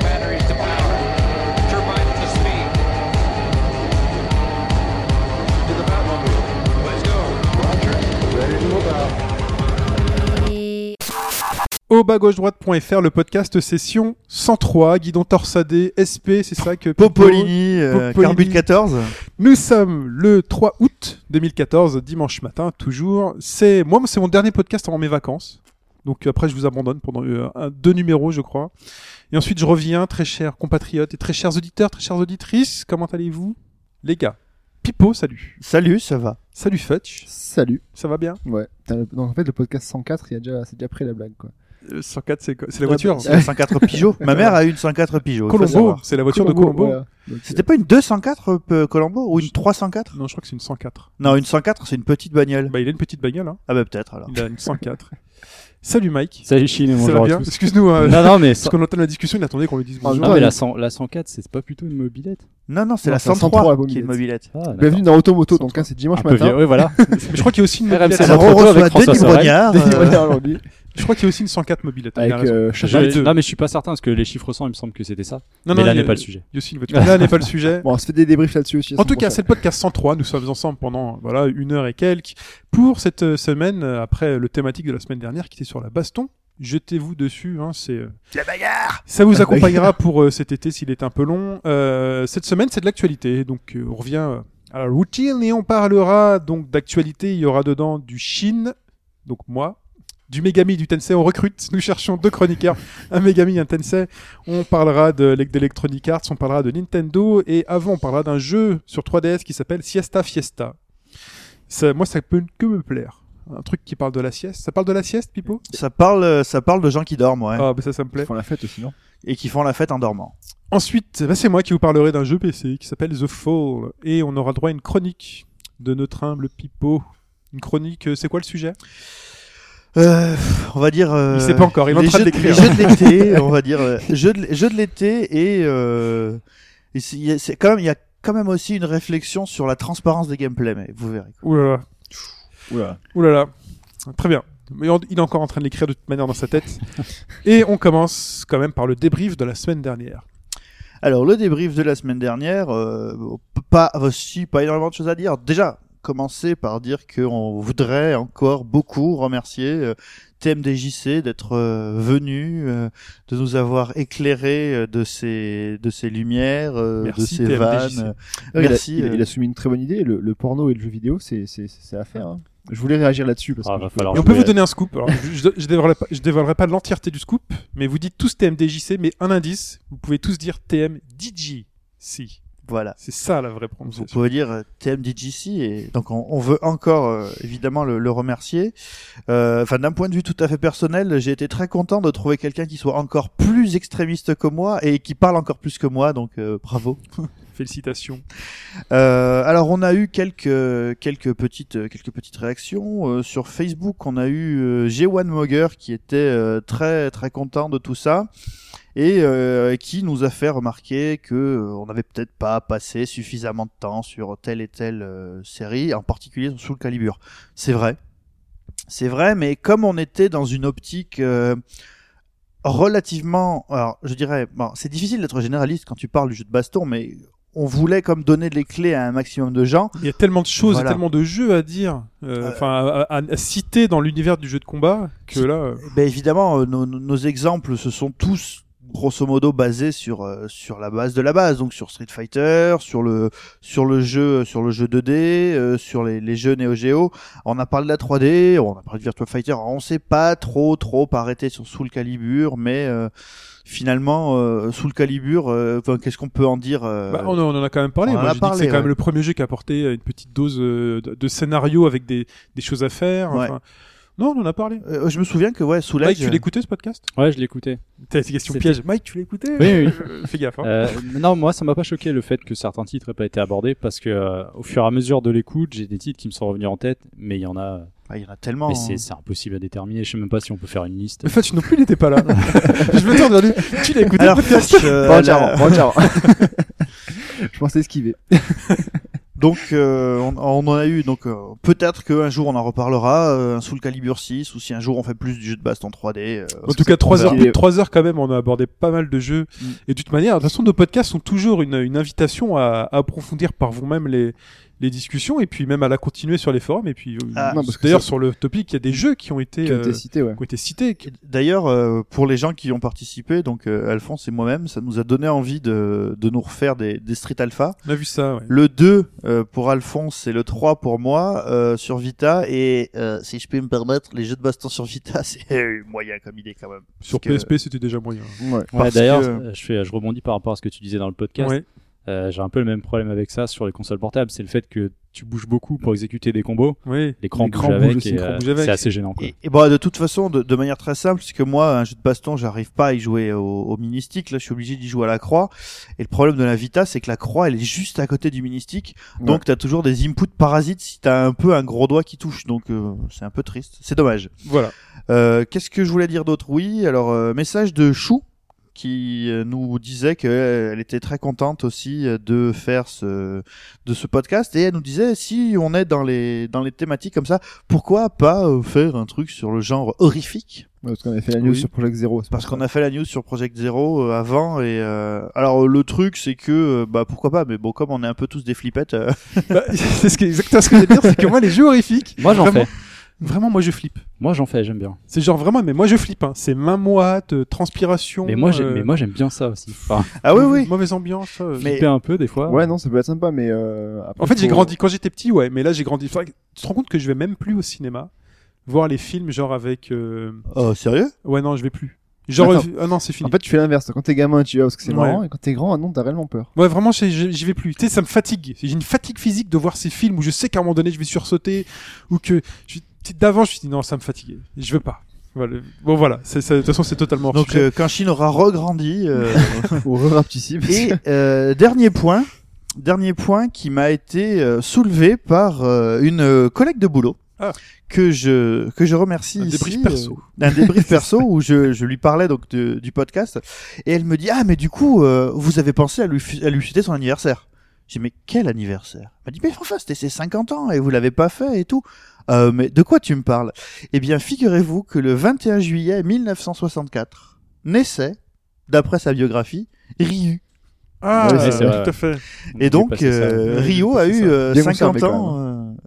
batteries to power. Turbines to speed. To the Batmobile. Let's go. Au bas gauche droite.fr, le podcast session 103, guidon torsadé, SP, c'est ça que. Popolini, euh, Popolini. Carbut 14. Nous sommes le 3 août 2014, dimanche matin, toujours. C'est moi, c'est mon dernier podcast avant mes vacances. Donc après, je vous abandonne pendant euh, un- deux numéros, je crois. Et ensuite, je reviens, très chers compatriotes et très chers auditeurs, très chères auditrices. Comment allez-vous, les gars Pipo, salut. Salut, ça va Salut Fetch, Salut. ça va bien Ouais. Putain, le- non, en fait, le podcast 104, il y a déjà, c'est déjà pris la blague, quoi. 104, Euh, c'est quoi C'est la voiture. C'est la 104 Pigeot. Ma mère a eu une 104 Pigeot. il faut Colombo, savoir. c'est la voiture de Colombo. voilà. Donc, C'était pas une 204 euh, Colombo ou une 304 Non, je crois que c'est une 104. Non, une 104, c'est une petite bagnole. Bah, il a une petite bagnole, hein. Ah bah peut-être alors. Il a une 104. Salut Mike. Salut Chine et Ça va bonjour bien à tous. Excuse-nous, hein, Non, non, mais, parce qu'on entend la discussion, il attendait qu'on lui dise Ah, bonjour. non, mais la, 100 la 104, c'est pas plutôt une mobilette Non, non, c'est Non, la c'est la 103, 103, qui est une mobilette. ah, euh, Bienvenue dans Automoto, donc hein, c'est dimanche Un peu matin. vieux, oui, voilà. Mais je crois qu'il y a aussi une mobilette. On RMC, notre retour reçoit avec François Denis Sorel. Brognard. Denis euh, Brognard aujourd'hui, Je crois qu'il y a aussi une 104 mobilette. il a avec raison. euh, Chacha. les Je- deux. Non, mais je suis pas certain parce que les chiffres 100, il me semble que c'était ça. Non, mais non, là il y a- n'est pas le sujet. Il y a aussi une voiture. Là n'est pas le sujet. Bon, on se fait des débriefs là-dessus aussi. En tout cas, c'est le podcast 103. Nous sommes ensemble pendant voilà une heure et quelques pour cette euh, semaine euh, après le thématique de la semaine dernière qui était sur la baston. Jetez-vous dessus, hein, c'est euh, La bagarre Ça vous accompagnera pour euh, cet été s'il est un peu long. Euh, cette semaine, c'est de l'actualité. Donc, euh, on revient euh, à la routine et on parlera donc d'actualité. Il y aura dedans du Shin, donc moi, du Megami, du Tensei. On recrute. Nous cherchons deux chroniqueurs, un Megami, un Tensei. On parlera de d'Electronic Arts, on parlera de Nintendo et avant, on parlera d'un jeu sur 3DS qui s'appelle Siesta Fiesta. Ça, moi, ça peut que me plaire. Un truc qui parle de la sieste. Ça parle de la sieste, Pipo ça parle, euh, ça parle de gens qui dorment, ouais. Ah, bah ça, ça me plaît. Ils font la fête aussi, non Et qui font la fête en dormant. Ensuite, bah, c'est moi qui vous parlerai d'un jeu PC qui s'appelle The Fall et on aura droit à une chronique de notre humble Pipo. Une chronique, euh, c'est quoi le sujet Euh, on va dire. euh, Il sait pas encore, il est en les train de jeux l'écrire. les jeux de l'été, on va dire. euh, jeux de, jeux de l'été et. euh, et c'est- il y a- c'est quand même, il y a quand même aussi une réflexion sur la transparence des gameplays, mais vous verrez. Ouh là là, Oula. ouh là là. Très bien. Mais on- il est encore en train de l'écrire de toute manière dans sa tête. et on commence quand même par le débrief de la semaine dernière. Alors le débrief de la semaine dernière, euh, pas aussi pas énormément de choses à dire. Déjà commencer par dire qu'on voudrait encore beaucoup remercier euh, TMDJC d'être euh, venu, euh, de nous avoir éclairé euh, de ses de ses lumières, euh, Merci, de ses TMDJC. vannes. Merci. Merci, Il a, euh. il a soumis une très bonne idée. Le, le porno et le jeu vidéo, c'est, c'est, c'est à faire. hein. Je voulais réagir là-dessus parce Ah, que va je- falloir Et on Alors, peut je vous vais- donner un scoop. Alors, je, je dévoilerai pas, je dévoilerai pas l'entièreté du scoop, mais vous dites tous TMDJC, mais un indice, vous pouvez tous dire TMDJC. Voilà. C'est ça la vraie Vous prononciation. pouvez dire euh, TMDJC et donc on, on veut encore euh, évidemment le, le remercier. Euh, Enfin d'un point de vue tout à fait personnel, j'ai été très content de trouver quelqu'un qui soit encore plus extrémiste que moi et qui parle encore plus que moi, donc euh, bravo. Félicitations. Euh, alors on a eu quelques quelques petites euh, quelques petites réactions Euh, sur Facebook. On a eu euh, G1 Moger qui était euh, très très content de tout ça et euh, qui nous a fait remarquer que euh, on n'avait peut-être pas passé suffisamment de temps sur telle et telle euh, série, en particulier sur Soul Calibur. C'est vrai, c'est vrai, mais comme on était dans une optique euh, relativement, alors je dirais, bon, c'est difficile d'être généraliste quand tu parles du jeu de baston, mais on voulait comme donner les clés à un maximum de gens. Il y a tellement de choses, Voilà. et tellement de jeux à dire, euh, Euh, enfin à, à- à citer dans l'univers du jeu de combat que C'est- là, euh, Ben évidemment, euh, nos, nos- nos exemples se sont tous grosso modo basés sur euh, sur la base de la base, donc sur Street Fighter, sur le sur le jeu sur le jeu 2D, euh, sur les, les jeux Neo Geo. On a parlé de la 3D, on a parlé de Virtua Fighter. On s'est pas trop trop arrêté sur Soul Calibur, mais euh, finalement euh, Soul Calibur, euh, enfin, qu'est-ce qu'on peut en dire euh, bah, on, en on en a quand même parlé. on en Moi, a j'ai dit que parlé, c'est quand ouais. même le premier jeu qui a apporté euh, une petite dose euh, de, de scénario avec des, des choses à faire. Ouais. enfin. Non, on en a parlé. euh, Je me souviens que ouais, Soul Mike, Edge. euh, tu l'écoutais ce podcast Ouais, je l'écoutais. T'as des questions C'était- pièges. Mike, tu l'écoutais Oui, oui. Euh, Fais gaffe. hein. Euh, non, moi, ça m'a pas choqué le fait que certains titres aient pas été abordés parce que euh, au fur et à mesure de l'écoute, j'ai des titres qui me sont revenus en tête, mais il y en a. Ah, il y en a tellement. mais Oh. hein. c'est c'est impossible à déterminer. Je sais même pas si on peut faire une liste. Le fait, tu non plus, il n'était pas là. je me tourne vers lui. Tu l'as écouté Alors, le podcast Fetch, euh, Pas la- entièrement, pas entièrement. Je pensais esquiver. Donc euh, on, on en a eu donc euh, peut-être qu'un jour on en reparlera euh, un Soul Calibur 6 ou si un jour on fait plus du jeu de baston 3D. euh, En parce tout que cas, 3 heures, bizarre. plus de 3 heures quand même, on a abordé pas mal de jeux. Mm. Et de toute manière, de toute façon, nos podcasts sont toujours une, une invitation à, à approfondir par vous-même les, les discussions et puis même à la continuer sur les forums. Et puis, euh, Ah, non, parce que d'ailleurs, ça- sur le topic, il y a des jeux qui ont été, qui ont euh, été cités, ouais. qui ont été cités. qui- D'ailleurs, euh, pour les gens qui ont participé, donc euh, Alphonse et moi-même, ça nous a donné envie de, de nous refaire des, des Street Alpha. On a vu ça, ouais. Le 2 euh, pour Alphonse et le 3 pour moi euh, sur Vita. Et euh, si je peux me permettre, les jeux de baston sur Vita, c'est moyen comme idée quand même. Sur Parce que- PSP, c'était déjà moyen. Ouais. Ouais, Parce D'ailleurs, que- euh, je, fais, je rebondis par rapport à ce que tu disais dans le podcast. Ouais. Euh, J'ai un peu le même problème avec ça sur les consoles portables. C'est le fait que tu bouges beaucoup pour exécuter des combos. Oui. L'écran Les bouge crans bougent avec. aussi, et, les crans euh, bougent avec. C'est assez gênant. Quoi. Et, et bah, de toute façon, de, de manière très simple, parce que moi, un jeu de baston, j'arrive pas à y jouer au, au mini-stick. Là, je suis obligé d'y jouer à la croix. Et le problème de la Vita, c'est que la croix, elle est juste à côté du mini-stick. Donc, t'as toujours des inputs parasites si t'as un peu un gros doigt qui touche. Donc, euh, c'est un peu triste. C'est dommage. Voilà. Euh, Qu'est-ce que je voulais dire d'autre Oui, alors, euh, message de Chou qui euh, nous disait qu'elle était très contente aussi euh, de faire ce de ce podcast et elle nous disait si on est dans les dans les thématiques comme ça pourquoi pas euh, faire un truc sur le genre horrifique Ouais, parce qu'on avait fait la news Oui. sur Project Zero. c'est parce pour qu'on a fait la news sur Project Zero euh, avant et euh, alors le truc c'est que euh, bah pourquoi pas mais bon comme on est un peu tous des flippettes euh, Bah, c'est ce que, exactement ce que je veux dire, c'est que moi, les jeux horrifiques, Moi j'en Vraiment. fais. vraiment, moi, je flippe. Moi j'en fais, j'aime bien. C'est genre vraiment, mais moi, je flippe. Hein. C'est main moite, euh, transpiration. Mais moi j'aime euh, mais moi, j'aime bien ça aussi. Enfin, ah oui oui Mauvaise ambiance. euh, Mais- flipper un peu des fois. ça. Ouais, non, ça peut être sympa, mais. euh, après, En fait, j'ai faut- grandi quand j'étais petit, ouais, mais là j'ai grandi. Faudrait que- Tu te rends compte que je vais même plus au cinéma voir les films genre avec. euh, oh sérieux Ouais, non, je vais plus. Genre, D'accord. euh, ah non, c'est fini. En fait, tu fais l'inverse. Quand t'es gamin, tu y vas parce que c'est Ouais. marrant, et quand t'es grand, ah non, t'as réellement peur. Ouais, vraiment, j'ai- j'ai- j'y vais plus. Tu sais, ça me fatigue. J'ai une fatigue physique de voir ces films où je sais qu'à un moment donné je vais sursauter ou que je... suis- d'avant je me suis dit non, ça me fatigue. Je veux pas. Voilà. Bon, voilà. C'est- ça- De toute façon, c'est totalement. hors donc sujet. euh, quand Chine aura regrandi euh, Ou re-rapt ici. parce Et que- euh, dernier point, dernier point qui m'a été euh, soulevé par euh, une euh, collègue de boulot Ah. que je que je remercie Un ici. débrief euh, perso. d'un débrief perso où je, je lui parlais donc de- du podcast et elle me dit ah mais du coup euh, vous avez pensé à lui fu- à lui fêter son anniversaire. J'ai dit, mais quel anniversaire Elle m'a dit mais enfin c'était ses 50 ans et vous l'avez pas fait et tout. Euh, mais de quoi tu me parles Eh bien figurez-vous que le 21 juillet 1964 naissait d'après sa biographie Ryu. Ah, Ouais, c'est euh, vrai, tout à fait. On Et est donc, passé ça. euh, Oui, Rio c'est a ça. eu euh, Bien 50 conservé, quand ans.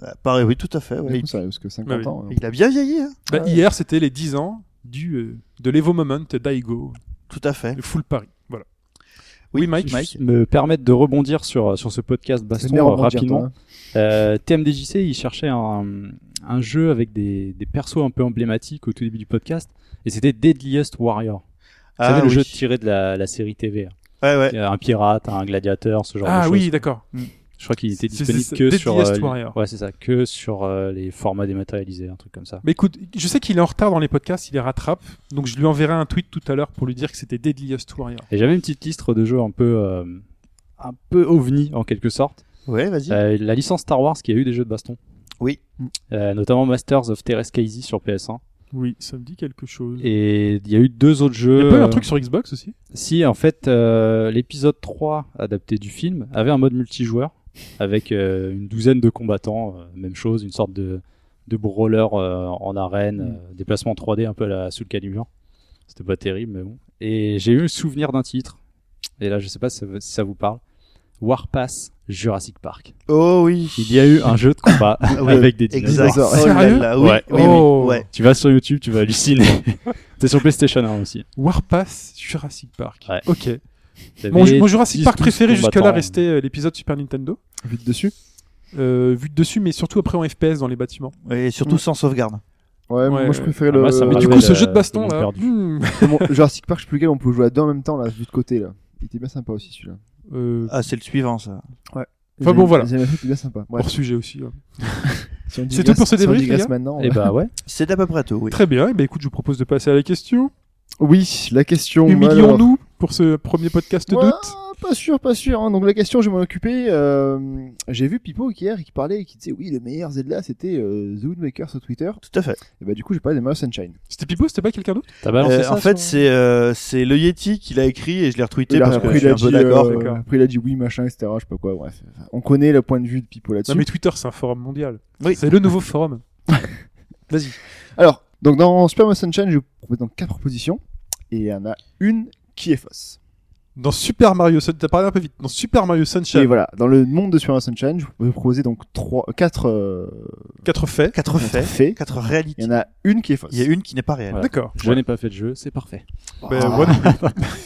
euh, pareil, oui, tout à fait. Du ouais. coup, ça, parce que 50 Bah oui. ans. euh, Il, il a bien vieilli, hein. Bah, Hier, c'était les 10 ans du euh, de l'Evo Moment d'Aigo, tout à fait. de Full Paris. Voilà. Oui, Mike. Mike. me permettre de rebondir sur, sur ce podcast c'est baston bien euh, rebondir, rapidement. toi, hein. Euh, TMDJC, il cherchait un, un jeu avec des, des persos un peu emblématiques au tout début du podcast, et c'était Deadliest Warrior. Vous Ah, savez, le oui. Euh, jeu tiré de la, la série TV. hein. Ouais, ouais. Un pirate, un gladiateur, ce genre de Ah choses. oui, d'accord. Je crois qu'il était C'est- disponible c'est- que Deadliest sur, euh, Warrior. ouais, c'est ça, que sur euh, les formats dématérialisés, un truc comme ça. Mais écoute, je sais qu'il est en retard dans les podcasts, il les rattrape, donc je lui enverrai un tweet tout à l'heure pour lui dire que c'était Deadliest Warrior. Et j'avais une petite liste de jeux un peu, euh, un peu ovni en quelque sorte. Ouais, vas-y. Euh, la licence Star Wars qui a eu des jeux de baston. Oui. Euh, notamment Masters of Terrace Casey sur PS1. Oui, ça me dit quelque chose. Et il y a eu deux autres Il jeux. y a pas eu un euh, truc sur Xbox aussi Si, en fait, euh, l'épisode 3 adapté du film avait un mode multijoueur avec euh, une douzaine de combattants, euh, même chose, une sorte de, de brawler euh, en arène, Mm. euh, déplacement 3D un peu à la Soul Calibur. C'était pas terrible, mais bon. Et j'ai eu le souvenir d'un titre, et là je sais pas si ça, si ça vous parle, Warpass Jurassic Park. Oh oui. Il y a eu un jeu de combat oui, avec des Exact. dinosaures. Oh là Sérieux là, oui, Ouais. oui, oui, Oh. ouais. Tu vas sur YouTube, tu vas halluciner. C'est sur PlayStation 1 aussi. Warpass Jurassic Park. Ouais. Ok. T'avais Mon, mon Jurassic 10, Park 12 préféré jusque-là combattants. restait euh, l'épisode Super Nintendo, hein. Vite dessus. euh, vu de dessus, mais surtout après en FPS dans les bâtiments. Et Mm. surtout sans sauvegarde. Ouais, Ouais, moi je ouais. préférais Ah, le. moi, ça me Mais Ah du ouais, coup, le- ce jeu de baston le monde là, perdu. hmm, Comment- Jurassic Park, je sais plus lequel on pouvait jouer à deux en même temps, là, vu de côté, là. Il était bien sympa aussi, celui-là. euh, Ah, c'est le suivant, ça. Enfin, bon, voilà. J'avais fait, bien sympa. Bref. hors sujet aussi. hein. ouais. Si on C'est tout digresse- pour ce si on débrief, les digresse gars maintenant. Et bah ouais. C'est à peu près tout, oui. Très bien. Et ben écoute, je vous propose de passer à la question. Oui, la question. Humilions-nous pour ce premier podcast alors- d'août Ouais, Pas sûr, pas sûr. hein. Donc la question, je vais m'en occuper. Euh, J'ai vu Pipo hier qui parlait et qui disait oui, le meilleur Zelda c'était euh, The Woodmaker sur Twitter. Tout à fait. Et bah du coup, j'ai parlé de Mario Sunshine. C'était Pipo, c'était pas quelqu'un d'autre T'as balancé Euh, ça en fait, sur- c'est euh, c'est le Yeti qui l'a écrit et je l'ai retweeté Et là, parce que je suis un peu dit, d'accord. euh, d'accord. après, il a dit oui, machin, etc. Je sais pas quoi. Bref, Enfin, on connaît le point de vue de Pipo là-dessus. Non, mais Twitter, c'est un forum mondial. Oui. C'est le nouveau forum. Vas-y. Alors, donc dans Super Mario Sunshine, je vous propose donc quatre propositions et il y en a une qui est fausse. Dans Super Mario, Sun- t'as parlé un peu vite. Dans Super Mario Sunshine, Et voilà, dans le monde de Super Mario Sunshine, je vous propose donc trois, quatre euh, quatre faits. Quatre faits, faits. quatre Il réalités. y en a une qui est fausse. Il y a une qui n'est pas réelle. Voilà. D'accord. Je n'ai pas fait de jeu, c'est parfait. Ben, Ah. voilà.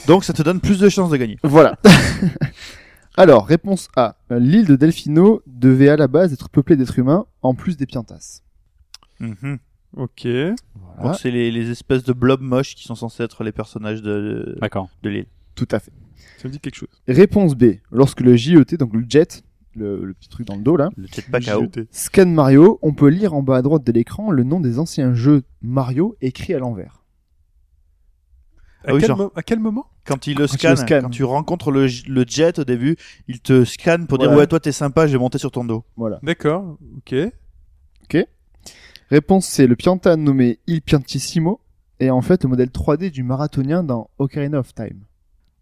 Donc ça te donne plus de chances de gagner. Voilà. Alors, réponse A. L'île de Delfino devait à la base être peuplée d'êtres humains, en plus des piantas. Mm-hmm. Ok. Voilà, Donc c'est les, les espèces de blobs moches qui sont censés être les personnages de, D'accord. de l'île. tout à fait. Ça me dit quelque chose. Réponse B. Lorsque le JET, donc le jet, le, le petit truc dans le dos là, Le jetpack à eau. JET. scan Mario, on peut lire en bas à droite de l'écran le nom des anciens jeux Mario écrits à l'envers. À, Ah oui, quel genre. mo- à quel moment Quand il le Quand il scanne, le scanne. quand tu rencontres le, j- le jet au début, il te scanne pour dire Voilà. ouais toi t'es sympa, je vais monter sur ton dos. Voilà. D'accord. Ok. Réponse C. Le pianta nommé Il Piantissimo est en fait le modèle 3D du marathonien dans Ocarina of Time.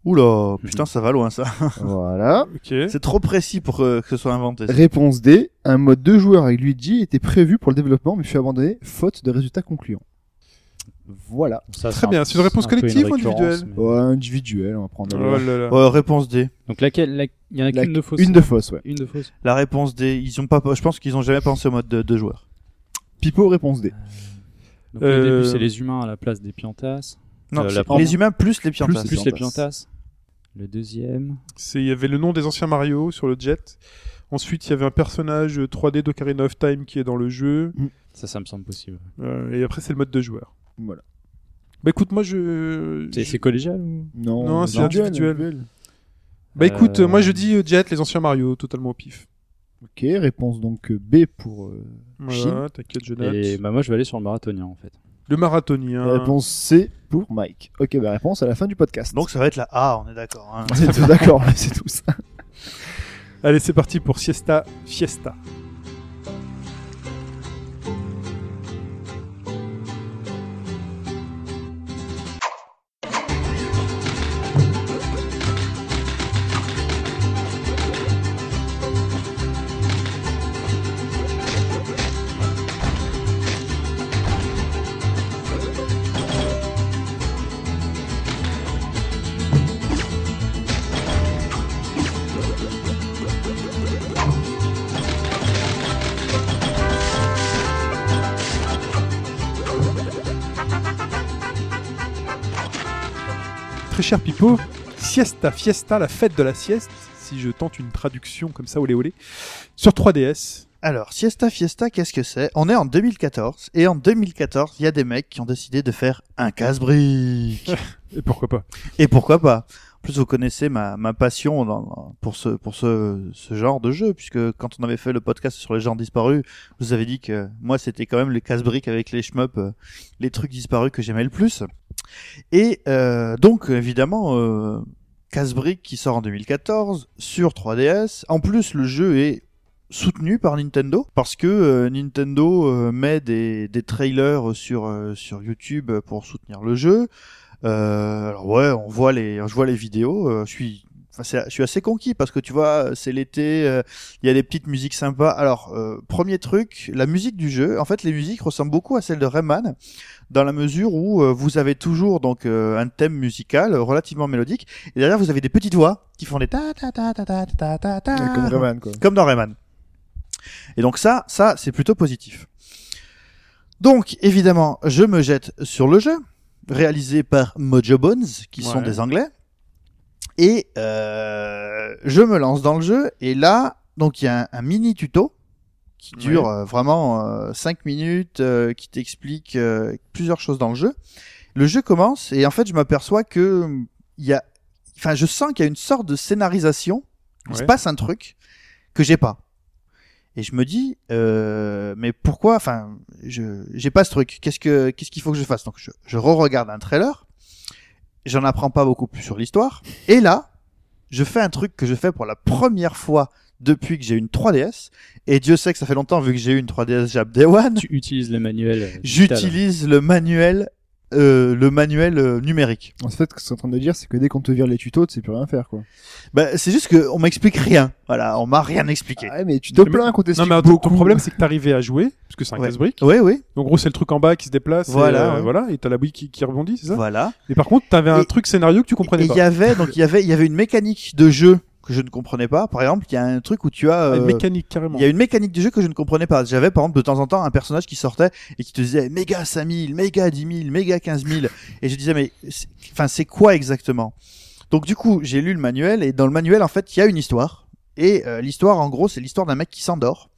Oula, putain ça va loin ça. voilà. Ok. C'est trop précis pour euh, que ce soit inventé. Réponse D. Un mode deux joueurs avec Luigi était prévu pour le développement mais fut abandonné faute de résultats concluants. Voilà. Ça, Très c'est un- bien. C'est une réponse un peu collective ou récurrence, individuelle mais- Ouais, individuel, on va prendre. Oh là là. Euh, réponse D. Donc laquelle la- Il y en a La- qu'une de fausse. Une de fausse, ouais. Une de fausse. La réponse D, ils ont pas, je pense qu'ils ont jamais pensé au mode de, de joueur. Pipo, réponse D. Donc Euh, au début, c'est les humains à la place des piantas. Non, Euh, c'est la première. les humains plus les piantas. Des plus les piantas. piantas. Le deuxième. C'est- Il y avait le nom des anciens Mario sur le jet. Ensuite, il y avait un personnage 3D d'Ocarina of Time qui est dans le jeu. Ça, ça me semble possible. Euh, et après, c'est le mode de joueur. Voilà. Bah écoute, moi je. C'est je- c'est collégial ou Non, Non, c'est individuel. Bah Euh, écoute, moi je dis euh, Jet, les anciens Mario, totalement au pif. Ok, réponse donc euh, B pour. euh, Voilà, Chine. t'inquiète, je note. Et bah, moi, je vais aller sur le marathonien en fait. Le Euh, Hein. marathonien. Réponse C pour Mike. Ok, bah réponse à la fin du podcast. Donc ça va être la A, on est d'accord. hein. c'est tout d'accord, c'est tout ça. Allez, c'est parti pour Siesta Fiesta. Très cher Pipo, Siesta Fiesta, la fête de la sieste, si je tente une traduction comme ça, olé olé, sur 3DS. Alors, Siesta Fiesta, qu'est-ce que c'est On est en 2014, et en 2014, il y a des mecs qui ont décidé de faire un casse-brique. Et pourquoi pas et pourquoi pas En plus, vous connaissez ma, ma passion dans- pour, ce, pour ce, ce genre de jeu, puisque quand on avait fait le podcast sur les gens disparus, je vous avez dit que moi, c'était quand même les casse-briques avec les shmups, euh, les trucs disparus que j'aimais le plus. Et euh, donc, évidemment... Euh, Casse-brique qui sort en 2014 sur 3DS. En plus, le jeu est soutenu par Nintendo parce que euh, Nintendo euh, met des, des trailers sur euh, sur YouTube pour soutenir le jeu. Euh, alors ouais, on voit les, je vois les vidéos. euh, je suis enfin, c'est- je suis assez conquis parce que tu vois, c'est l'été, euh, il y a des petites musiques sympas. Alors, euh, premier truc, la musique du jeu. En fait, les musiques ressemblent beaucoup à celles de Rayman, dans la mesure où euh, vous avez toujours donc euh, un thème musical relativement mélodique, et derrière vous avez des petites voix qui font des ta ta ta ta ta ta ta ta. Comme Rayman, quoi. Comme dans Rayman. Et donc ça, ça, c'est plutôt positif. Donc, évidemment, je me jette sur le jeu, réalisé par Mojo Bones, qui sont Ouais. des Anglais. Et euh, je me lance dans le jeu, et là, donc il y a un, un mini tuto qui dure euh, vraiment 5 minutes, euh, qui t'explique euh, plusieurs choses dans le jeu. Le jeu commence, et en fait, je m'aperçois que hum, il y a, enfin, je sens qu'il y a une sorte de scénarisation. Il se Ouais. passe un truc que j'ai pas. Et je me dis, euh, mais pourquoi Enfin, je j'ai pas ce truc. Qu'est-ce que qu'est-ce qu'il faut que je fasse Donc, je, je re-regarde un trailer. J'en apprends pas beaucoup plus sur l'histoire. Et là, je fais un truc que je fais pour la première fois depuis que j'ai une 3DS. Et Dieu sait que ça fait longtemps vu que j'ai eu une 3DS Jap Day One. Tu utilises le manuel. euh, digital. J'utilise le manuel, euh, le manuel euh, numérique. En fait, ce que c'est en train de dire, c'est que dès qu'on te vire les tutos, tu sais plus rien faire, quoi. Bah, c'est juste que on m'explique rien. Voilà, on m'a rien expliqué. Ah ouais, mais tu te Mais- plains qu'on t'explique Non, mais attends, beaucoup. ton problème, c'est que t'arrivais à jouer, parce que c'est un casse-brique. Oui, oui, En gros, c'est le truc en bas qui se déplace. Voilà, Et, euh, ouais. voilà, et t'as la bouille qui, qui rebondit, c'est ça voilà. Et par contre, t'avais un Et- truc scénario que tu Et comprenais il pas. y avait donc il y avait il y avait une mécanique de jeu que je ne comprenais pas. Par exemple, il y a un truc où tu as Ah, Une euh, mécanique, carrément. Il y a une mécanique du jeu que je ne comprenais pas. J'avais par exemple de temps en temps un personnage qui sortait et qui te disait méga 5000, méga 10 000, méga 15 000. Et je disais mais c'est- enfin c'est quoi exactement Donc du coup j'ai lu le manuel et dans le manuel en fait il y a une histoire. Et euh, l'histoire en gros c'est l'histoire d'un mec qui s'endort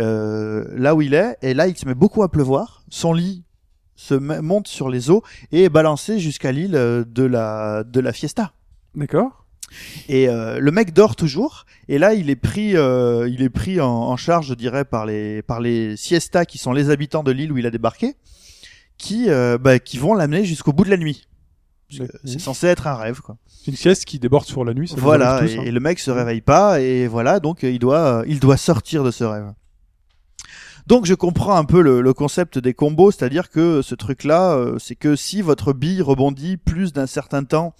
euh, là où il est et là il se met beaucoup à pleuvoir. Son lit se m- monte sur les eaux et est balancé jusqu'à l'île euh, de la, de la fiesta. D'accord Et euh, le mec dort toujours. Et là, il est pris, euh, il est pris en, en charge, je dirais, par les par les siestas qui sont les habitants de l'île où il a débarqué, qui euh, bah, qui vont l'amener jusqu'au bout de la nuit. Parce que D'accord. C'est censé être un rêve, quoi. C'est une sieste qui déborde sur la nuit. ça nous Voilà. arrive et, tous, hein. et le mec se réveille pas, et voilà, donc euh, il doit euh, il doit sortir de ce rêve. Donc je comprends un peu le, le concept des combos, c'est-à-dire que ce truc-là, euh, c'est que si votre bille rebondit plus d'un certain temps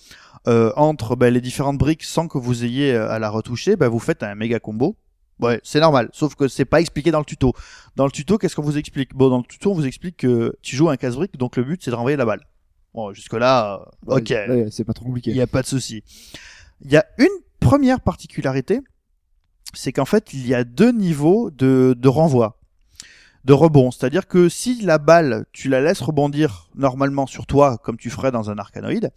euh, entre ben, les différentes briques sans que vous ayez euh, à la retoucher, ben, vous faites un méga combo. Ouais, c'est normal, sauf que c'est pas expliqué dans le tuto. Dans le tuto, qu'est-ce qu'on vous explique Bon, dans le tuto, on vous explique que tu joues à un casse-brique, donc le but c'est de renvoyer la balle. Bon, jusque-là, euh, ok. Ouais, ouais, c'est pas trop compliqué. Il n'y a pas de souci. Il y a une première particularité, c'est qu'en fait, il y a deux niveaux de, de renvoi, de rebond. C'est-à-dire que si la balle, tu la laisses rebondir normalement sur toi, comme tu ferais dans un arcanoïde,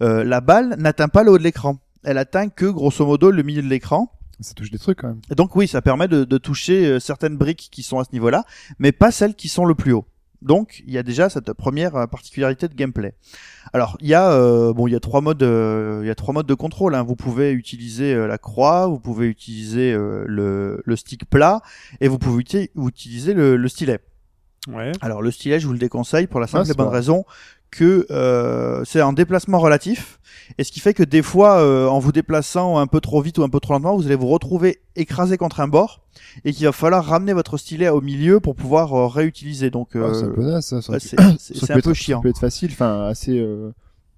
euh, la balle n'atteint pas le haut de l'écran. Elle atteint que, grosso modo, le milieu de l'écran. Ça touche des trucs, quand même. Et Donc oui, ça permet de, de toucher euh, certaines briques qui sont à ce niveau-là, mais pas celles qui sont le plus haut. Donc il y a déjà cette première euh, particularité de gameplay. Alors il y a euh, bon il y a trois modes euh, il y a trois modes de contrôle. hein. Vous pouvez utiliser euh, la croix, vous pouvez utiliser euh, le, le stick plat et vous pouvez uti- utiliser le, le stylet. Ouais. Alors le stylet, je vous le déconseille pour la Ah, simple et c'est bonne vrai. raison que euh, c'est un déplacement relatif, et ce qui fait que des fois, euh, en vous déplaçant un peu trop vite ou un peu trop lentement, vous allez vous retrouver écrasé contre un bord, et qu'il va falloir ramener votre stylet au milieu pour pouvoir euh, réutiliser. Donc euh, Ah, c'est un peu naze, ça. ça ouais, aurait pu- c'est c'est- ça c'est peut un peu être- chiant. Ça peut être facile, enfin, assez, euh,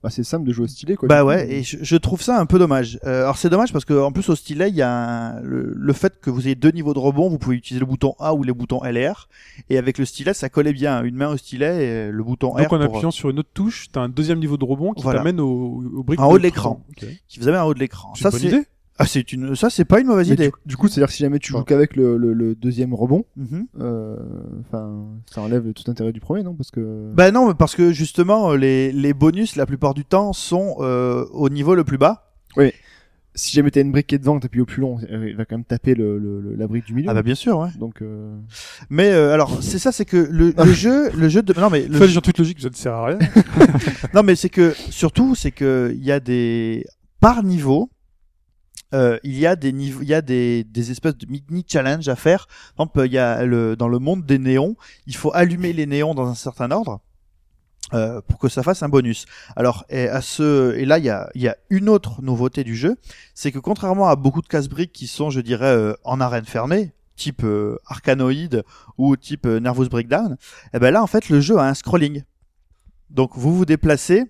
assez simple de jouer au stylet, quoi. Bah du coup. ouais, et je, je trouve ça un peu dommage. Euh, alors c'est dommage parce que en plus au stylet, il y a un- le, le fait que vous ayez deux niveaux de rebond, vous pouvez utiliser le bouton A ou les boutons L et R, et avec le stylet, ça collait bien. Une main au stylet, et le bouton R Donc en pour- euh, appuyant sur une autre touche, t'as un deuxième niveau de rebond qui Voilà. t'amène au, au brick. En haut de l'écran. Ok. qui vous amène en haut de l'écran. C'est Ça une bonne c'est idée. Ah, c'est une, ça c'est pas une mauvaise Mais idée. du, du coup, c'est-à-dire que si jamais tu joues qu'avec le, le, le deuxième rebond, Mhm. euh, enfin, ça enlève tout intérêt du premier, non Parce que Bah non, mais parce que justement euh, les, les bonus la plupart du temps sont euh, au niveau le plus bas. si jamais t'as une brique qui est devant, que t'appuies au plus long, euh, il va quand même taper le, le- le- la brique du milieu. Ah, bah, bien sûr, ouais. Donc, euh, Mais euh, alors c'est ça, c'est que le, le jeu, le jeu de non mais le Fais en toute logique, ça ne sert à rien. Non, mais c'est que surtout, c'est que il y a des par niveau. euh, il y a des niveaux, il y a des, des espèces de mini challenge à faire. Par exemple, il y a le, dans le monde des néons, il faut allumer les néons dans un certain ordre euh, pour que ça fasse un bonus. Alors et à ce et là il y a, il y a une autre nouveauté du jeu, c'est que contrairement à beaucoup de casse-briques qui sont, je dirais, euh, en arène fermée, type euh, Arcanoid ou type euh, Nervous Breakdown, eh ben là en fait le jeu a un scrolling. Donc vous vous déplacez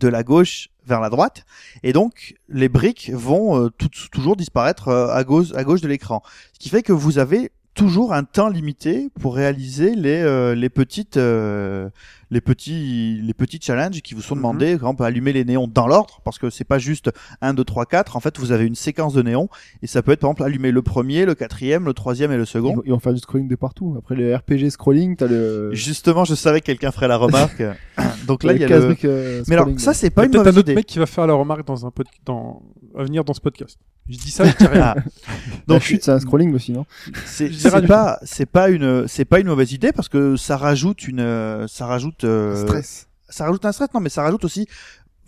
de la gauche vers la droite et donc les briques vont euh, tout- toujours disparaître euh, à gauche à gauche de l'écran. Ce qui fait que vous avez toujours un temps limité pour réaliser les euh, les petites euh, les petits les petits challenges qui vous sont Mhm. demandés, par exemple allumer les néons dans l'ordre parce que c'est pas juste 1 2 3 4, en fait vous avez une séquence de néons et ça peut être par exemple allumer le premier, le quatrième, le troisième et le ils, second. vont, ils vont faire du scrolling de partout. Après le RPG scrolling, t'as euh, le. Justement, je savais que quelqu'un ferait la remarque. donc là il y a le casse-brique, euh, mais alors, scrolling, ça, ouais. c'est Il y pas a une peut-être mauvaise un autre idée. mec qui va faire la remarque dans un pod... dans... à venir dans ce podcast. Je dis ça, je dis rien. Ah. la Donc, chute, c'est un scrolling aussi, non c'est je c'est dirais du- pas, c'est pas une, c'est pas une mauvaise idée parce que ça rajoute une, euh, ça rajoute, euh, Stress. ça rajoute un stress. Non, mais ça rajoute aussi,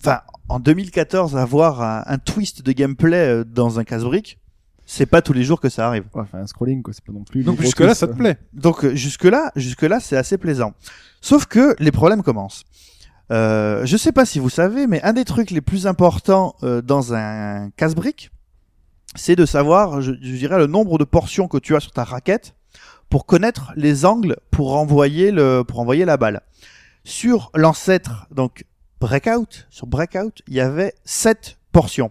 enfin, en 2014, avoir un, un twist de gameplay euh, dans un casse-brique, c'est pas tous les jours que ça arrive. Ouais, enfin, un scrolling, quoi. C'est pas non plus. le Donc gros jusque-là, twist, ça te plaît. euh, Donc jusque là, jusque là, c'est assez plaisant. Sauf que les problèmes commencent. Euh, je sais pas si vous savez, mais un des trucs les plus importants euh, dans un casse-brique, c'est de savoir, je, je dirais, le nombre de portions que tu as sur ta raquette pour connaître les angles pour envoyer le, pour envoyer la balle. Sur l'ancêtre, donc Breakout, sur Breakout, il y avait 7 portions.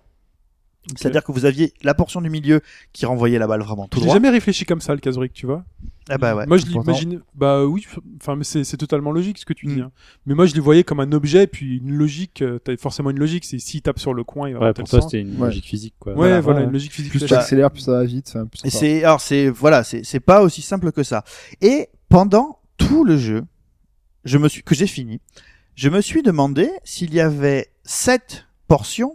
C'est-à-dire que vous aviez la portion du milieu qui renvoyait la balle vraiment tout J'ai droit. jamais réfléchi comme ça, le Kazuric, tu vois. Ah bah ouais. moi, je pourtant- l'imagine. Bah oui, enfin, mais c'est c'est totalement logique ce que tu dis. Mm. hein. Mais moi, je les voyais comme un objet, puis une logique. euh, T'as forcément une logique. C'est s'il tape sur le coin, il va Ouais, avoir pour tel toi, sens. c'était une Ouais. logique physique, quoi. Ouais, voilà, une logique physique. Plus tout à tu fait. accélères, plus ça va vite. Enfin, plus Et ça- c'est, alors c'est, voilà, c'est, c'est pas aussi simple que ça. Et pendant tout le jeu, je me suis, que j'ai fini, je me suis demandé s'il y avait sept portions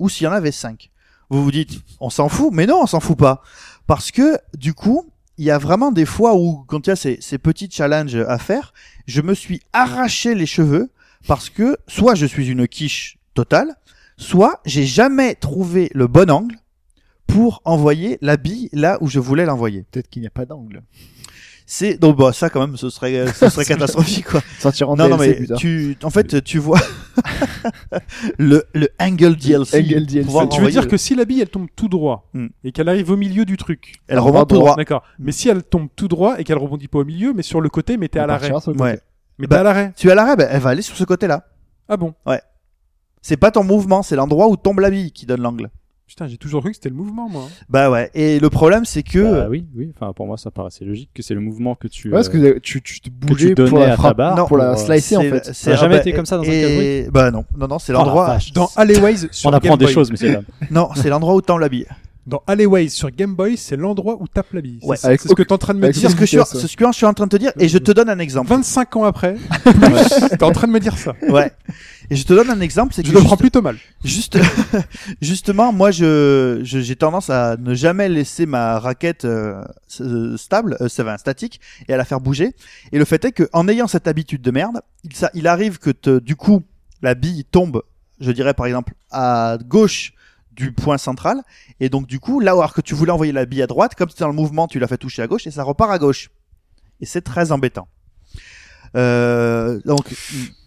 ou s'il y en avait cinq. Vous vous dites, on s'en fout, mais non, on s'en fout pas. Parce que, du coup, il y a vraiment des fois où, quand il y a ces, ces petits challenges à faire, je me suis arraché les cheveux parce que soit je suis une quiche totale, soit j'ai jamais trouvé le bon angle pour envoyer la bille là où je voulais l'envoyer. Peut-être qu'il n'y a pas d'angle. ce C'est donc bah ça quand même ce serait euh, ce serait catastrophique quoi. Sortir en Non non DLC mais plus tard. tu en fait tu vois le le angle DLC. Angle DLC. pouvoir Tu veux dire envoyer- que si la bille elle tombe tout droit Mm. et qu'elle arrive au milieu du truc, elle remonte tout droit. Hmm. d'accord. Mais si elle tombe tout droit et qu'elle rebondit pas au milieu, mais sur le côté, mais t'es à On l'arrêt. partira sur le Ouais. Mais Bah- t'es à l'arrêt. Tu es à l'arrêt, bah, elle va aller sur ce côté-là. Ah bon C'est pas ton mouvement, c'est l'endroit où tombe la bille qui donne l'angle. Putain, j'ai toujours cru que c'était le mouvement, moi. Bah ouais. Et le problème c'est que Bah oui, oui. Enfin, pour moi, ça paraissait logique que c'est le mouvement que tu. Ouais, parce euh, que tu, tu te bougeais donnais pour à la ta frappe, barre pour la pour, euh, slicer en c'est- fait. c'est- Ça a jamais bah, été comme ça dans un et... Bah non, non, non, c'est oh la l'endroit. vache. Dans Alleyways sur On apprend Game des Boy. choses, mais c'est là. non, c'est l'endroit où tombe la bille. Dans Alleyways sur Game Boy, c'est l'endroit où tape la bille. Ouais, c'est avec c'est ce que aucune- t'es en train de Bah, me avec dire. C'est ce que je suis, vitesse, ouais. c'est ce que je suis en train de te dire et je te donne un exemple. 25 ans après, plus, t'es en train de me dire ça. Ouais. Et je te donne un exemple, c'est que Je le juste- prends plutôt mal. Juste, justement, moi, je, je- j'ai tendance à ne jamais laisser ma raquette euh, s- euh, stable, euh, enfin, statique, et à la faire bouger. Et le fait est que, en ayant cette habitude de merde, il, ça, il arrive que, te- du coup, la bille tombe, je dirais par exemple, à gauche du point central, et donc du coup, là où alors que tu voulais envoyer la bille à droite, comme c'était dans le mouvement, tu l'as fait toucher à gauche, et ça repart à gauche. Et c'est très embêtant. Euh, donc,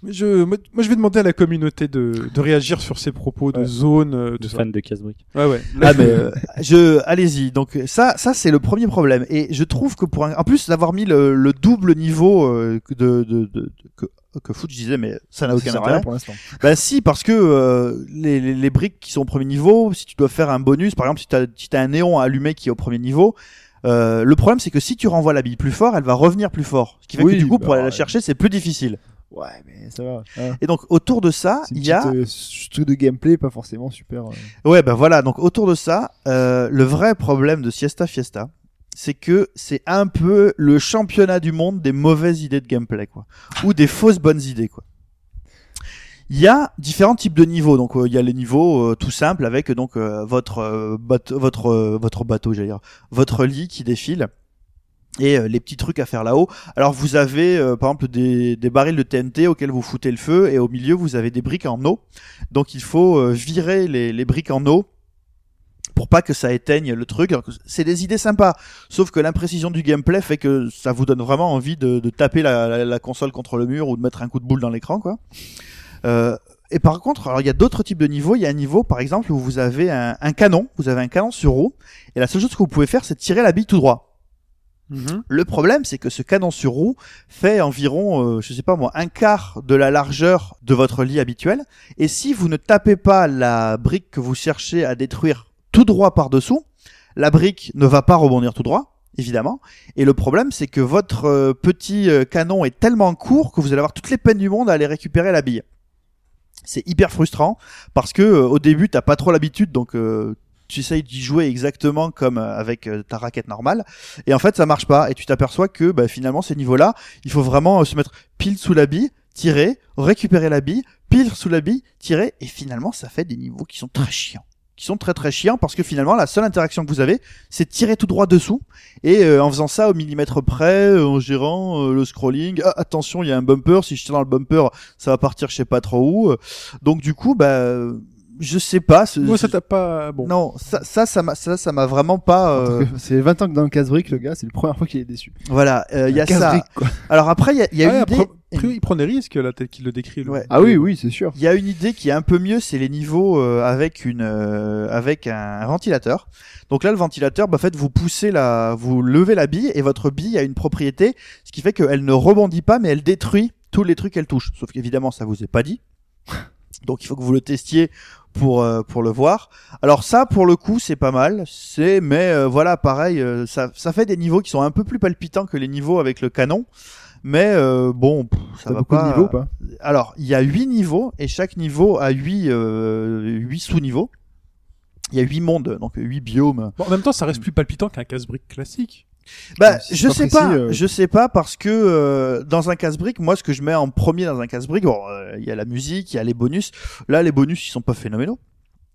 Mais Je, moi, moi, je vais demander à la communauté de, de réagir sur ces propos de Ouais. zone, euh, De tout ça. fan de Casbrick. Ouais, ouais. Ah mais euh, je allez-y. Donc ça ça c'est le premier problème et je trouve que pour un- en plus d'avoir mis le, le double niveau euh, que de, de, de- de- que que foot je disais mais ça n'a Ça aucun sert à rien intérêt. pour l'instant. Bah si parce que euh, les, les, les briques qui sont au premier niveau, si tu dois faire un bonus par exemple si t'as si t'as un néon à allumer qui est au premier niveau, euh, le problème c'est que si tu renvoies la bille plus fort, elle va revenir plus fort. Ce qui fait Oui, que du coup bah, pour aller la ouais. chercher c'est plus difficile. Ouais, mais ça va. hein. Et donc autour de ça C'est une il y a petite, euh, ce truc de gameplay, pas forcément super. euh, Ouais, ben voilà, donc autour de ça, euh, le vrai problème de Siesta Fiesta, c'est que c'est un peu le championnat du monde des mauvaises idées de gameplay, quoi. Ou des fausses bonnes idées, quoi. Il y a différents types de niveaux. Donc euh, il y a les niveaux euh, tout simples avec euh, donc euh, votre euh, bateau, votre euh, votre bateau, j'allais dire, votre lit qui défile et euh, les petits trucs à faire là-haut. Alors vous avez euh, par exemple des, des barils de TNT auxquels vous foutez le feu et au milieu vous avez des briques en eau. Donc il faut euh, virer les, les briques en eau pour pas que ça éteigne le truc. Alors que C'est des idées sympas, sauf que l'imprécision du gameplay fait que ça vous donne vraiment envie de, de taper la, la- la console contre le mur ou de mettre un coup de boule dans l'écran, quoi. Euh, et par contre, alors il y a d'autres types de niveaux. Il y a un niveau, par exemple, où vous avez un, un canon, vous avez un canon sur roue, et la seule chose que vous pouvez faire, c'est tirer la bille tout droit. Ah. Mhm. Le problème, c'est que ce canon sur roue fait environ, euh, je sais pas moi, un quart de la largeur de votre lit habituel. Et si vous ne tapez pas la brique que vous cherchez à détruire tout droit par-dessous, la brique ne va pas rebondir tout droit, évidemment. Et le problème, c'est que votre euh, petit euh, canon est tellement court que vous allez avoir toutes les peines du monde à aller récupérer la bille. C'est hyper frustrant parce que euh, au début, t'as pas trop l'habitude, donc euh, tu essayes d'y jouer exactement comme euh, avec euh, ta raquette normale. Et en fait, ça marche pas. Et tu t'aperçois que bah, finalement, ces niveaux-là, il faut vraiment euh, se mettre pile sous la bille, tirer, récupérer la bille, pile sous la bille, tirer. Et finalement, ça fait des niveaux qui sont très chiants. Qui sont très très chiants parce que finalement, la seule interaction que vous avez, c'est tirer tout droit dessous. Et euh, en faisant ça au millimètre près, euh, en gérant euh, le scrolling, Ah, attention, il y a un bumper. Si je tire dans le bumper, ça va partir je sais pas trop où. Euh, Donc du coup, bah. euh, je sais pas. ce- Moi, ça t'a pas. Bon. Non, ça, ça, ça m'a, ça, ça m'a vraiment pas. En euh, tout cas, C'est 20 ans que dans le casse-brique, le gars, c'est la première fois qu'il est déçu. Voilà, euh, il y a ça. Casse-brique, quoi. Alors après, il y a, il y a Ah ouais, une idée. après, après, il prend des risques là, tel qu'il le décrit. le- Ouais. Ah oui, oui, c'est sûr. Il y a une idée qui est un peu mieux, c'est les niveaux euh, avec une euh, avec un ventilateur. Donc là, le ventilateur, bah, en fait, vous poussez la, vous levez la bille et votre bille a une propriété, ce qui fait qu'elle ne rebondit pas, mais elle détruit tous les trucs qu'elle touche. Sauf qu'évidemment, ça vous est pas dit. Donc il faut que vous le testiez pour euh, pour le voir. Alors ça, pour le coup, c'est pas mal. C'est mais euh, voilà, pareil, euh, ça ça fait des niveaux qui sont un peu plus palpitants que les niveaux avec le canon. Mais euh, bon, pff, ça T'as va beaucoup pas. euh, de niveaux, ou pas Alors, il y a huit niveaux et chaque niveau a huit euh, huit sous-niveaux. Il y a huit mondes, donc huit biomes. Bon, en même temps, ça reste plus palpitant qu'un casse-brique classique. Bah, c'est je pas sais précis, pas, euh. je sais pas parce que euh, dans un casse-brique, moi, ce que je mets en premier dans un casse-brique, bon, euh, il y a la musique, il y a les bonus. Là, les bonus, ils sont pas phénoménaux.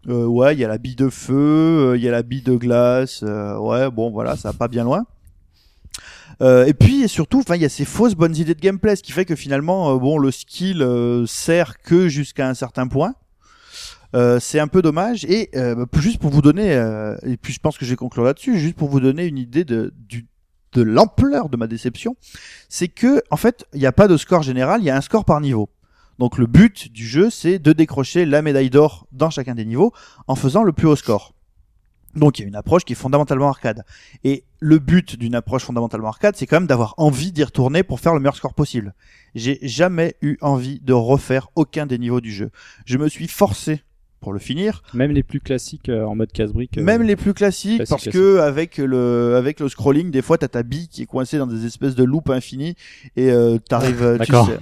Euh, ouais, il y a la bille de feu, euh, il y a la bille de glace. euh, ouais, bon, voilà, ça va pas bien loin. Euh, et puis et surtout, enfin, il y a ces fausses bonnes idées de gameplay, ce qui fait que finalement, euh, bon, le skill euh, sert que jusqu'à un certain point. Euh, c'est un peu dommage. Et euh, bah, juste pour vous donner, euh, et puis je pense que je vais conclure là-dessus, juste pour vous donner une idée de, du, de l'ampleur de ma déception, c'est que en fait, il n'y a pas de score général, il y a un score par niveau. Donc le but du jeu, c'est de décrocher la médaille d'or dans chacun des niveaux en faisant le plus haut score. Donc il y a une approche qui est fondamentalement arcade. Et le but d'une approche fondamentalement arcade, c'est quand même d'avoir envie d'y retourner pour faire le meilleur score possible. J'ai jamais eu envie de refaire aucun des niveaux du jeu. Je me suis forcé pour le finir, Même les plus classiques euh, en mode casse-brique. euh, même les plus classiques, classique, parce classique. que avec le avec le scrolling, des fois t'as ta bille qui est coincée dans des espèces de loupes infinies et euh, t'arrives, euh, tu D'accord. sais,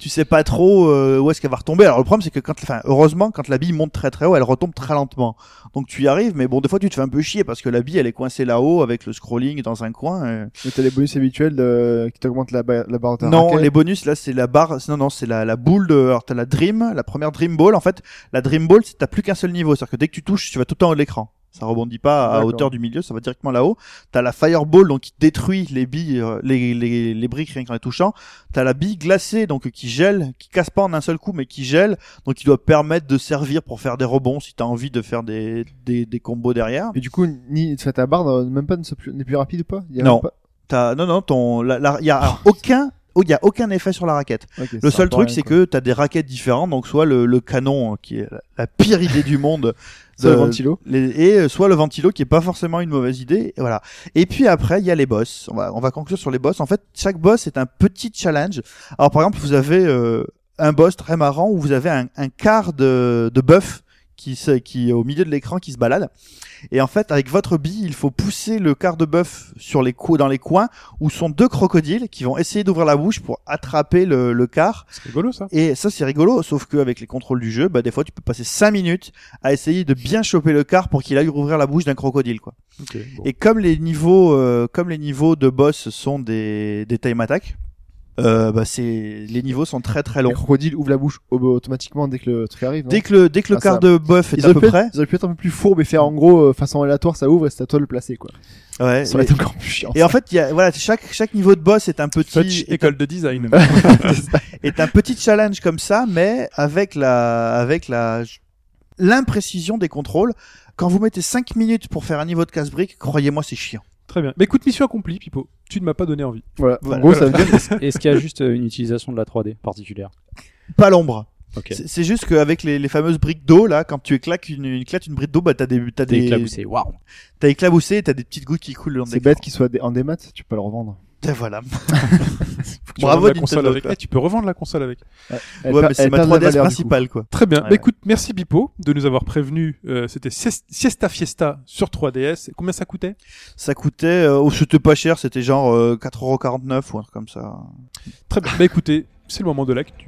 tu sais pas trop euh, où est-ce qu'elle va retomber. Alors le problème c'est que quand, enfin heureusement quand la bille monte très très haut, elle retombe très lentement. Donc tu y arrives, mais bon des fois tu te fais un peu chier parce que la bille elle est coincée là-haut avec le scrolling dans un coin. euh. Mais t'as les bonus habituels euh, qui t'augmentent la, ba- la barre de ta Non, raquette. les bonus là c'est la barre, non non c'est la, la boule de, alors t'as la dream, la première dream ball en fait, la dream ball c'est t'as plus qu'un seul niveau, c'est-à-dire que dès que tu touches tu vas tout le temps en haut de l'écran. Ça rebondit pas à D'accord. hauteur du milieu, ça va directement là-haut. T'as la fireball donc qui détruit les billes, euh, les, les, les briques rien qu'en les touchant. T'as la bille glacée donc qui gèle, qui casse pas en un seul coup mais qui gèle, donc qui doit permettre de servir pour faire des rebonds si t'as envie de faire des, des, des combos derrière. Et du coup, ni, enfin, ta barre n'a- même pas ne soit plus- n'est plus rapide ou pas Il y a Non. même pas- T'as, non non ton, la, la- y a alors, aucun, il y a aucun effet sur la raquette. Ok, ça Le sert seul pas à truc, rien, c'est quoi. que t'as des raquettes différentes, donc soit le, le canon, hein, qui est la, la pire idée du monde, Sur le de- ventilo. les- et euh, soit le ventilo, qui est pas forcément une mauvaise idée, et voilà. Et puis après, il y a les boss. On va, on va conclure sur les boss. En fait, chaque boss est un petit challenge. Alors par exemple, vous avez euh, un boss très marrant où vous avez un, un quart de, de bœuf qui, se- qui est au milieu de l'écran qui se balade. Et en fait, avec votre bille, il faut pousser le quart de bœuf sur les cou- dans les coins où sont deux crocodiles qui vont essayer d'ouvrir la bouche pour attraper le, le quart. C'est rigolo, ça. Et ça, c'est rigolo, sauf qu'avec les contrôles du jeu, bah, des fois, tu peux passer 5 minutes à essayer de bien choper le quart pour qu'il aille ouvrir la bouche d'un crocodile, quoi. Ok, bon. Et comme les niveaux, euh, comme les niveaux de boss sont des, des time attack, euh, bah, c'est, les niveaux sont très très Le longs. crocodile ouvre la bouche au- automatiquement dès que le truc arrive. non Dès que le, dès que le Ah, quart ça- de bœuf est ils à auraient, peu pu être, près, ils auraient pu être un peu plus fourbes et faire en gros euh, façon aléatoire, ça ouvre et c'est à toi de le placer quoi. ouais, Ça aurait et, été encore plus chiant. et en fait, il y a, voilà, chaque, chaque niveau de boss est un petit, Fetch, école de design. est un petit challenge comme ça, mais avec la, avec la, l'imprécision des contrôles. Quand vous mettez 5 minutes pour faire un niveau de casse-brique, croyez-moi, c'est chiant. Très bien. Mais écoute, mission accomplie, Pipo. Tu ne m'as pas donné envie. Voilà. voilà. En gros, ça veut dire Est-ce qu'il y a juste euh, une utilisation de la 3D particulière Pas l'ombre. Ok. C'est- C'est juste qu'avec les, les fameuses briques d'eau, là, quand tu éclates une, une, éclates une brique d'eau, bah, t'as des, t'as T'es des, éclaboussé, waouh t'as éclaboussé, et t'as des petites gouttes qui coulent dans c'est des. bête qu'il soit dé- en démat, tu peux le revendre. Voilà. Tu Bravo, revends la console Nintendo, avec. toi. Eh, tu peux revendre la console avec. Elle ouais, pa- mais c'est elle ma perd de la 3DS valeur, du coup. principale, quoi. Très bien. Ouais. Bah, écoute, merci Pipo de nous avoir prévenu. Euh, C'était Sies- Siesta Fiesta sur 3DS. Combien ça coûtait Ça coûtait, euh, oh, c'était pas cher, c'était genre euh, 4,49€ ou un truc comme ça. Très bien. Bah écoutez, c'est le moment de l'actu.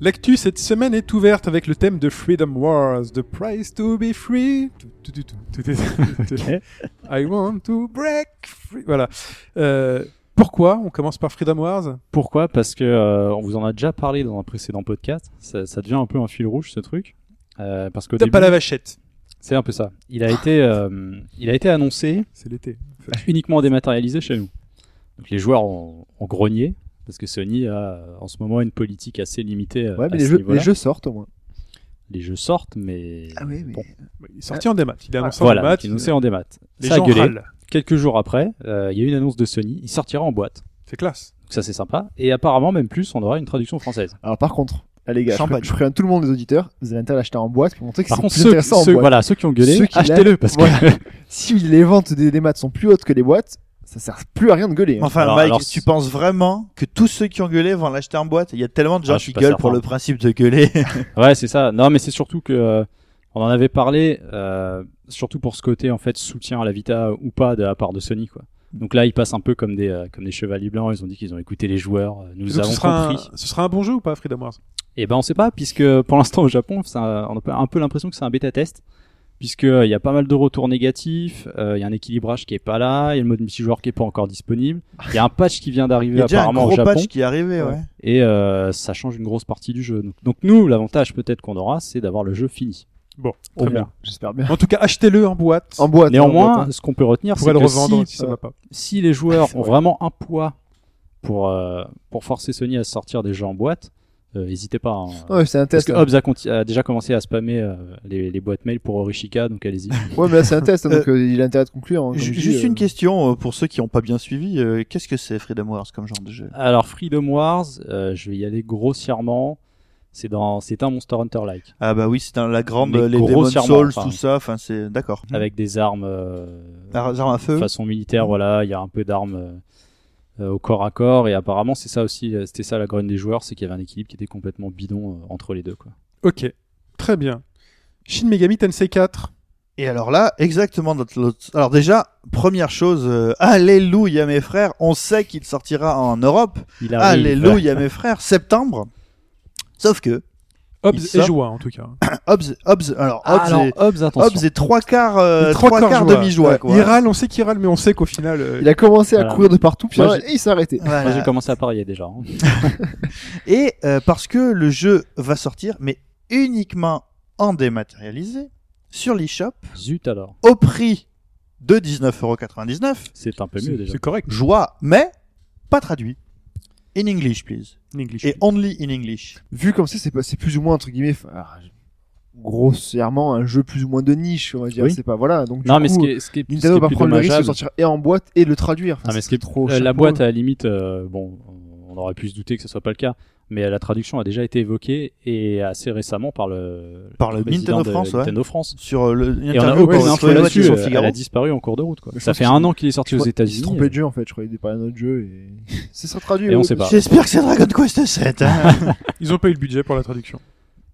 L'actu cette semaine est ouverte avec le thème de Freedom Wars, The Price to Be Free. Tout, tout, tout, tout, tout, tout. I want to break free. Voilà. Euh, pourquoi on commence par Freedom Wars Pourquoi Parce que euh, on vous en a déjà parlé dans un précédent podcast. Ça, ça devient un peu un fil rouge ce truc. Euh, parce que T'as pas la vachette. c'est un peu ça. Il a été, euh, il a été annoncé C'est l'été. uniquement dématérialisé chez nous. Donc les joueurs ont, ont grogné parce que Sony a euh, en ce moment une politique assez limitée. euh, Ouais, à mais les ce jeux, niveau-là. les jeux sortent au moins. Les jeux sortent, mais oui, mais- Bon. Il est sorti en démat. Il est annoncé en Ah. voilà, démat. qui nous en démat. Les ça a gens gueulé. râlent. Quelques jours après, euh, il y a eu une annonce de Sony. Il sortira en boîte. C'est classe. Donc ça c'est sympa. Et apparemment même plus, on aura une traduction française. Alors par contre, ah, les gars, je, Champagne. pré- je préviens tout le monde, les auditeurs, vous avez intérêt à l'acheter en boîte pour montrer que c'est Par contre, plus ceux, intéressant en ceux- boîte. voilà, ceux qui ont gueulé, Ceux qui achetez-le l'achètent, parce que voilà. Si les ventes des, des maths sont plus hautes que les boîtes, ça sert plus à rien de gueuler. hein. Enfin, Alors, Mike, alors, tu c'est- penses vraiment que tous ceux qui ont gueulé vont l'acheter en boîte Il y a tellement de gens Ah, je suis qui pas gueulent pour certain. le principe de gueuler. Ouais, c'est ça. Non, mais c'est surtout que euh, on en avait parlé, euh, surtout pour ce côté en fait soutien à la Vita ou pas de la part de Sony quoi. Donc là, ils passent un peu comme des euh, comme des chevaliers blancs. Ils ont dit qu'ils ont écouté les joueurs. euh, Nous Donc, avons ce, sera compris. un, ce sera un bon jeu ou pas, Freedom Wars Et ben, on sait pas puisque pour l'instant au Japon, ça, on a un peu l'impression que c'est un bêta test. Puisque euh, il y a pas mal de retours négatifs, euh, il y a un équilibrage qui est pas là, il y a le mode multijoueur qui est pas encore disponible, il y a un patch qui Il vient y d'arriver a déjà un apparemment gros au Japon patch qui est arrivé, ouais. et euh, ça change une grosse partie du jeu. Donc, donc nous, l'avantage peut-être qu'on aura, c'est d'avoir le jeu fini. Bon, Au très moins. bien. J'espère bien. En tout cas, achetez-le en boîte. En boîte. en boîte, Ah, Néanmoins, ce qu'on peut retenir, On c'est pourrait le que revendre si, si, ça va pas. si les joueurs C'est ont vrai. vraiment un poids pour, euh, pour forcer Sony à sortir des jeux en boîte, euh, n'hésitez pas. hein. hein. Ouais, c'est un Parce test. que Hobbs a, conti- a déjà commencé à spammer euh, les, les boîtes mail pour Orishika, donc allez-y. Ouais, mais là, c'est un test, hein, donc euh, il a intérêt de conclure. hein, comme Ju- je dis, Juste euh, une question euh, pour ceux qui n'ont pas bien suivi. euh, Qu'est-ce que c'est Freedom Wars comme genre de jeu Alors Freedom Wars, euh, je vais y aller grossièrement. C'est dans, c'est un Monster Hunter-like. Ah bah oui, c'est dans la grande Mais euh, les grossièrement, Demon's Souls, enfin. tout ça. Enfin, c'est d'accord. Hmm. avec des armes euh, Ar- armes à feu. de façon militaire voilà il y a un peu d'armes euh, euh, au corps à corps et apparemment c'est ça aussi euh, c'était ça la grogne des joueurs c'est qu'il y avait un équilibre qui était complètement bidon euh, entre les deux quoi Ok, très bien. Shin Megami Tensei 4. Et alors là, exactement notre l'autre- Alors déjà, première chose, euh, alléluia mes frères, on sait qu'il sortira en Europe. il arrive, Alléluia mes frères, septembre. Sauf que Hobbs Il et sort. joie en tout cas. Hobbs, Hobbs, alors Ah, Hobbs, alors, est, Hobbs, attention. Hobbs est trois quarts, euh, Les trois, quarts, joie. demi joie Ouais. quoi. Il râle, on sait qu'il râle, mais on sait qu'au final. euh, Il a commencé à Voilà. courir de partout, puis Moi, alors, et il s'est arrêté. Voilà. Moi, j'ai commencé à parier déjà. hein. Et euh, parce que le jeu va sortir, mais uniquement en dématérialisé sur l'eShop Zut alors. au prix de 19,99€. C'est un peu mieux C'est déjà. c'est correct. Joie, mais pas traduit. In English, please. In English. Et only in English. Vu comme ça, c'est pas- c'est plus ou moins, entre guillemets, enfin, alors, grossièrement, un jeu plus ou moins de niche, on va dire. Oui. C'est pas, voilà. Donc, du Non, mais ce coup, qui est, ce qui est, ce qui Nintendo est va plus prendre le risque de dommageable. sortir et en boîte et de le traduire. Enfin, Non, mais ce qui est trop euh, la chapeau. boîte, à la limite, euh, bon, on aurait pu se douter que ce soit pas le cas, mais euh, la traduction a déjà été évoquée et assez récemment par le, Par le président Nintendo de France, ouais. Nintendo France. Sur euh, le Et on a l'interview aucune qu'on a info fait là-dessus. sur euh, Elle Figaro. a disparu en cours de route. Quoi. Mais je Ça pense fait que un c'est- an qu'il est sorti aux Ils se États-Unis. euh. trompaient de jeu en fait, je crois qu'ils parlaient d'un autre jeu et. Ce sera traduit. Et on oui. sait pas. J'espère que c'est Dragon Quest 7. Ils ont pas eu le budget pour la traduction.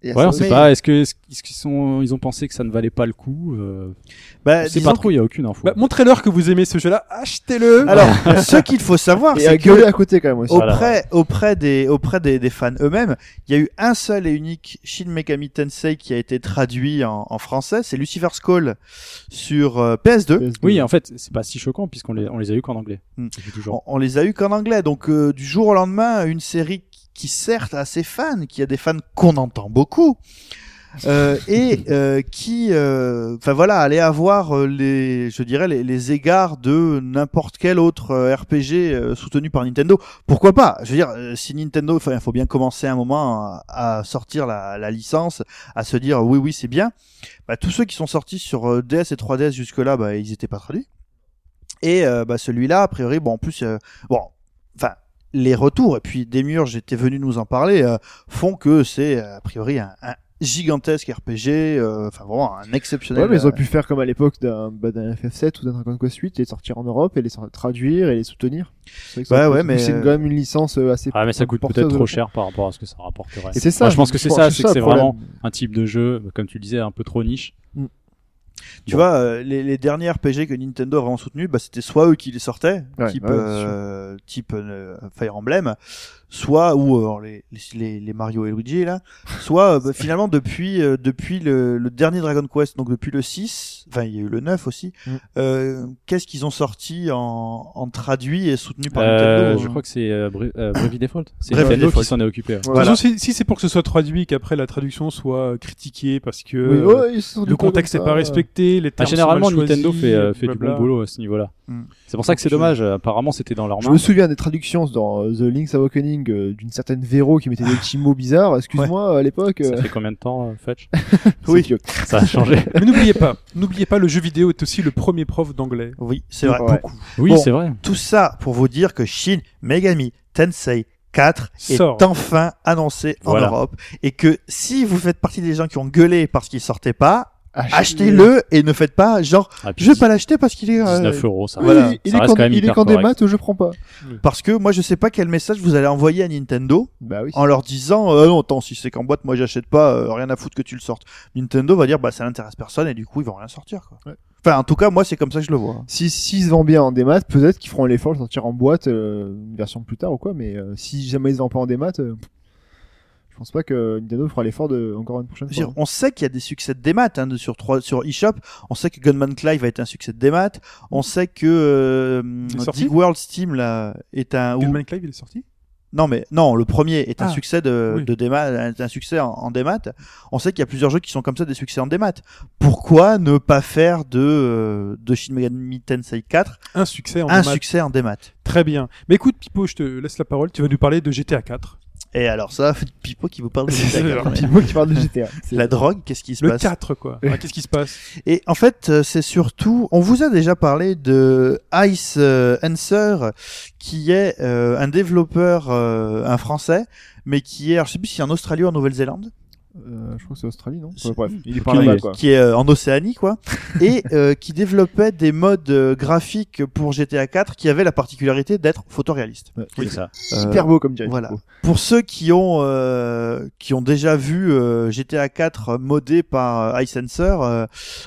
Et Ouais, ça- on sait Mais- pas. Est-ce que est-ce qu'ils sont, ils ont pensé que ça ne valait pas le coup euh, bah, C'est disons pas trop. Il y a aucune info. Bah, Montrez-leur que vous aimez ce jeu-là, achetez-le. Alors, ce qu'il faut savoir, Et à c'est gueuler que à côté quand même aussi. Oh. Voilà. auprès, auprès des, auprès des, des fans eux-mêmes, il y a eu un seul et unique Shin Megami Tensei qui a été traduit en, en français, c'est Lucifer's Call sur euh, PS2. PS2. oui, hein. en fait, c'est pas si choquant puisqu'on les, on les a eu qu'en anglais. Hmm. C'est toujours. On, on les a eu qu'en anglais, donc euh, du jour au lendemain, une série qui certes a ses fans, qui a des fans qu'on entend beaucoup, euh, et euh, qui, euh, enfin voilà, allait avoir euh, les, je dirais, les, les égards de n'importe quel autre euh, RPG euh, soutenu par Nintendo. Pourquoi pas Je veux dire, euh, si Nintendo, enfin, il faut bien commencer un moment à, à sortir la, la licence, à se dire oui, oui, c'est bien. Bah, tous ceux qui sont sortis sur euh, DS et 3DS jusque-là, bah, ils n'étaient pas traduits. Et euh, bah, celui-là, a priori, bon, en plus, euh, bon, enfin, les retours, et puis des murs, j'étais venu nous en parler, euh, font que c'est, euh, a priori, un, un gigantesque RPG, euh, enfin, vraiment un exceptionnel. Ouais, mais ils euh, auraient pu faire comme à l'époque d'un bah, d'un FF7 ou d'un Dragon Quest 8 et sortir en Europe et les sor- traduire et les soutenir. C'est vrai que Ouais, ça- ouais, mais- C'est quand même une licence euh, assez. Ah mais ça coûte porteuse peut-être de- trop cher par rapport à ce que ça rapporterait. C'est ça. Moi, je pense que c'est ça, c'est que c'est le problème. vraiment un type de jeu, comme tu le disais, un peu trop niche. Tu vois, euh, les, les derniers RPG que Nintendo a vraiment soutenu, bah, c'était soit eux qui les sortaient, Ouais, type, ouais, c'est euh, type euh, Fire Emblem, soit ou euh, les, les, les Mario et Luigi là, soit euh, bah, finalement depuis euh, depuis le, le dernier Dragon Quest, donc depuis le 6, enfin il y a eu le 9 aussi. Mm. euh, Qu'est-ce qu'ils ont sorti en, en traduit et soutenu par Euh, Nintendo je crois que c'est euh, Bre- euh, Bravely Default. C'est Bravely Nintendo Default. qui s'en est occupé. ouais. Voilà. De toute façon, si, si c'est pour que ce soit traduit et qu'après la traduction soit critiquée parce que Oui, euh, ouais, ils se sont dit bah, euh, le contexte comme n'est ça, pas respecté, les Ah, termes sont généralement, mal choisis, Nintendo fait, euh, fait du bon blablabla. boulot à ce niveau-là. Mm. C'est pour ça que c'est dommage. euh, Apparemment, c'était dans leur Je main. me souviens des traductions dans euh, The Link's Awakening euh, d'une certaine Véro qui mettait des petits mots bizarres. Excuse-moi, à l'époque. euh, Ça fait combien de temps, euh, Fetch c'est Oui. vieux. Ça a changé. Mais n'oubliez pas, n'oubliez pas, le jeu vidéo est aussi le premier prof d'anglais. euh, Oui, c'est vrai. Ouais. Oui, Bon. c'est vrai. Tout ça pour vous dire que Shin Megami Tensei 4 Sort. est enfin annoncé en Voilà. Europe et que si vous faites partie des gens qui ont gueulé parce qu'il sortait pas, Achetez- achetez-le et ne faites pas genre Ah, puis je vais pas l'acheter parce qu'il est euh, 19 euros, ça. Oui, va. Voilà, il- il ça est reste quand, quand même il est hyper quand des correct. maths, je prends pas. parce que moi je sais pas quel message vous allez envoyer à Nintendo Bah oui. en leur disant euh, non attends si c'est qu'en boîte moi j'achète pas euh, rien à foutre que tu le sortes. Nintendo va dire bah ça n'intéresse personne et du coup ils vont rien sortir quoi. Ouais. Enfin en tout cas moi c'est comme ça que je le vois. Si, si se vend bien en démat, peut-être qu'ils feront l'effort de sortir en boîte euh, une version plus tard ou quoi, mais euh, si jamais ils n'ont pas en démat, euh, je pense pas que Nintendo fera l'effort de encore une prochaine Je veux fois. dire, on sait qu'il y a des succès de démat hein, de- sur trois sur eShop. On sait que Gunman Clive a été un succès de démat. On sait que Il est euh, sorti Dig World Steam là est un ou- Gunman Clive, il est sorti non mais non le premier est un Ah, succès de, oui. de démat est un succès en, en démat. On sait qu'il y a plusieurs jeux qui sont comme ça des succès en démat. Pourquoi ne pas faire de euh, de Shin Megami Tensei 4 Un succès en un maths. succès en démat Très bien. Mais écoute, Pipo, je te laisse la parole. Tu vas nous parler de GTA 4. Et alors ça Pipo qui vous parle de C'est GTA, vrai. mais Moi hein. qui parle de GTA. C'est- la drogue qu'est-ce qui se Le passe 4, quoi. Ah, Qu'est-ce qui se passe Et en fait, euh, c'est surtout, on vous a déjà parlé de Ice euh, Answer, qui est euh, un développeur, euh, un français, mais qui est, alors, je sais plus si c'est en Australie ou en Nouvelle-Zélande, Euh, je crois que c'est Australie, non C'est- Ouais, Bref, il est Aucune par là idée. quoi. qui est euh, en Océanie, quoi, et euh, qui développait des modes euh, graphiques pour GTA 4 qui avaient la particularité d'être photoréaliste. C'est ça. Euh, Hyper beau comme dirait. voilà. Pipo. Pour ceux qui ont euh, qui ont déjà vu euh, GTA 4 modé par euh, iSensor, euh,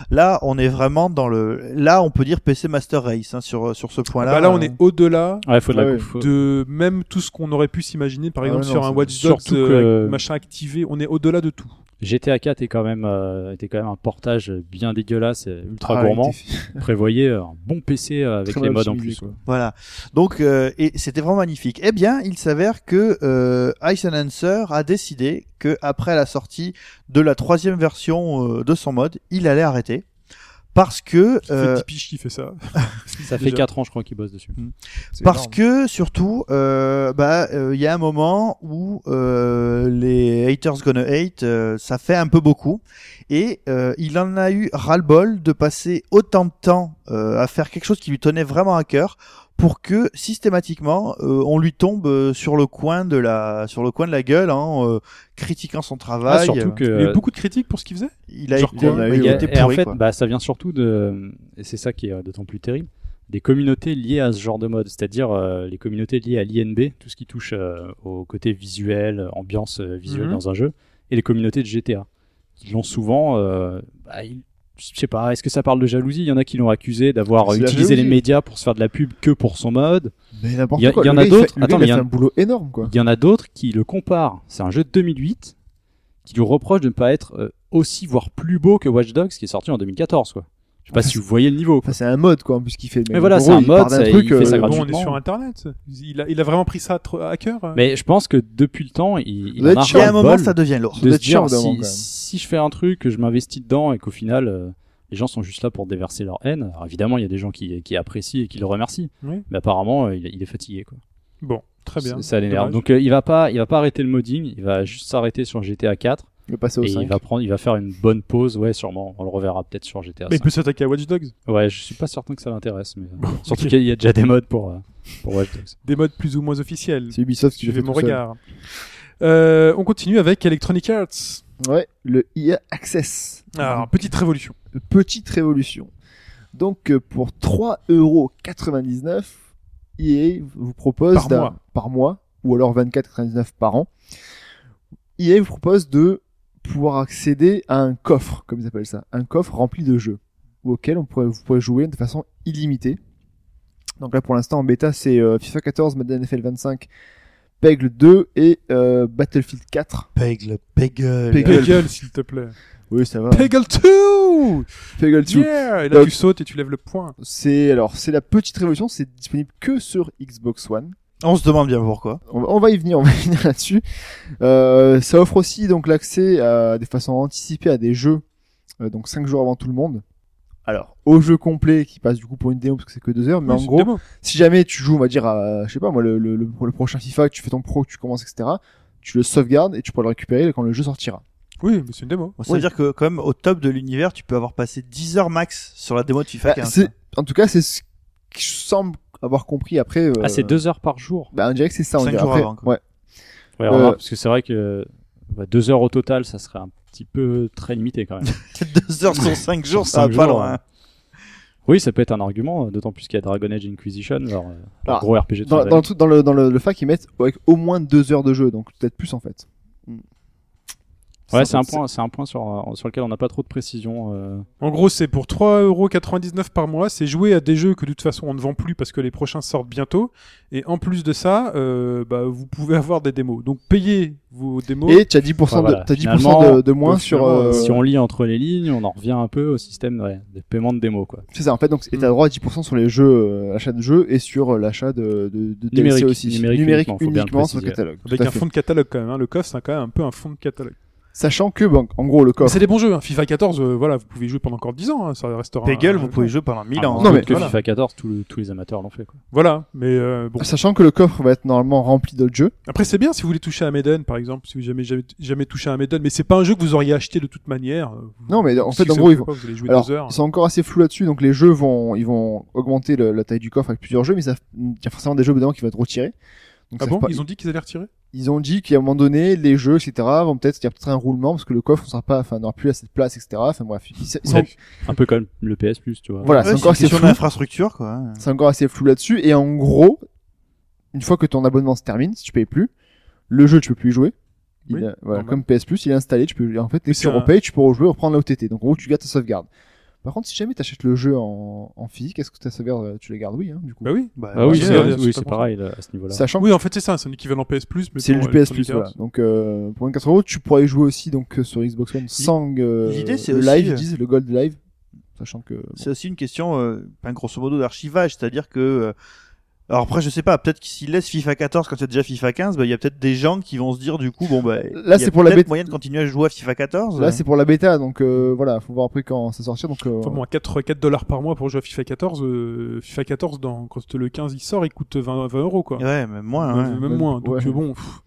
là on est vraiment dans le là on peut dire PC Master Race hein, sur sur ce point-là. Bah Là, on Euh, est au-delà Ouais, faut de la Ah ouais. faut- de même tout ce qu'on aurait pu s'imaginer, par Ah exemple, ouais, non, sur un c'est- Watch Dogs, surtout euh, que- machin activé. On est au-delà de tout. GTA 4 est quand même euh, était quand même un portage bien dégueulasse, et ultra Ah, gourmand. il était- Prévoyait un bon PC euh, avec très les mal modes en optimisé, plus. quoi. Voilà. Donc, euh, et c'était vraiment magnifique. Eh bien, il s'avère que euh, Ice and Answer a décidé que après la sortie de la troisième version euh, de son mode, il allait arrêter parce que Qui fait euh, 10 piges qui fait ça. Ça fait Déjà. 4 ans, je crois, qu'ils bossent dessus. C'est parce énorme. que surtout, euh, bah, euh, il y a un moment où euh, les haters gonna hate, euh, ça fait un peu beaucoup, et euh, il en a eu ras-le-bol de passer autant de temps euh, à faire quelque chose qui lui tenait vraiment à cœur, pour que systématiquement euh, on lui tombe euh, sur le coin de la sur le coin de la gueule en euh, critiquant son travail. Ah, surtout que Il y a eu euh, beaucoup de critiques pour ce qu'il faisait. il a, Genre été, quoi, bah, il y il Et- a a- été et en pourri, fait, quoi. bah, ça vient surtout de, et c'est ça qui est euh, d'autant plus terrible, des communautés liées à ce genre de mode, c'est-à-dire euh, les communautés liées à l'INB, tout ce qui touche euh, au côté visuel, euh, ambiance euh, visuelle Mhm. dans un jeu, et les communautés de GTA, qui l'ont souvent, euh, bah, ils- je sais pas, est-ce que ça parle de jalousie Il y en a qui l'ont accusé d'avoir C'est la utilisé les jalousie. médias pour se faire de la pub que pour son mode. Mais n'importe il y a- quoi. il y en le a gars, fait- d'autres. le gars, Attends, mais il il y a en- fait un boulot énorme quoi. Il y en a d'autres qui le comparent. C'est un jeu de 2008 qui lui reproche de ne pas être euh, aussi, voire plus beau que Watch Dogs, qui est sorti en 2014. Quoi. Je sais pas si vous voyez le niveau. quoi. Enfin, c'est un mode quoi en plus qu'il fait. Mais en voilà, gros, c'est un il part mode, d'un ça- il truc, fait ça euh, Bon, gratuit. on est gratuitement. sur Internet. Il a, il a vraiment pris ça à, tr- à cœur. hein. Mais je pense que depuis le temps, il, il Vous en êtes a Il y a un ras-le-bol moment, ça devient lourd. Vous de se êtes chiant au dire bout d'un moment, quand si, même. si je fais un truc, que je m'investis dedans et qu'au final, euh, les gens sont juste là pour déverser leur haine. Alors évidemment, il y a des gens qui, qui apprécient et qui le remercient. Oui. Mais apparemment, euh, il, il est fatigué. Quoi. Bon, très bien. Ça- Ça l'énerve. Dommage. Donc euh, il va pas, il va pas arrêter le modding. Il va juste s'arrêter sur GTA 4. Il va passer au Et 5. il va prendre, il va faire une bonne pause, ouais, sûrement. On le reverra peut-être sur GTA. Mais il cinq. peut s'attaquer à Watch Dogs. Ouais, je suis pas certain que ça l'intéresse, mais euh, Bon, surtout ok. qu'il y a déjà des modes pour, euh, pour Watch Dogs. Des modes plus ou moins officiels. C'est Ubisoft qui le Suivez fait mon tout seul. regard. Euh, on continue avec Electronic Arts. Ouais, le IA Access. Alors, petite révolution. Petite révolution. Donc euh, pour 3,99€, EA E vous propose Par d'un- mois. par mois ou alors 24,99€ par an. EA vous propose de pouvoir accéder à un coffre, comme ils appellent ça, un coffre rempli de jeux auquel on pourrait, vous pourrez jouer de façon illimitée. Donc là pour l'instant en bêta c'est euh, FIFA 14, Madden NFL 25, Peggle 2 et euh, Battlefield 4. Peggle, Peggle. Peggle. Peggle, s'il te plaît. Oui, ça va. Peggle 2 Peggle 2. Yeah Et là, Donc- tu sautes et tu lèves le poing. C'est alors c'est la petite révolution, c'est disponible que sur Xbox One. On se demande bien pourquoi. On va, on va y venir, on va y venir là-dessus. Euh, ça offre aussi donc l'accès à des façons anticipées à des jeux, euh, donc 5 jours avant tout le monde. Alors au jeu complet qui passe du coup pour une démo parce que c'est que 2 heures, mais Oui, en c'est gros une démo. si jamais tu joues, on va dire, à, je sais pas moi, le, le, le, pour le prochain FIFA, que tu fais ton pro, que tu commences, etc., tu le sauvegardes et tu pourras le récupérer quand le jeu sortira. Oui, mais c'est une démo. Ça veut dire que quand même au top de l'univers, tu peux avoir passé 10 heures max sur la démo de FIFA Bah, 15. c'est- en tout cas, c'est ce que je semble avoir compris après. euh, Ah, c'est deux heures par jour. Bah, on dirait que c'est ça, on Cinq dirait jours après. avant, quoi. ouais. Ouais, Euh, remarque, parce que c'est vrai que bah, deux heures au total, ça serait un petit peu très limité quand même. 2 heures sur 5 jours, ça Cinq va pas jours, loin. hein. oui, ça peut être un argument, euh, d'autant plus qu'il y a Dragon Age Inquisition, leur, euh, leur Alors, gros RPG de Dans, survie. dans, le, truc- dans, le, dans le, le fac, ils mettent avec au moins deux heures de jeu, donc peut-être plus en fait. Ouais, c'est un point, c'est un point sur, euh, sur lequel on n'a pas trop de précision. euh. En gros, c'est pour 3,99€ par mois, c'est jouer à des jeux que de toute façon on ne vend plus parce que les prochains sortent bientôt. Et en plus de ça, euh, bah, vous pouvez avoir des démos. Donc payez vos démos. Et tu as 10%, Enfin, voilà. de, t'as 10 Finalement, de, de moins donc, sur. finalement, euh, Si on lit entre les lignes, on en revient un peu au système ouais, des paiements de démo. Quoi. C'est ça, en fait, donc et t'as droit à 10% sur les jeux, euh, l'achat de jeux et sur euh, l'achat de, de, de DLC Numérique, aussi. numérique uniquement, faut bien le sur le préciser. catalogue. Avec tout à un fait. fond de catalogue quand même. hein. Le coffre, c'est quand même un peu un fond de catalogue. Sachant que, bon, en gros, le Mais coffre. C'est des bons jeux. hein. FIFA 14, euh, voilà, vous pouvez y jouer pendant encore 10 ans. hein, Ça restera. un- Peggle, vous pouvez jouer pendant 1000 Ah, euh, ans. hein. non, sauf mais- que voilà. FIFA 14, tout le- tous les amateurs l'ont fait. Quoi. Voilà, mais euh, bon. Sachant que le coffre va être normalement rempli d'autres jeux. Après, c'est bien si vous voulez toucher à Maiden, par exemple, si vous jamais jamais, jamais touché à Maiden, mais c'est pas un jeu que vous auriez acheté de toute manière. euh, Non, mais en si fait, ça en vous gros, plaît ils vont. pas, vous allez jouer Alors, deux heures. ils sont encore assez flous là-dessus, donc les jeux vont, ils vont augmenter le- la taille du coffre avec plusieurs jeux, mais ça- il y a forcément des jeux dedans qui vont être retirés. Donc Ah ça bon fait pas- Ils ont dit qu'ils allaient retirer ils ont dit qu'à un moment donné, les jeux, etc., vont peut-être, il y a peut-être un roulement parce que le coffre, on sera pas, enfin, n'aura plus assez de place, etc. Enfin bref, ils- ils sont- Bref, un peu comme le PS Plus, tu vois. voilà, c'est Ouais, c'est encore une assez question hein. flou. d'infrastructure, quoi. C'est encore assez flou là-dessus. Et en gros, une fois que ton abonnement se termine, si tu payes plus, le jeu, tu peux plus y jouer. Il Oui, est- voilà, normal. comme PS Plus, il est installé. Tu peux, en fait, dès que c'est tu un- repayes, tu peux rejouer, reprendre la OTT. Donc, en gros, tu gardes ta sauvegarde. Par contre, si jamais tu achètes le jeu en, en physique, est-ce que ta sauvegarde, euh, tu la gardes Oui, hein, du coup. Bah oui. Bah, Ah oui, Ouais, c'est ouais, oui, c'est c'est pas pareil là, à ce niveau-là. Sachant que Oui, en fait, c'est ça, c'est un équivalent PS Plus. mais c'est pour du Electronic PS Plus, Arts. voilà. Donc, euh, pour une 4 euros, tu pourrais y jouer aussi donc euh, sur Xbox One sans euh, l'idée, c'est le aussi, live, euh, ils disent le Gold Live. Sachant que bon, C'est aussi une question, euh, ben, grosso modo, d'archivage. C'est-à-dire que. euh, alors après, je sais pas, peut-être que s'ils laissent FIFA 14 quand il y a déjà FIFA 15, bah, il y a peut-être des gens qui vont se dire du coup, bon, bah. Là, il y a c'est pour la peut-être bêta- moyen de continuer à jouer à FIFA 14. là, c'est pour la bêta, donc euh, voilà, faut voir après quand ça sortira. Donc, euh, Enfin bon, à 4, 4 dollars par mois pour jouer à FIFA 14, euh, FIFA 14, dans, quand le 15 il sort, il coûte 20, 20 euros quoi. Ouais, mais moins. hein. même, ouais. même Ouais. moins. Donc Ouais. euh, bon, pff.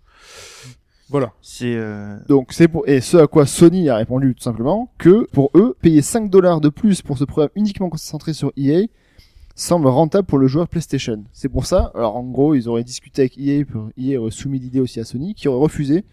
voilà. C'est. euh, Donc c'est pour et ce à quoi Sony a répondu tout simplement que pour eux payer 5 dollars de plus pour ce programme uniquement concentré sur EA semble rentable pour le joueur PlayStation. C'est pour ça. Alors en gros, ils auraient discuté avec EA pour EA aurait soumis l'idée aussi à Sony qui aurait refusé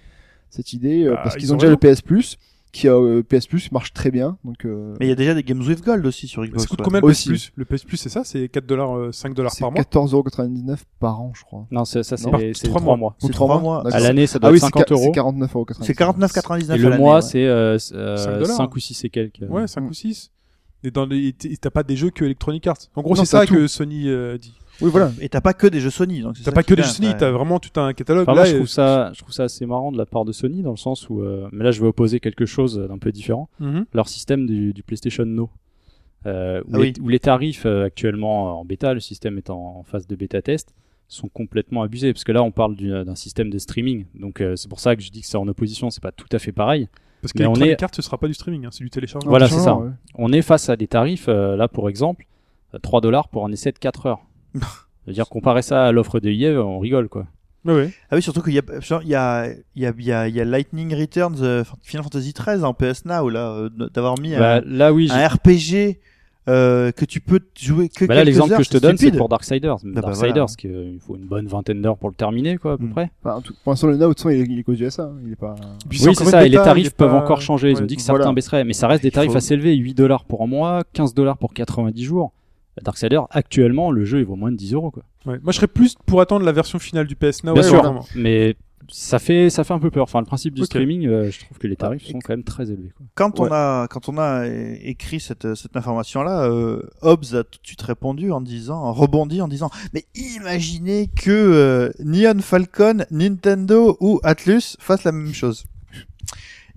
cette idée euh, Bah, parce ils qu'ils ont ont déjà le raison. PS Plus qui a euh, PS Plus marche très bien donc euh, Mais il y a déjà des Games with Gold aussi sur Xbox. ça coûte One. combien le PS Aussi. Plus Le PS Plus, c'est ça C'est 4 dollars, euh, 5 dollars c'est par mois 14,99€ par an je crois. Non, c'est- ça, c'est Par- c'est trois trois mois. mois. C'est Ou trois trois mois. mois. D'accord. À l'année, ça doit Ah être oui, c'est 50 ca- c'est euros. 49,99€. C'est 49,99 Et à le l'année, mois, ouais. c'est euh, Cinq dollars. 5 ou 6 et quelques. euh. Ouais, 5 Mm. ou 6. Et dans les, t- t'as pas des jeux que Electronic Arts. En gros, Non, c'est t'as ça tout. que Sony euh, dit. Oui voilà. Et t'as pas que des jeux Sony. donc c'est T'as ça pas qui que est des bien, Sony, ouais. t'as vraiment tout un catalogue. Enfin, moi, là, je trouve euh, ça, je trouve ça assez marrant de la part de Sony dans le sens où, euh, mais là, je vais opposer quelque chose d'un peu différent. mhm. Leur système du, du PlayStation No, euh, où, Ah les, oui. où les tarifs euh, actuellement euh, en bêta, le système est en, en phase de bêta test, sont complètement abusés parce que là, on parle du- euh, d'un système de streaming. Donc, euh, c'est pour ça que je dis que c'est en opposition. C'est pas tout à fait pareil. Parce Mais on qu'Electronic est- Arts, ce sera pas du streaming, hein, c'est du téléchargement. Voilà, Non, c'est ça. ouais. on est face à des tarifs, euh, là pour exemple, euh, 3 dollars pour un essai de 4 heures. C'est-à-dire comparer ça à l'offre de EA, on rigole quoi. Ouais, ouais. Ah oui, surtout qu'il y a, genre, il y a, il y a, il y a, il y a Lightning Returns, euh, Final Fantasy XIII en PS Now, là, euh, d'avoir mis Bah, un, là oui, j'ai- un RPG euh, que tu peux jouer que bah, là quelques l'exemple heures, que je te donne c'est stupide. pour Darksiders. bah, Darksiders, voilà. que, euh, il faut une bonne vingtaine d'heures pour le terminer quoi à peu Mm. près. Enfin, en tout- pour l'instant le Now de toute façon, il est, il est qu'aux USA, hein. il est pas Et puis, oui encore c'est une ça, et les bêta, il y tarifs a pas- peuvent encore changer. Ils Ouais. ont dit que voilà. certains baisseraient, mais ça reste des Il tarifs faut- assez élevés, 8 dollars pour un mois, 15 dollars pour 90 jours. Darksiders, actuellement le jeu il vaut moins de 10 euros quoi. Ouais. Moi, je serais plus pour attendre la version finale du PS Now. Bien ouais, sûr. vraiment. Mais ça fait ça fait un peu peur. Enfin, le principe du Ok. streaming, euh, je trouve que les tarifs Et- sont quand même très élevés. quoi. Quand on Ouais. a quand on a é- écrit cette, cette information là, Hobbes a tout de suite répondu en disant, en rebondi en disant, mais imaginez que euh, Neon Falcon, Nintendo ou Atlus fassent la même chose.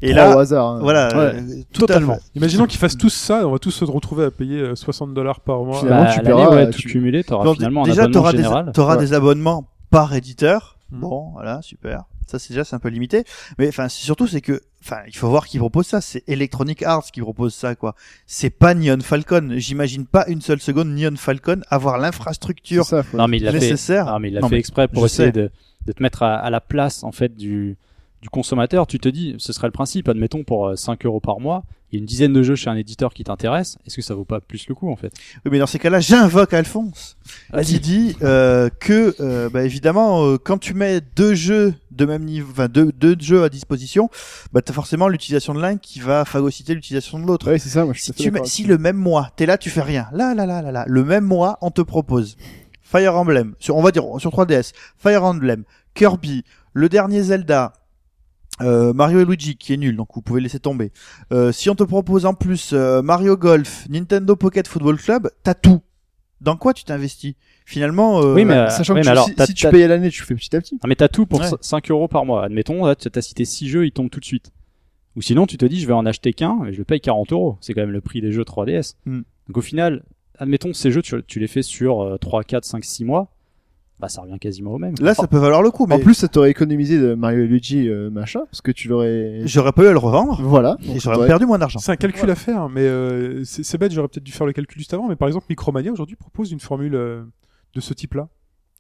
Et Trois là, au hasard. hein. voilà, Ouais. euh, tout à Totalement. fait. Imaginons qu'ils fassent tous ça, on va tous se retrouver à payer euh, 60 dollars par mois. Finalement, Bah, tu à l'année, paieras, ouais, euh, tout tu- cumulé, t'auras Donc, finalement un déjà, abonnement t'auras des, général. t'auras Ouais. Hmm. des abonnements par éditeur. Mm. Bon, voilà, super. Ça, c'est déjà, c'est un peu limité. Mais enfin, c'est- surtout, c'est que, enfin, il faut voir qui propose ça. C'est Electronic Arts qui propose ça, quoi. C'est pas Neon Falcon. J'imagine pas une seule seconde Neon Falcon avoir C'est l'infrastructure ça, faut- Non mais il l'a fait. nécessaire. Ah, mais il l'a Non, fait mais exprès pour je essayer sais. de, de te mettre à, à la place en fait du, du consommateur. Tu te dis, ce serait le principe, admettons pour euh, 5 euros par mois, il y a une dizaine de jeux chez un éditeur qui t'intéresse. Est-ce que ça vaut pas plus le coup en fait Oui, mais dans ces cas-là, j'invoque Alphonse. Qui dit euh, que, euh, bah, évidemment, euh, quand tu mets deux jeux de même niveau, enfin, deux, deux jeux à disposition, bah, t'as forcément l'utilisation de l'un qui va phagocyter l'utilisation de l'autre. Ouais, c'est ça, moi je suis Si, tout à fait tu mets- d'accord si avec le même mois, t'es là, tu fais rien. Là, là, là, là, là. Le même mois, on te propose Fire Emblem, sur, on va dire sur 3DS, Fire Emblem, Kirby, le dernier Zelda, euh, Mario et Luigi qui est nul, donc vous pouvez laisser tomber. Euh, si on te propose en plus euh, Mario Golf, Nintendo Pocket Football Club, t'as tout. Dans quoi tu t'investis Finalement, euh, Oui, mais, ça. euh, Sachant ouais, que tu- mais alors, si, t'as- si tu t'as- payes à l'année, tu fais petit à petit. Ah, mais t'as tout pour Ouais. 5 euros par mois. Admettons, là, tu as cité 6 jeux, ils tombent tout de suite. Ou sinon, tu te dis, je vais en acheter qu'un, mais je le paye 40 euros. C'est quand même le prix des jeux 3DS. Hmm. Donc au final, admettons, ces jeux, tu, tu les fais sur euh, 3, 4, 5, 6 mois. Bah, ça revient quasiment au même. là, ça peut valoir le coup, mais En plus, ça t'aurait économisé de Mario et Luigi euh, machin, parce que tu l'aurais. j'aurais pas eu à le revendre Voilà. et Donc, j'aurais t'aurais- perdu moins d'argent. C'est un calcul à faire, mais euh, c'est c'est bête, j'aurais peut-être dû faire le calcul juste avant, mais par exemple, Micromania aujourd'hui propose une formule euh, de ce type-là.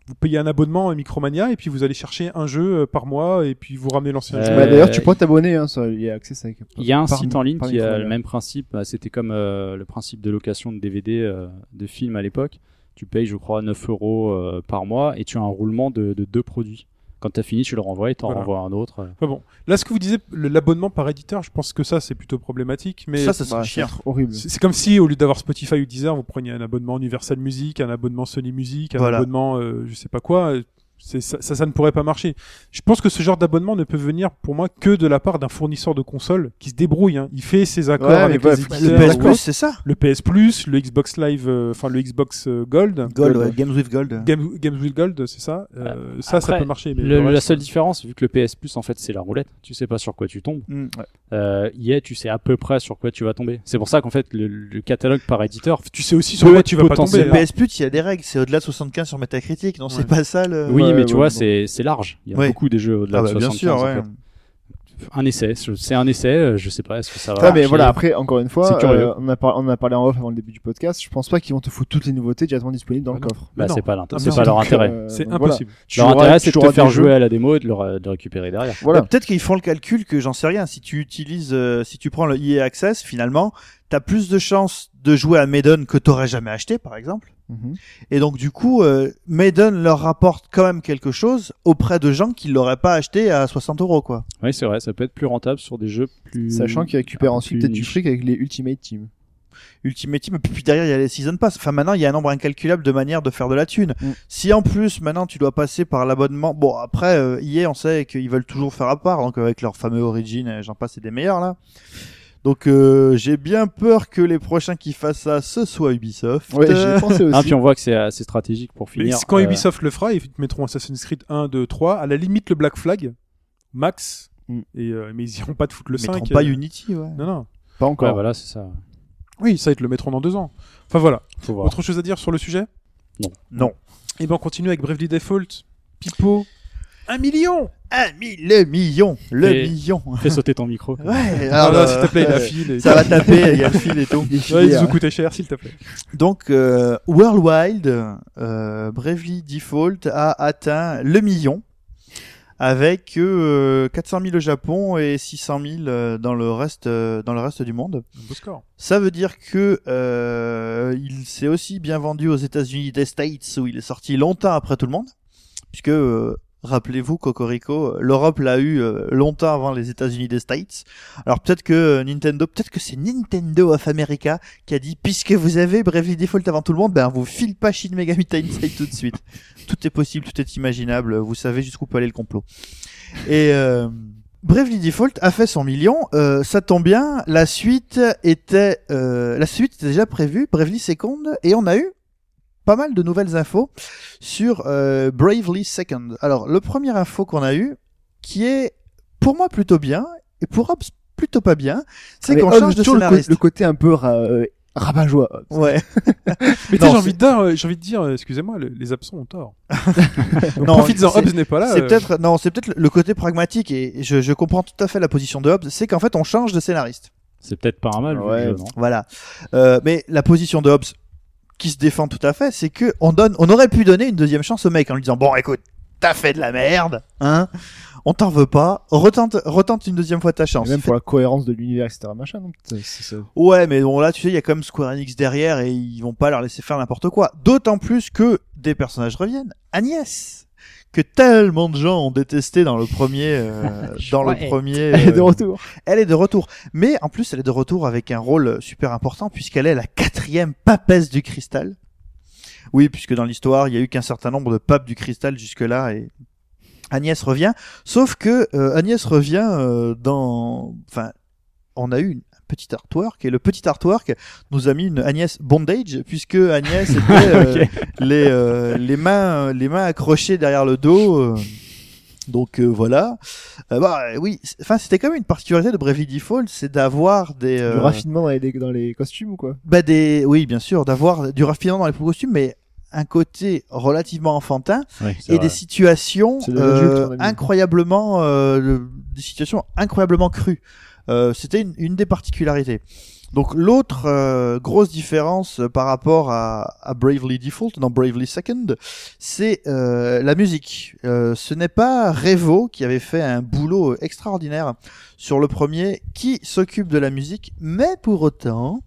Vous payez un abonnement à Micromania et puis vous allez chercher un jeu euh, par mois et puis vous ramenez l'ancien Euh, jeu. Bah, D'ailleurs, tu pourrais t'abonner, hein, sur- il y a accès ça. Il y a un par- site en ligne par qui a micro-ondes. le même principe. Bah, C'était comme euh, le principe de location de DVD euh, de films à l'époque. Tu payes, je crois, 9 euros euh, par mois et tu as un roulement de, de deux produits. Quand t'as fini, tu le renvoies et t'en Voilà. renvoies un autre. euh. Enfin bon, là, ce que vous disiez, le- l'abonnement par éditeur, je pense que ça, c'est plutôt problématique, mais ça, ça serait Bah, chiant. c'est horrible. c'est c'est comme si, au lieu d'avoir Spotify ou Deezer, vous preniez un abonnement Universal Music, un abonnement Sony Music, un Voilà. abonnement euh, je sais pas quoi. euh, c'est- Ça, ça, ça ne pourrait pas marcher. Je pense que ce genre d'abonnement ne peut venir pour moi que de la part d'un fournisseur de consoles qui se débrouille. hein. Il fait ses accords Ouais, mais avec bah, les faut qu'il éditeurs. Le PS Plus, c'est ça le PS Plus, le Xbox Live, euh, enfin le Xbox euh, Gold, Gold, Gold. ouais, Games with Gold. Game, Games with Gold, c'est ça. Euh, ça, ça après, peut marcher. Mais Le- le la reste- euh, seule différence, vu que le PS Plus en fait c'est la roulette, tu sais pas sur quoi tu tombes. Mm. Euh, EA, tu sais à peu près sur quoi tu vas tomber. C'est pour ça qu'en fait le, le catalogue par éditeur. tu sais aussi sur peut quoi tu vas pas potentiellement- tomber. hein. Le PS Plus, il y a des règles, c'est au-delà de 75 sur Metacritic, non, Ouais. c'est pas ça le. Oui, Ouais, mais tu ouais, vois, bon. c'est c'est large. Il y a Ouais. beaucoup des jeux au-delà Ah bah, de bien 75. sûr, en ouais. fait. Un essai, je- c'est un essai. euh, Je sais pas, est-ce que ça va. Ah, mais marcher Bah, voilà, après, encore une C'est fois, curieux. euh, on, a par- on a parlé en off avant le début du podcast. Je pense pas qu'ils vont te foutre toutes les nouveautés directement disponibles dans le Ah non. coffre. Bah, Mais non. c'est pas, l'int- Ah, c'est mais pas non. leur Donc, intérêt. euh, C'est donc voilà. impossible. Tu Leur auras- intérêt, tu c'est de te auras faire des jeux. jouer à la démo et de, le- de récupérer derrière. Voilà. Mais Peut-être qu'ils font le calcul que j'en sais rien. Si tu utilises, euh, si tu prends le EA Access, finalement, t'as plus de chances de jouer à Maiden que t'aurais jamais acheté, par exemple. Mhm. Et donc, du coup, euh, Maiden leur rapporte quand même quelque chose auprès de gens qui l'auraient pas acheté à 60 euros, quoi. Oui, c'est vrai, ça peut être plus rentable sur des jeux plus. Sachant qu'ils récupèrent un ensuite peu peut-être du niche. fric avec les Ultimate Team. Ultimate Team, et puis derrière, il y a les Season Pass. Enfin, maintenant, il y a un nombre incalculable de manières de faire de la thune. Mm. Si en plus, maintenant, tu dois passer par l'abonnement, bon, après, euh, EA, on sait qu'ils veulent toujours faire à part, donc avec leur fameux Origin, euh, j'en passe, c'est des meilleurs, là. Donc, euh, j'ai bien peur que les prochains qui fassent ça, ce soit Ubisoft. Ouais, j'y Euh, ai pensé aussi. Ah, puis on voit que c'est assez stratégique pour Mais finir. quand euh, Ubisoft le fera, ils te mettront Assassin's Creed 1, 2, 3, à la limite le Black Flag, Max, Mm. et, euh, mais ils iront pas te foutre le ils mettront 5. pas euh, Unity, ouais. Non, non. Pas Ouais, encore. voilà, c'est ça. Oui, ça, ils te le mettront dans deux ans. Enfin voilà. Faut voir. Autre chose à dire sur le sujet Non. Et ben on continue avec Bravely Default. Pipo. Un million Un mi- le million, le Et- million. Fais sauter ton micro. Ouais, Ah, alors, là, euh, s'il te plaît, il a ouais. fil. et- ça va taper, euh il y a le fil et tout. Il est hein. Ouais, ils filière. nous ont coûté cher, s'il te plaît. Donc, euh, World Wild, euh, Bravely Default a atteint le million avec euh, 400 000 au Japon et 600 000 euh, dans le reste euh, dans le reste du monde. Un beau score. Ça veut dire que euh, il s'est aussi bien vendu aux États-Unis des States où il est sorti longtemps après tout le monde, puisque euh, Rappelez-vous, Cocorico, l'Europe l'a eu euh, longtemps avant les États-Unis des States. Alors peut-être que euh, Nintendo, peut-être que c'est Nintendo of America qui a dit puisque vous avez Bravely Default avant tout le monde, ben on vous file pas Shin Megami Tensei tout de suite. Tout est possible, tout est imaginable. Vous savez jusqu'où peut aller le complot. Et euh, Bravely Default a fait 100 millions. Euh, ça tombe bien, la suite était euh, la suite était déjà prévue, Bravely Second, et on a eu pas mal de nouvelles infos sur euh, Bravely Second. Alors, le premier info qu'on a eu, qui est pour moi plutôt bien et pour Hobbs plutôt pas bien, c'est Ah, Mais qu'on Hobbs, change de toujours le co- scénariste. Le côté un peu ra- euh, rabat-joie. Ouais. Mais tu sais, Non, j'ai envie de dire, euh, j'ai envie de dire, euh, excusez-moi, le- les absents ont tort. Donc, Non, profites-en, c'est- Hobbes n'est pas là. C'est euh, peut-être non, c'est peut-être le côté pragmatique et je, je comprends tout à fait la position de Hobbes, c'est qu'en fait on change de scénariste. C'est peut-être pas un mal, vu le Ouais. jeu, non Voilà. Euh, mais la position de Hobbes qui se défend tout à fait, c'est que on donne on aurait pu donner une deuxième chance au mec en lui disant bon écoute, t'as fait de la merde, hein On t'en veut pas, retente retente une deuxième fois ta Et chance. même pour la cohérence de l'univers, etc. Machin, non C'est- c'est ça. Ouais, mais bon là, tu sais, il y a quand même Square Enix derrière et ils vont pas leur laisser faire n'importe quoi. D'autant plus que des personnages reviennent. Agnès, que tellement de gens ont détesté dans le premier, euh, dans le Ouais. premier. Elle est de euh, retour. elle est de retour. Mais en plus, elle est de retour avec un rôle super important puisqu'elle est la quatrième papesse du cristal. Oui, puisque dans l'histoire, il y a eu qu'un certain nombre de papes du cristal jusque-là et Agnès revient. Sauf que euh, Agnès revient euh, dans... Enfin, on a eu une un petit artwork et le petit artwork nous a mis une Agnès bondage puisque Agnès était euh, Ok. les euh, les mains les mains accrochées derrière le dos euh, donc euh, voilà Euh, bah euh, oui c'est- enfin c'était quand même une particularité de Bravely Default c'est d'avoir des Le euh, raffinement dans les, dans les costumes ou quoi bah des oui bien sûr d'avoir du raffinement dans les costumes mais un côté relativement enfantin Ouais, c'est et vrai. des situations C'est de euh, l'adulte, on a mis. incroyablement euh, le- des situations incroyablement crues. Euh, C'était une, une des particularités. Donc l'autre euh, grosse différence euh, par rapport à, à Bravely Default dans Bravely Second, c'est euh, la musique. Euh, ce n'est pas Revo qui avait fait un boulot extraordinaire sur le premier qui s'occupe de la musique, mais pour autant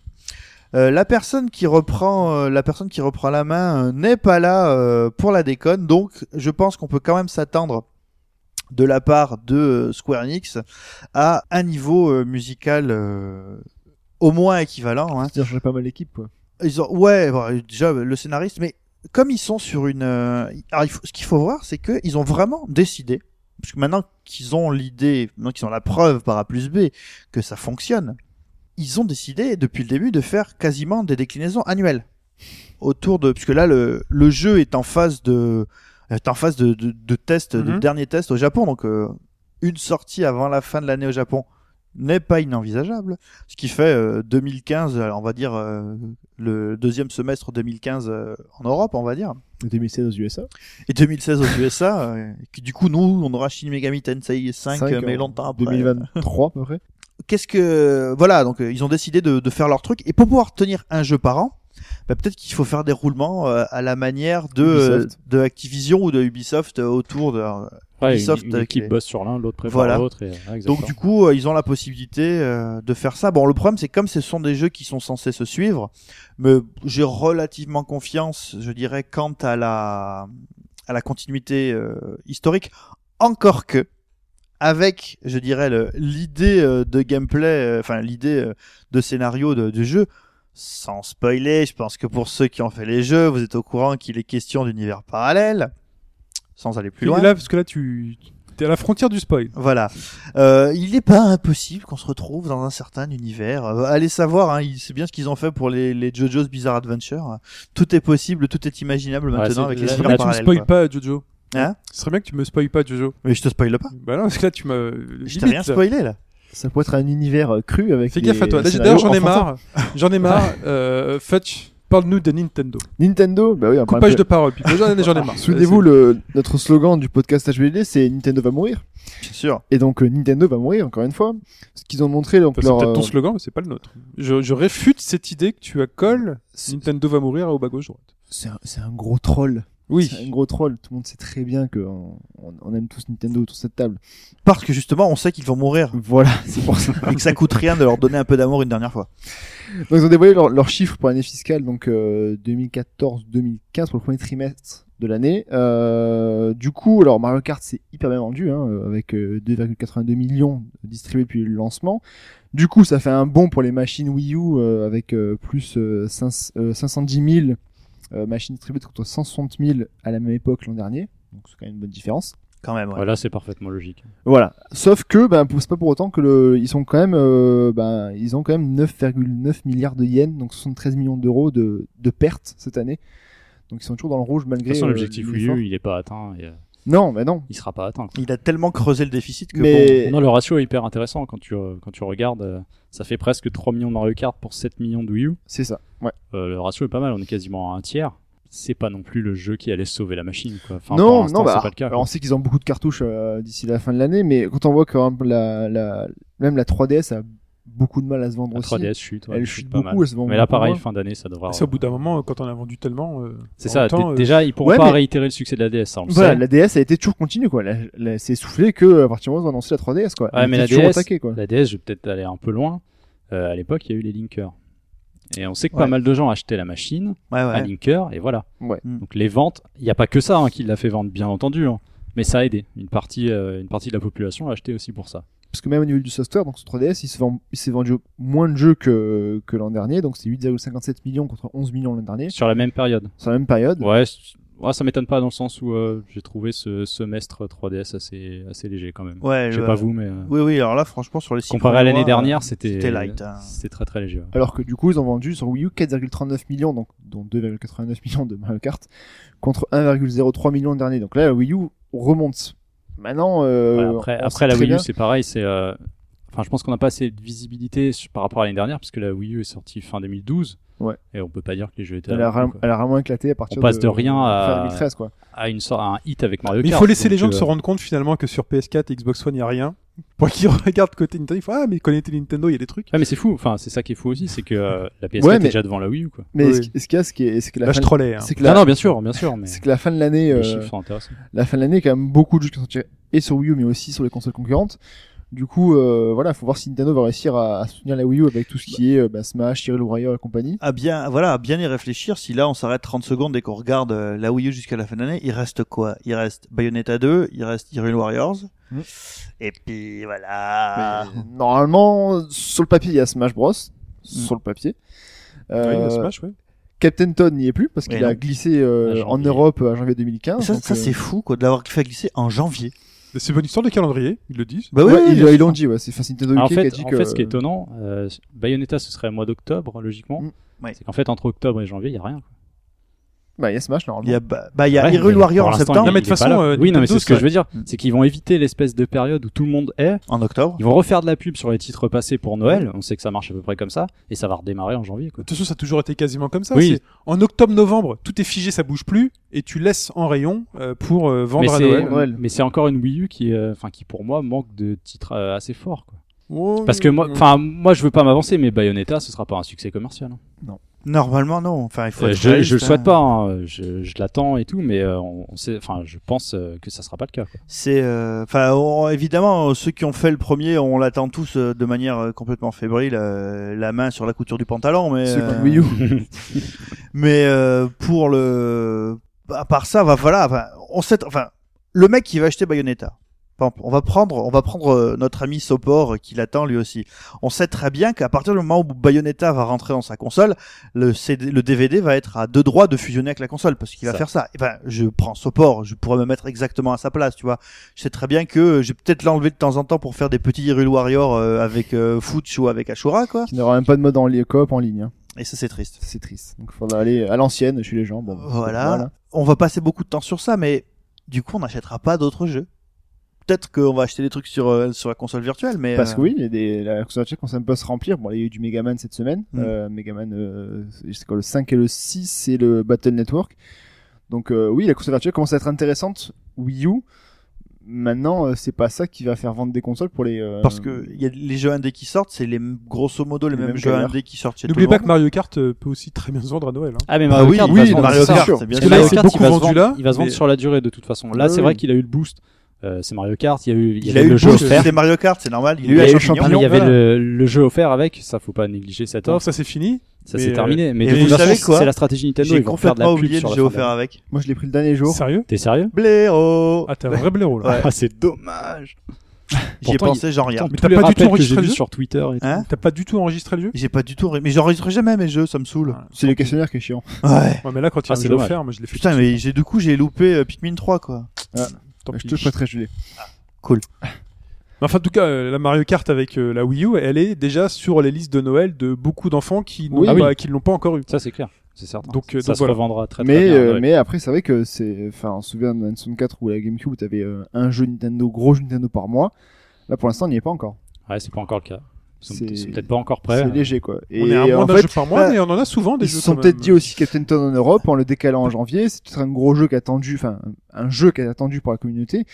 euh, la personne qui reprend euh, la personne qui reprend la main euh, n'est pas là euh, pour la déconne donc je pense qu'on peut quand même s'attendre de la part de euh, Square Enix à un niveau euh, musical euh, au moins équivalent hein. C'est-à-dire, j'ai pas mal l'équipe, quoi. Ils ont, ouais, bon, euh, déjà le scénariste, mais comme ils sont sur une, euh, alors il faut- ce qu'il faut voir, c'est que ils ont vraiment décidé, parce que maintenant qu'ils ont l'idée, maintenant qu'ils ont la preuve par A plus B que ça fonctionne, ils ont décidé depuis le début de faire quasiment des déclinaisons annuelles autour de, puisque là le le jeu est en phase de est en phase de de, de test, de Mhm. dernier test au Japon, donc euh, une sortie avant la fin de l'année au Japon n'est pas inenvisageable, ce qui fait euh, 2015, euh, on va dire euh, le deuxième semestre 2015 euh, en Europe, on va dire, 2016 aux USA. et 2016 aux USA, euh, qui du coup nous on aura Shin Megami Tensei 5, Cinq, euh, mais euh, longtemps après. 2023 à peu près. Qu'est-ce que voilà donc euh, ils ont décidé de, de faire leur truc et pour pouvoir tenir un jeu par an, bah, peut-être qu'il faut faire des roulements euh, à la manière de euh, Ubisoft. de Activision ou de Ubisoft euh, autour de leur- Ouais, une- Ubisoft, une, euh, équipe qui- bosse sur l'un, l'autre prépare Voilà. l'autre. et- ouais, Donc exactement. du coup, euh, ils ont la possibilité euh, de faire ça. Bon, le problème c'est que comme ce sont des jeux qui sont censés se suivre, mais j'ai relativement confiance, je dirais, quant à la à la continuité euh, historique. Encore que avec, je dirais, le- l'idée euh, de gameplay, euh, enfin l'idée euh, de scénario de- du jeu. Sans spoiler, je pense que pour ceux qui ont fait les jeux, vous êtes au courant qu'il est question d'univers parallèle. Sans aller plus Et loin. là, parce que là, tu es à la frontière du spoil. Voilà. Euh, il n'est pas impossible qu'on se retrouve dans un certain univers. Euh, allez savoir, hein, il- c'est bien ce qu'ils ont fait pour les, les JoJo's Bizarre Adventure. Tout est possible, tout est imaginable Ouais, c'est- Bah, maintenant avec les là- Là, univers tu me parallèles, spoil quoi. pas, Jojo. Hein Ce serait bien que tu me spoil pas, Jojo. Mais je te spoil pas. Bah non, parce que là, tu m'as. Je t'ai rien spoilé là. Ça pourrait être un univers euh, cru avec. Fais des- gaffe à toi. des Là, j'ai- scénarios D'ailleurs, j'en ai enfantins. marre. J'en ai marre. Euh, Fetch, parle-nous de Nintendo. Nintendo, bah oui, un Coupage peu- de parole. Pipo. J'en ai j'en ai marre. Souvenez-vous, le, notre slogan du podcast HBD, c'est Nintendo va mourir. Bien sûr. Et donc euh, Nintendo va mourir encore une fois. Ce qu'ils ont montré, donc Enfin, c'est leur, peut-être ton euh, slogan, mais c'est pas le nôtre. Je, je réfute cette idée que tu accoles. c'est- Nintendo va mourir au bas gauche droite. c'est un, c'est un gros troll. C'est un Oui. gros troll. Tout le monde sait très bien que on, on- on aime tous Nintendo autour de cette table. Parce que justement, on sait qu'ils vont mourir Voilà, c'est pour ça. et que ça coûte rien de leur donner un peu d'amour une dernière fois. Donc ils ont dévoilé leur- leurs chiffres pour l'année fiscale, donc euh, 2014-2015 pour le premier trimestre de l'année. Euh, du coup, alors Mario Kart c'est hyper bien vendu, hein, euh, avec euh, 2,82 millions distribués depuis le lancement. Du coup, ça fait un bond pour les machines Wii U euh, avec euh, plus euh, 5, euh, 510 000 euh, machines distribuées contre 160 000 à la même époque l'an dernier. Donc c'est quand même une bonne différence. Quand même, ouais. Voilà, c'est parfaitement logique. Voilà. Sauf que, ben, pour- c'est pas pour autant que le, ils sont quand même, euh, ben, ils ont quand même 9,9 milliards de yens, donc 73 millions d'euros de, de pertes cette année. Donc ils sont toujours dans le rouge De malgré. toute façon, euh, l'objectif Wii l'effort. U, il est pas atteint et euh, Non, mais non. il sera pas atteint. Il a tellement creusé le déficit que Mais- Non, le ratio est hyper intéressant quand tu, euh, quand tu regardes. euh, Ça fait presque 3 millions de Mario Kart pour 7 millions de Wii U. C'est ça. Ouais. Euh, le ratio est pas mal, on est quasiment à un tiers. C'est pas non plus le jeu qui allait sauver la machine. Quoi. Enfin, pour non, l'instant, non, bah, c'est pas le cas. alors, on sait qu'ils ont beaucoup de cartouches euh, d'ici la fin de l'année, mais quand on voit que par exemple, la, la, même la 3DS a beaucoup de mal à se vendre La aussi. 3DS chute, ouais, elle chute beaucoup, elle se vend Mais là, beaucoup pareil, moins. fin d'année, ça devra. C'est au bout d'un moment, quand on a vendu tellement. euh, C'est en ça. même temps, d- euh, Déjà, ils pourront ouais, pas mais- réitérer le succès de la DS, ça, on le Voilà, sait. la DS a été toujours continue quoi. La, la- c'est soufflé que euh, à partir du moment où ils ont annoncé la 3DS quoi. Ouais, Elle mais était la toujours DS, attaquée, quoi. La DS, je vais peut-être aller un peu loin. Euh, à l'époque, il y a eu les Linkers. Et on sait que Ouais. pas mal de gens achetaient la machine, Ouais, un ouais. Linker, et voilà. Ouais. Mm. Donc les ventes, il n'y a pas que ça hein, qui l'a fait vendre, bien entendu. hein. Mais ça a aidé. Une partie, euh, une partie de la population a acheté aussi pour ça. parce que même au niveau du software, donc sur 3DS, il se vend- il s'est vendu moins de jeux que, que l'an dernier, donc c'est 8,57 millions contre 11 millions l'an dernier, Sur la même période. sur la même période. Ouais, c- ouais, ça m'étonne pas dans le sens où euh, j'ai trouvé ce semestre 3DS assez, assez léger quand même. Ouais, je sais le- pas vous, mais euh, Oui, oui, alors là, franchement, sur les six comparé à premiers l'année mois, dernière, euh, c'était c'était light. hein. C'était très très léger. ouais. Alors que du coup, ils ont vendu sur Wii U 4,39 millions, donc dont 2,89 millions de Mario Kart, contre 1,03 million l'an dernier. Donc là, la Wii U remonte. Maintenant, euh, Ouais, après, on après sait la très Wii U, bien- c'est pareil. C'est, euh, enfin, je pense qu'on n'a pas assez de visibilité sur- par rapport à l'année dernière, puisque la Wii U est sortie fin 2012. Ouais. Et on peut pas dire que les jeux étaient. elle, à a la ra- fin, quoi. elle a vraiment éclaté à partir On passe de rien à- fin 2013 quoi. À une sorte, à un hit avec Mario Mais il Kart. faut laisser les donc, gens euh, se rendre compte finalement que sur PS4 et Xbox One, il n'y a rien. Pour qu'ils regardent côté Nintendo, ils font Ah, mais côté Nintendo, il y a des trucs. Ouais, mais c'est fou. Enfin, c'est ça qui est fou aussi, c'est que euh, la PS4 Ouais, est mais- déjà devant la Wii U, quoi. Mais Oui. ce qui- ce qu'il y a, c'est que- c'est que la Là, je fin, trollais. hein. c'est que Non, la, non, bien sûr, bien sûr, mais c'est que la fin de l'année, les euh, chiffres sont intéressants. la fin de l'année, quand même beaucoup de jeux qui sont sortis et sur Wii U, mais aussi sur les consoles concurrentes. Du coup, euh, voilà, faut voir si Nintendo va réussir à, à soutenir la Wii U avec tout ce qui est euh, bah, Smash, Hyrule Warrior et compagnie. À bien, voilà, à bien y réfléchir. Si là, on s'arrête 30 secondes et qu'on regarde euh, la Wii U jusqu'à la fin de l'année, il reste quoi Il reste Bayonetta 2, il reste Hyrule Warriors. Mm. Et puis voilà. Mais, euh, normalement, sur le papier, il y a Smash Bros. Mm. Sur le papier. Ah, Oui, Euh, le Smash, ouais. Captain Toad n'y est plus parce Mais qu'il a non. Ah, glissé euh, À janvier. en Europe à janvier 2015. ça, donc, ça, euh, c'est fou, quoi, de l'avoir fait glisser en janvier. Mais C'est une bonne histoire de calendrier, ils le disent. Bah oui, ouais, oui, ils bien ils sûr. l'ont dit, ouais. C'est enfin, c'est Nintendo Alors, en UK fait, qui a dit en que. fait, ce qui est étonnant, euh, Bayonetta, ce serait au mois d'octobre, logiquement. Mm. Ouais. C'est qu'en fait, entre octobre et janvier, il n'y a rien. Bah, il y a Smash normalement. Il y a, bah, Ah, bah, il y a Ouais, Hyrule mais Warrior pour en l'instant, septembre, il- Non, mais de il toute est pas façon, là. euh, oui, non, mais c'est Nintendo, ce que ça- je veux dire. C'est qu'ils vont éviter l'espèce de période où tout le monde est. en octobre. Ils vont refaire de la pub sur les titres passés pour Noël. On sait que ça marche à peu près comme ça. Et ça va redémarrer en janvier, quoi. De toute façon, ça a toujours été quasiment comme ça. Oui. C'est En octobre-novembre, tout est figé, ça bouge plus, et tu laisses en rayon euh, pour euh, Mais vendre à c'est- Noël. Noël. mais c'est encore une Wii U qui, euh, enfin, qui pour moi manque de titres euh, assez forts. quoi. Oh, Parce que moi, euh, enfin, moi, je veux pas m'avancer, mais Bayonetta, ce sera pas un succès commercial. hein. Normalement, non. Enfin, il faut Euh, être je, réaliste, je le souhaite hein. pas. hein. Je, je l'attends et tout, mais euh, on, on sait, enfin, je pense euh, que ça sera pas le cas. quoi. C'est, euh, enfin, on- évidemment, ceux qui ont fait le premier, on l'attend tous euh, de manière euh, complètement fébrile, euh, la main sur la couture du pantalon, mais. Ceux qui ont le euh, Wii U. Mais euh, pour le, à part ça, va voilà, enfin, on sait, enfin, le mec qui va acheter Bayonetta. par exemple, On va prendre, on va prendre euh, notre ami Sopor euh, qui l'attend lui aussi. On sait très bien qu'à partir du moment où Bayonetta va rentrer dans sa console, le, CD, le DVD va être à deux droits de fusionner avec la console parce qu'il va Ça. faire ça. Et ben, je prends Sopor, je pourrais me mettre exactement à sa place, tu vois. Je sais très bien que euh, je vais peut-être l'enlever de temps en temps pour faire des petits Hyrule Warrior euh, avec euh, Futch ou avec Ashura, quoi. Qui n'aura même pas de mode en li- coop en ligne. hein. Et ça, c'est triste. C'est triste. Donc, il faudra aller à l'ancienne chez les gens. Bon, Voilà. on va passer beaucoup de temps sur ça, mais du coup, on n'achètera pas d'autres jeux. Peut-être qu'on va acheter des trucs sur, euh, sur la console virtuelle, mais. Parce euh, que oui, il y a des, la console virtuelle commence un peu à se remplir. Bon, là, il y a eu du Mega Man cette semaine. Mm. Euh, Mega Man, euh, c'est- c'est quoi, le 5 et le 6 et le Battle Network. Donc euh, oui, la console virtuelle commence à être intéressante. Wii U. Maintenant, euh, c'est pas ça qui va faire vendre des consoles pour les. euh, Parce que y a les jeux indés qui sortent, c'est les grosso modo les, Les mêmes, mêmes jeux galères. indés qui sortent chez tout N'oubliez le pas monde. que Mario Kart euh, peut aussi très bien se vendre à Noël. hein. Ah, mais Ah Mario oui, Kart, oui, va se vendre, Mario c'est ça. Kart, c'est bien sûr. Parce que Là, Mario c'est Kart, il beaucoup va se vendu vendre- là, Il va se vendre mais- sur la durée de toute façon. Là, Oui, c'est oui. vrai qu'il a eu le boost. euh, c'est Mario Kart, il y a eu, il y Il avait a eu le le jeu jeu, offert. c'était Mario Kart, c'est normal. Il a Il eu y a un eu champignon. Ah, mais il y avait voilà. le, le jeu offert avec, ça faut pas négliger cette Donc offre, ça c'est fini. ça mais, c'est euh, terminé. Mais et de vous toute façon, savez quoi c'est la stratégie Nintendo, J'ai ils vont faire de complètement la pub oublié sur le la jeu fin offert d'année. avec. Moi, je l'ai pris le dernier jour. Sérieux T'es sérieux Blaireau Ah t'es un vrai blaireau là. Ouais. Ah, c'est dommage. J'y ai Pourtant, pensé, j'en regarde. Mais Tous t'as les pas du tout rappels que enregistré j'ai le vu jeu sur Twitter et tout. Hein T'as pas du tout enregistré le jeu J'ai pas du tout. ré- Mais j'enregistre jamais mes jeux, ça me saoule. C'est le questionnaire qui est chiant. Ouais. Ouais mais là quand il y Ah, a un c'est jeu dommage. offert, moi je l'ai fait. Putain, mais j'ai du coup, j'ai loupé euh, Pikmin 3, quoi. Tant je pis. te le prêterai, Julien. Mais enfin en tout cas euh, la Mario Kart avec euh, la Wii U, elle est déjà sur les listes de Noël de beaucoup d'enfants qui n'ont Oui. Ah oui. pas, qui ne l'ont pas encore eu. Ça, c'est clair. C'est certain. Donc, euh, ça donc se voilà. revendra très, très Mais, bien. euh, ouais. mais après, c'est vrai que c'est. Enfin, on se souvient de la N64 ou la GameCube où t'avais euh, un jeu Nintendo, gros jeu Nintendo par mois. Là, pour l'instant, on n'y est pas encore. Ouais, c'est pas encore le cas. Ils sont, C'est- ils sont peut-être hein. pas encore prêts. c'est léger, quoi. Et on est à moins en d'un fait, jeu par mois, bah, mais on en a souvent des ils jeux. se sont quand peut-être même. dit aussi Captain Toad en Europe en le décalant en janvier. C'est peut-être un gros jeu qui a attendu. Enfin, un jeu qui a attendu pour la communauté.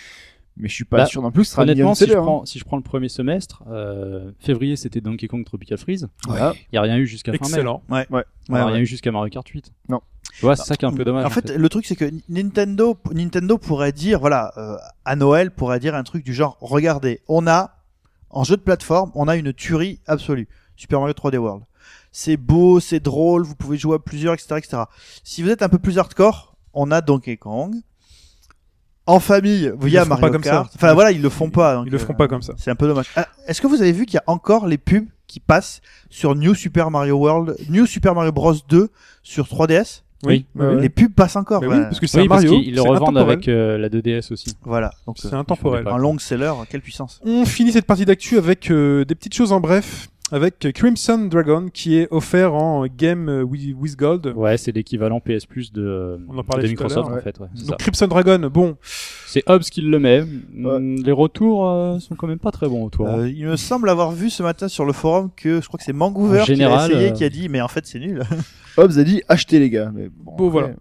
Mais je suis pas Bah, sûr non plus que ce sera un million Honnêtement, de si je, sellers, hein. prends, si je prends le premier semestre, euh, février c'était Donkey Kong Tropical Freeze, Voilà. il n'y a rien eu jusqu'à fin mai. Excellent. Il n'y a Ouais, ouais. rien eu jusqu'à Mario Kart 8. Non. Tu vois, c'est ça qui est un peu dommage. en fait, le truc c'est que Nintendo, Nintendo pourrait dire, voilà, euh, à Noël pourrait dire un truc du genre, regardez, on a en jeu de plateforme, on a une tuerie absolue, Super Mario 3D World. C'est beau, c'est drôle, vous pouvez jouer à plusieurs, etc., etc. Si vous êtes un peu plus hardcore, on a Donkey Kong. En famille, le feront via Mario pas comme ça. Kart. Enfin voilà, ils le font pas. hein, donc, Ils le euh, feront pas comme ça. C'est un peu dommage. Ah, Est-ce que vous avez vu qu'il y a encore les pubs qui passent sur New Super Mario World, New Super Mario Bros 2 sur 3DS Oui. Bah Ouais. Les pubs passent encore. oui, voilà. parce que c'est oui, un euh, parce Mario. qu'ils le c'est revendent intemporel. avec euh, la 2DS aussi. Voilà. Donc, euh, C'est intemporel. je un long seller, quelle puissance. On finit cette partie d'actu avec euh, des petites choses en bref. Avec euh, Crimson Dragon qui est offert en Game euh, with with Gold. Ouais, c'est l'équivalent PS Plus de, On en parlait de tout à Microsoft l'heure, en fait. ouais, c'est Donc ça. Crimson Dragon, bon, C'est Hobbs qui le met. Mm, Les retours euh, sont quand même pas très bons autour. Euh, il me semble avoir vu ce matin sur le forum que je crois que c'est Mangouver En qui l'a général, essayé, euh, qui a dit mais en fait c'est nul. Hobbs a dit achetez les gars. Mais bon, Bon, après, voilà.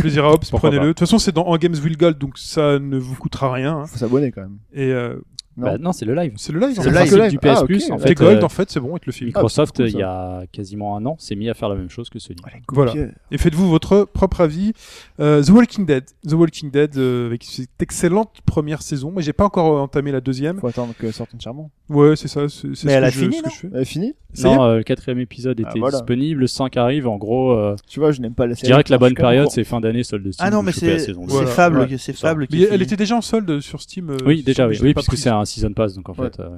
plaisir à Hobbs, Pourquoi prenez-le. pas. De toute façon, c'est dans En Games with Gold, donc ça ne vous coûtera rien. hein. Faut s'abonner quand même. Et euh, non. Bah, non, c'est le live. c'est le live. C'est en C'est fait. le live. live. principe du PS Ah, ok. Plus. En C'est C'est fait, Gold, euh, en fait, c'est bon, il te le file. Microsoft, Ah, c'est il cool, y a quasiment un an, s'est mis à faire la même chose que Sony. Voilà. Et faites-vous votre propre avis. Euh, The Walking Dead. The Walking Dead, euh, avec cette excellente première saison. Moi, j'ai pas encore entamé la deuxième. Faut attendre que sorte une charmant. Ouais, c'est ça. C'est, c'est Mais ce elle que a je- fini, ce que non je fais. Euh, fini Ça y est Non, euh, le quatrième épisode était Ah, voilà. disponible, le 5 arrive. En gros, euh, Tu vois, je n'aime pas la je série. dirais que la bonne Je suis quand même période, con. c'est fin d'année, solde de Steam, ah non vous mais chopez la c'est saison. c'est Voilà. Fable, Ouais. c'est Fable. Mais qui est elle finie. était déjà en solde sur Steam. euh, Oui, déjà, je- oui, je l'ai oui pas puisque pris. c'est un season pass, donc en Ouais. fait. euh,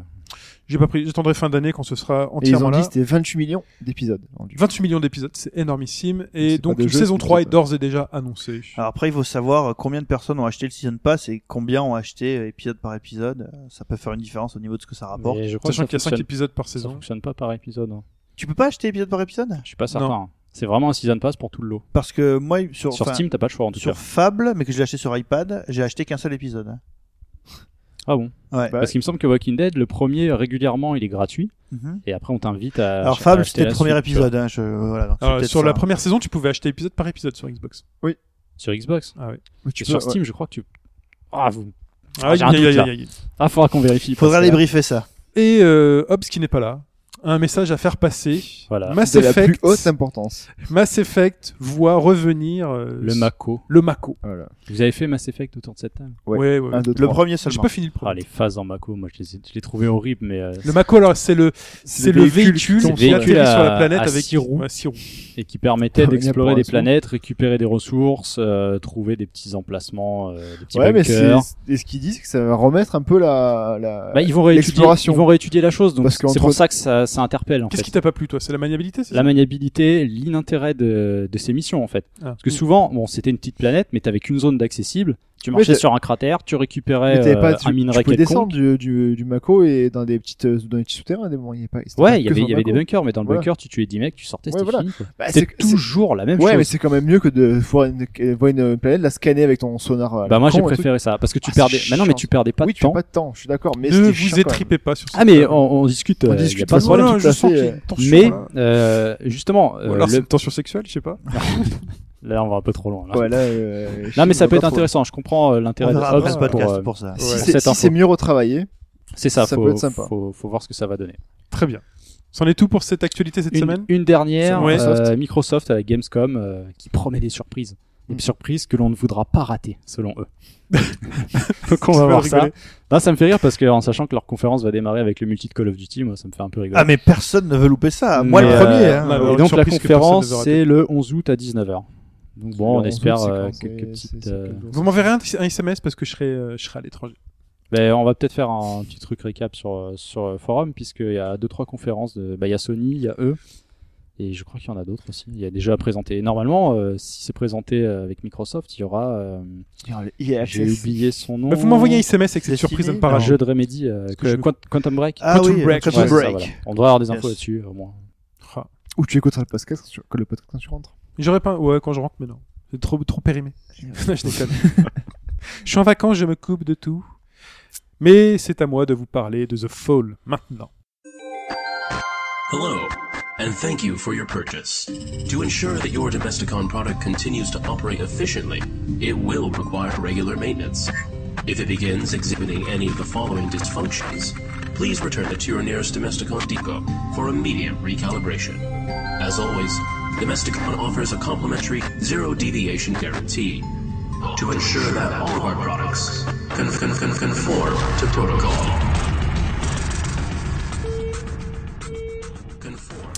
J'ai pas pris. J'attendrai fin d'année quand ce sera Et ils entièrement ont là. dit c'était 28 millions d'épisodes. vendus. 28 millions d'épisodes, c'est énormissime. C'est Et pas donc, des une jeux, c'est saison une 3 est saison. d'ores et déjà annoncée. Alors après il faut savoir euh, combien de personnes ont acheté le season pass et combien ont acheté euh, épisode par épisode. Euh, Ça peut faire une différence au niveau de ce que ça rapporte. mais je crois que Sachant ça qu'il y a 5 fonctionne- épisodes par ça saison. fonctionne pas par épisode. hein. Tu peux pas acheter épisode par épisode Je suis pas certain. hein. C'est vraiment un season pass pour tout le lot. Parce que moi sur, Sur enfin, Steam, t'as pas le choix en tout sur cas. Fable, mais que je l'ai acheté sur iPad, j'ai acheté qu'un seul épisode. Ah bon Ouais. Bah, Parce qu'il me semble que Walking Dead, le premier régulièrement, il est gratuit, Mhm. et après on t'invite à. Alors à Fable, acheter c'était la le premier suite, tu vois. épisode. Hein, je... voilà, donc c'est Alors, peut-être Ah, sur ça. la première saison, tu pouvais acheter épisode par épisode sur Xbox. Sur Xbox. Ah ouais. Mais tu Et peux- sur ouais. Steam, je crois que tu. Ah, vous... Ah, j'ai un doute, là. aïe. ah faudra qu'on vérifie. Faudra parce que- débriefer ça. Et euh, Hobbs qui n'est pas là. Un message à faire passer. Voilà. Mass C'est la plus Effect, haute importance. Mass Effect voit revenir euh, Le Mako. le Mako. Voilà. Vous avez fait Mass Effect autour de cette table Ouais. Ouais, ouais. Un, deux, Le trois. premier J'ai seulement. pas fini le premier. Ah, les phases en Mako, moi je les ai, je les ai trouvées horribles, mais. euh, Le Mako, alors, c'est le, c'est le véhicule c'est le qui atterrit véhicule sur la à- planète à avec six roues. Ouais, six roues. et qui permettait Rien d'explorer pour des l'instant. planètes, récupérer des ressources, euh, trouver des petits emplacements, euh, des petits Ouais, mais c'est bunkers. et ce qu'ils disent, c'est que ça va remettre un peu la. la... Bah, ils vont réétudier, l'exploration. ils vont réétudier la chose, donc Parce qu'entre- c'est pour ça que ça, ça interpelle en Qu'est-ce fait. qui t'a pas plu, toi C'est la maniabilité c'est La maniabilité, l'inintérêt de, de ces missions en fait. ça Ah. Parce que souvent, bon, c'était une petite planète, mais t'avais qu'une zone d'accessible. Tu Mm. Oui, marchais t'as- sur un cratère, tu Mais récupérais t'avais pas, euh, tu, un tu minerai pouvais quelconque. descendre du, du, du Mako et dans des petites euh, dans des petits souterrains à des moments. Il y avait pas, c'était pas Ouais, il y que avait, sur il y avait des Mako. bunkers, mais dans le Voilà. bunker, tu tuais 10 mecs, tu sortais, Ouais, c'était voilà. fini. quoi. Bah, C'était c'est- c'est- toujours la même Ouais, chose. mais c'est quand même mieux que de voir une, voir une planète, la scanner avec ton sonar. à la Bah, moi j'ai con et tout. préféré ça, parce que tu Ah, c'est perdais. Mais non, mais chiant. tu perdais pas oui, de tu fais temps. pas de temps, je suis d'accord. Mais Ne c'était chiant vous quand même. étripez pas sur ça. Ah, mais on, on discute, euh, y a discute, pas de ouais. problème. tout je à sens fait, qu'il y a euh, une tension, Mais là. euh, justement, Ou euh, alors le- c'est une tension sexuelle, je sais pas. là on va un peu trop loin. là. Ouais, là, euh, Non mais ça on peut va être pas trop- intéressant. Je comprends euh, On l'intérêt de verra après Hobbes ce pour. podcast euh, pour ça. Si Ouais. c'est Cette si c'est info. mieux retravaillé, C'est ça. Ça faut, peut être sympa. Faut, faut voir ce que ça va donner. Très bien. C'en est tout pour cette actualité cette Une, semaine une dernière. Ouais. euh, Microsoft à la Gamescom euh, qui promet des surprises. Mm. Une surprise que l'on ne voudra pas rater, selon eux. Donc on Ça va va voir rigoler. ça. Là, ça me fait rire parce que en sachant que leur conférence va démarrer avec le multi de Call of Duty, moi, ça me fait un peu rigoler. Ah mais personne ne veut louper ça, moi euh, Mais, le euh, premier. on a- hein. Alors, et une donc la bah, surprise que personne ne conférence, veut rater. c'est le 11 août à 19h. Donc Le bon, on 11 août, espère c'est euh, quand quelques c'est- petites. c'est- c'est euh, quel jour, Vous m'enverrez un, un SMS parce que je serai, euh, je serai à l'étranger. ben, on va peut-être faire un petit truc récap sur euh, sur euh, forum puisqu'il y a deux trois conférences. De... ben, il y a Sony, il y a eux, et je crois qu'il y en a d'autres aussi. Il y a déjà à présenter. Et normalement, euh, si c'est présenté euh, avec Microsoft, il y aura. euh, J'ai oublié son nom. Bah, vous m'envoyez un SMS avec C'est cette surprise de fini, me un parage. jeu de Remedy, euh, que je que- me- Quant- Quantum Break. Ah Quantum oui, Break, Quantum Ouais, c'est ça, Break. voilà. On devrait avoir des infos Yes. là-dessus, au moins. Ah, Ou tu écouteras le podcast quand tu, que le podcast quand tu rentres. J'aurais pas. Ouais, quand je rentre, mais non. C'est trop, trop périmé. Non, je déconne. je suis en vacances, je me coupe de tout. Mais c'est à moi de vous parler de The Fall maintenant. Hello, and thank you for your purchase. To ensure that your Domesticon product continues to operate efficiently, it will require regular maintenance. If it begins exhibiting any of the following dysfunctions, please return it to your nearest Domesticon depot for immediate recalibration. As always, Domesticon offers a complimentary zero deviation guarantee to ensure that all of our products con- con- con- conform to protocol. Conform.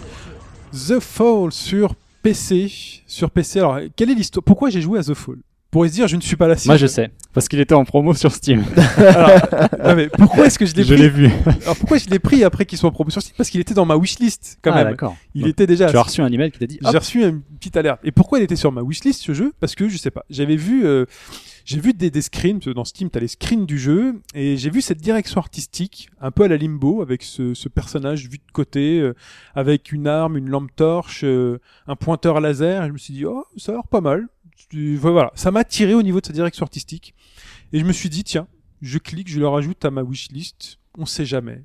The Fall sur PC. Sur PC, alors, quelle est l'histoire Pourquoi j'ai joué à The Fall Pour se dire, je ne suis pas la cible. Moi, je sais. Parce qu'il était en promo sur Steam. Ah, Non, mais pourquoi est-ce que je l'ai je pris l'ai vu. Alors, pourquoi je l'ai pris après qu'il soit en promo sur Steam Parce qu'il était dans ma wishlist, quand Ah, même. d'accord. Il Donc, était déjà Tu as reçu un email qui t'a dit J'ai reçu une petite alerte. Et pourquoi il était sur ma wishlist ce jeu Parce que je sais pas. J'avais vu, euh, j'ai vu des, des screens. parce que Dans Steam, t'as les screens du jeu, et j'ai vu cette direction artistique, un peu à la Limbo, avec ce, ce personnage vu de côté, euh, avec une arme, une lampe torche, euh, un pointeur laser. Et je me suis dit, oh, ça a l'air pas mal. Tu- Voilà, ça m'a attiré au niveau de cette direction artistique, et je me suis dit, tiens, je clique, je le rajoute à ma wishlist. On sait jamais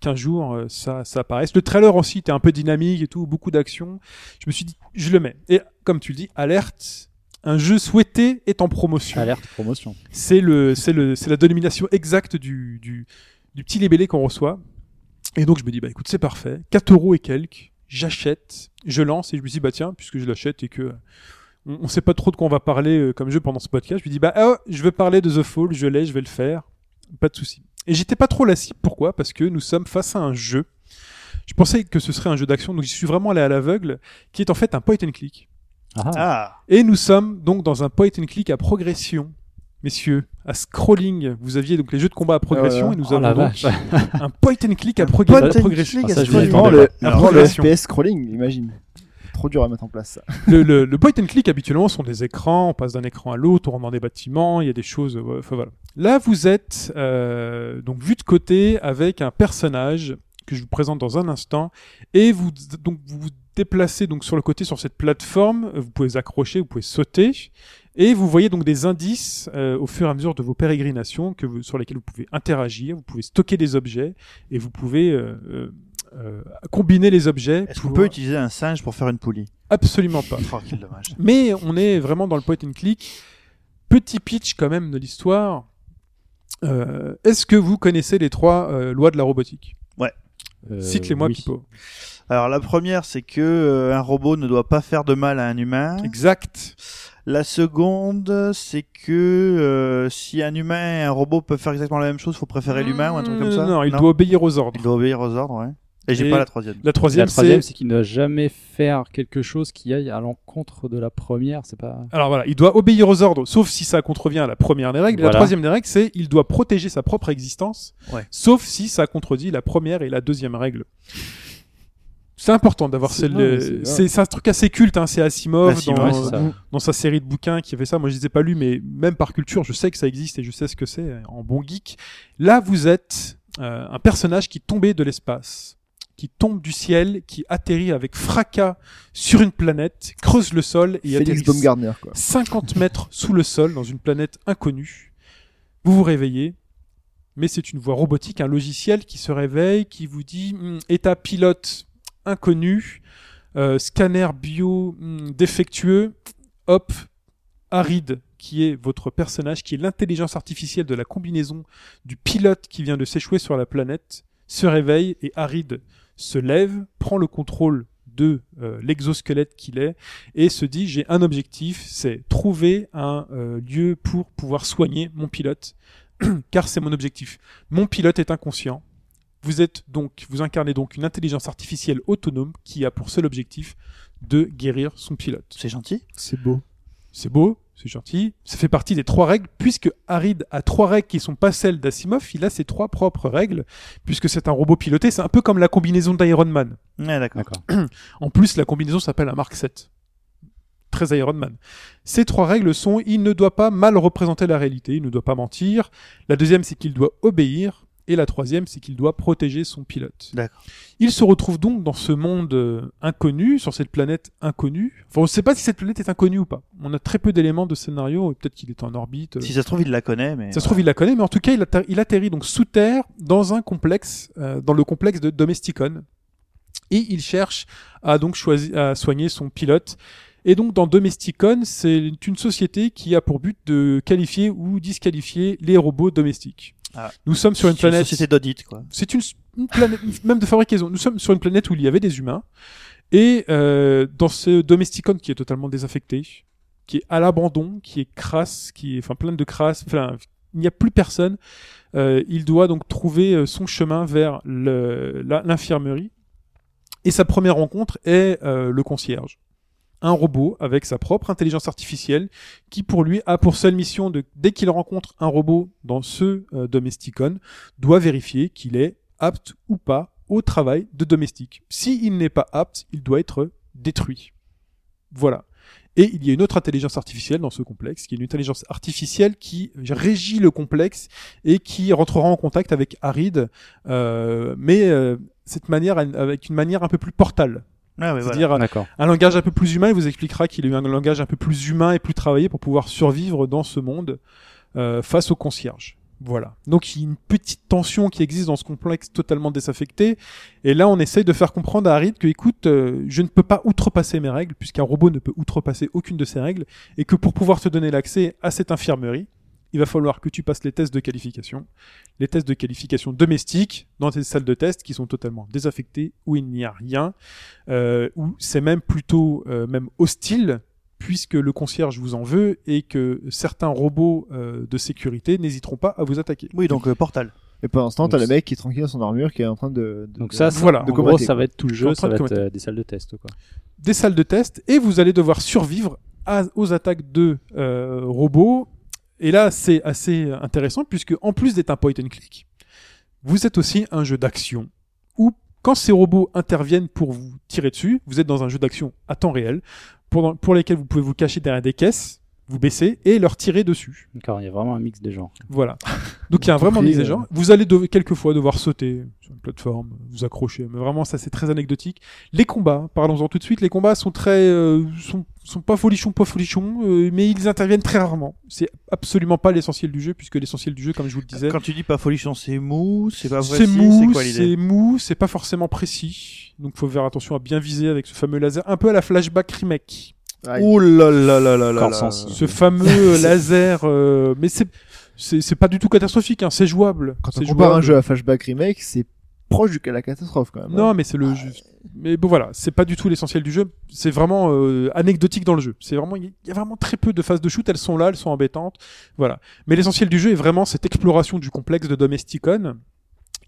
qu'un jour euh, ça, ça apparaisse. Le trailer aussi était un peu dynamique et tout, beaucoup d'action je me suis dit, je le mets. Et comme tu le dis, alerte, un jeu souhaité est en promotion. alerte promotion. C'est le, c'est le, c'est la dénomination exacte du, du, du petit libellé qu'on reçoit. Et donc je me dis, bah écoute, c'est parfait. 4 euros et quelques, j'achète, je lance et je me dis, bah tiens, puisque je l'achète et que euh, on, on sait pas trop de quoi on va parler euh, comme jeu pendant ce podcast, je me dis, bah ah, je veux parler de The Fall, je l'ai, je vais le faire, pas de souci. Et j'étais pas trop la cible, pourquoi Parce que nous sommes face à un jeu. Je pensais que ce serait un jeu d'action, donc je suis vraiment allé à l'aveugle, qui est en fait un point and click. Ah, ah. Ah, Et nous sommes donc dans un point and click à progression, messieurs, à scrolling. Vous aviez donc les jeux de combat à progression Ah ouais. et nous Oh la avons donc vache. un point and click à, prog- à Point and progression. click, Ah, ça, je est-ce m'y que- attendais Vraiment le, Alors, vraiment le relation. FPS scrolling, imagine. Trop dur à mettre en place ça. le, le- le point and click habituellement sont des écrans, on passe d'un écran à l'autre, on rentre dans des bâtiments, il y a des choses. ouais, enfin, voilà. Là, vous êtes euh, donc vu de côté avec un personnage que je vous présente dans un instant, et vous donc vous vous déplacez donc sur le côté sur cette plateforme, euh, vous pouvez vous accrocher, vous pouvez sauter, et vous voyez donc des indices euh, au fur et à mesure de vos pérégrinations que vous- sur lesquels vous pouvez interagir, vous pouvez stocker des objets et vous pouvez euh, euh, euh, combiner les objets. Est-ce qu'on pour- peut utiliser un singe pour faire une poulie Absolument pas. Oh, quel dommage. Mais on est vraiment dans le point and click. Petit pitch quand même de l'histoire. Euh, Est-ce que vous connaissez les trois euh, lois de la robotique Euh, Cite-les-moi, oui. Pipo. Alors la première, c'est que euh, un robot ne doit pas faire de mal à un humain. Exact. La seconde, c'est que euh, si un humain et un robot peuvent faire exactement la même chose, faut préférer l'humain ou un truc comme Non, ça. Euh, Non, non, il doit obéir aux il ordres. doit obéir aux ordres, ouais. Et j'ai Et- pas la troisième. La La troisième, c'est... troisième, c'est qu'il ne doit jamais faire quelque chose qui aille à l'encontre de la première. C'est pas. Alors voilà, il doit obéir aux ordres, sauf si ça contrevient à la première des règles. Et La Voilà. troisième des règles, c'est il doit protéger sa propre existence, Ouais. sauf si ça contredit la première et la deuxième règle. C'est important d'avoir C'est- celle. non, mais c'est le- grave. C'est c'est un truc assez culte, hein. c'est Asimov, Asimov, dans, Ouais, c'est ça. dans sa série de bouquins qui avait ça. Moi, je les ai pas lus, mais même par culture, je sais que ça existe et je sais ce que c'est euh, en bon geek. Là, vous êtes euh, un personnage qui tombait de l'espace, qui tombe du ciel, qui atterrit avec fracas sur une planète, creuse le sol et Félix atterrit Baumgartner quoi. 50 mètres sous le sol dans une planète inconnue. Vous vous réveillez, mais c'est une voix robotique, un logiciel qui se réveille, qui vous dit Hmm, état pilote inconnu, euh, scanner bio hmm, défectueux, hop, aride qui est votre personnage, qui est l'intelligence artificielle de la combinaison du pilote qui vient de s'échouer sur la planète, se réveille et aride se lève, prend le contrôle de euh, l'exosquelette qu'il est et se dit j'ai un objectif, c'est trouver un euh, lieu pour pouvoir soigner mon pilote, car c'est mon objectif. Mon pilote est inconscient. Vous êtes donc, vous incarnez donc une intelligence artificielle autonome qui a pour seul objectif de guérir son pilote. C'est gentil. C'est beau. C'est beau, c'est gentil. Ça fait partie des trois règles, puisque Harid a trois règles qui sont pas celles d'Asimov, il a ses trois propres règles, puisque c'est un robot piloté. C'est un peu comme la combinaison d'Iron Man. Ouais, d'accord. D'accord. En plus, la combinaison s'appelle un Mark 7. Très Iron Man. Ces trois règles sont il ne doit pas mal représenter la réalité, il ne doit pas mentir. La deuxième, c'est qu'il doit obéir. Et la troisième, c'est qu'il doit protéger son pilote. D'accord. Il se retrouve donc dans ce monde euh, inconnu, sur cette planète inconnue. Enfin, on ne sait pas si cette planète est inconnue ou pas. On a très peu d'éléments de scénario, et peut-être qu'il est en orbite. euh, Si ça se trouve, il la connaît, mais. ça se trouve, il la connaît, mais en tout cas, il, atter- il atterrit donc sous terre dans un complexe, euh, dans le complexe de Domesticon. Et il cherche à donc choisi- à soigner son pilote. Et donc, dans Domesticon, c'est une société qui a pour but de qualifier ou disqualifier les robots domestiques. Ah. Nous sommes sur une C'est planète société d'audit, quoi. c'est une, une planète, même de fabrication. Nous sommes sur une planète où il y avait des humains. Et euh, dans ce Domesticon qui est totalement désaffecté, qui est à l'abandon, qui est crasse, qui est enfin plein de crasse, enfin, il n'y a plus personne. Euh, il doit donc trouver euh, son chemin vers le- la- l'infirmerie. Et sa première rencontre est euh, le concierge. Un robot avec sa propre intelligence artificielle qui pour lui a pour seule mission de, dès qu'il rencontre un robot dans ce euh, Domesticon, doit vérifier qu'il est apte ou pas au travail de domestique. S'il n'est pas apte, il doit être détruit. Voilà. Et il y a une autre intelligence artificielle dans ce complexe, qui est une intelligence artificielle qui régit le complexe et qui rentrera en contact avec Arid, euh, mais euh, cette manière avec une manière un peu plus portale, Ouais, ouais, Ah voilà. c'est-à-dire D'accord. un langage un peu plus humain. Il vous expliquera qu'il a eu un langage un peu plus humain et plus travaillé pour pouvoir survivre dans ce monde euh, face au concierge. Voilà. Donc il y a une petite tension qui existe dans ce complexe totalement désaffecté. Et là, on essaye de faire comprendre à Harid que, écoute, euh, je ne peux pas outrepasser mes règles, puisqu'un robot ne peut outrepasser aucune de ses règles, et que pour pouvoir te donner l'accès à cette infirmerie, il va falloir que tu passes les tests de qualification, les tests de qualification domestiques dans tes salles de test qui sont totalement désaffectées, où il n'y a rien, euh, où c'est même plutôt euh, même hostile puisque le concierge vous en veut et que certains robots euh, de sécurité n'hésiteront pas à vous attaquer. Oui, donc euh, Portal. Et pendant ce temps, Donc t'as le c'est- mec qui est tranquille dans son armure, qui est en train de. de- Donc de- ça, ça- Voilà, en de gros, commenter, ça quoi. va être tout le Je suis en jeu, train ça de va être commenter. euh, des salles de test, quoi. Des salles de test et vous allez devoir survivre à- aux attaques de euh, robots. Et là, c'est assez intéressant puisque en plus d'être un point and click, vous êtes aussi un jeu d'action où quand ces robots interviennent pour vous tirer dessus, vous êtes dans un jeu d'action à temps réel pour, pour lesquels vous pouvez vous cacher derrière des caisses, vous baisser et leur tirer dessus. D'accord, il y a vraiment un mix des genres. Voilà. Donc il y a un Tout vraiment pris, mis à euh. jour. Vous allez de- quelquefois devoir sauter sur une plateforme, vous accrocher, mais vraiment ça c'est très anecdotique. Les combats, parlons-en tout de suite, les combats sont très euh, sont, sont pas folichons, pas folichons, euh, mais ils interviennent très rarement. C'est absolument pas l'essentiel du jeu puisque l'essentiel du jeu comme je vous le disais, Quand tu dis pas folichon, c'est mou, c'est pas vrai. c'est mou, c'est quoi l'idée c'est mou, c'est pas forcément précis. Donc faut faire attention à bien viser avec ce fameux laser un peu à la flashback remake. Aïe. Ouh là là là Oh là là Corps là. sensible. ce fameux laser euh, mais c'est c'est c'est pas du tout catastrophique hein, c'est jouable Quand on C'est compare un jouable. jeu à Flashback Remake, c'est proche du cas de la catastrophe quand même. hein. non mais c'est le jeu mais bon voilà c'est pas du tout l'essentiel du jeu c'est vraiment euh, anecdotique dans le jeu c'est vraiment il y a vraiment très peu de phases de shoot elles sont là elles sont embêtantes voilà mais l'essentiel du jeu est vraiment cette exploration du complexe de Domesticon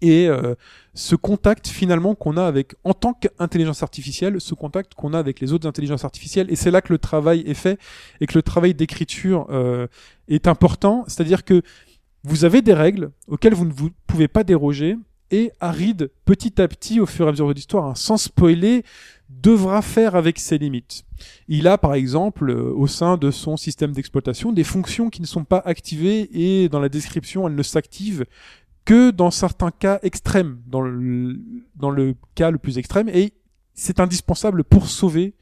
et euh, ce contact finalement qu'on a avec en tant qu'intelligence artificielle ce contact qu'on a avec les autres intelligences artificielles et c'est là que le travail est fait et que le travail d'écriture euh, est important c'est-à-dire que vous avez des règles auxquelles vous ne vous pouvez pas déroger et Harid, petit à petit, au fur et à mesure de l'histoire, hein, sans spoiler, devra faire avec ses limites. Il a, par exemple, euh, au sein de son système d'exploitation, des fonctions qui ne sont pas activées et dans la description, elles ne s'activent que dans certains cas extrêmes, dans le, dans le cas le plus extrême, et c'est indispensable pour sauver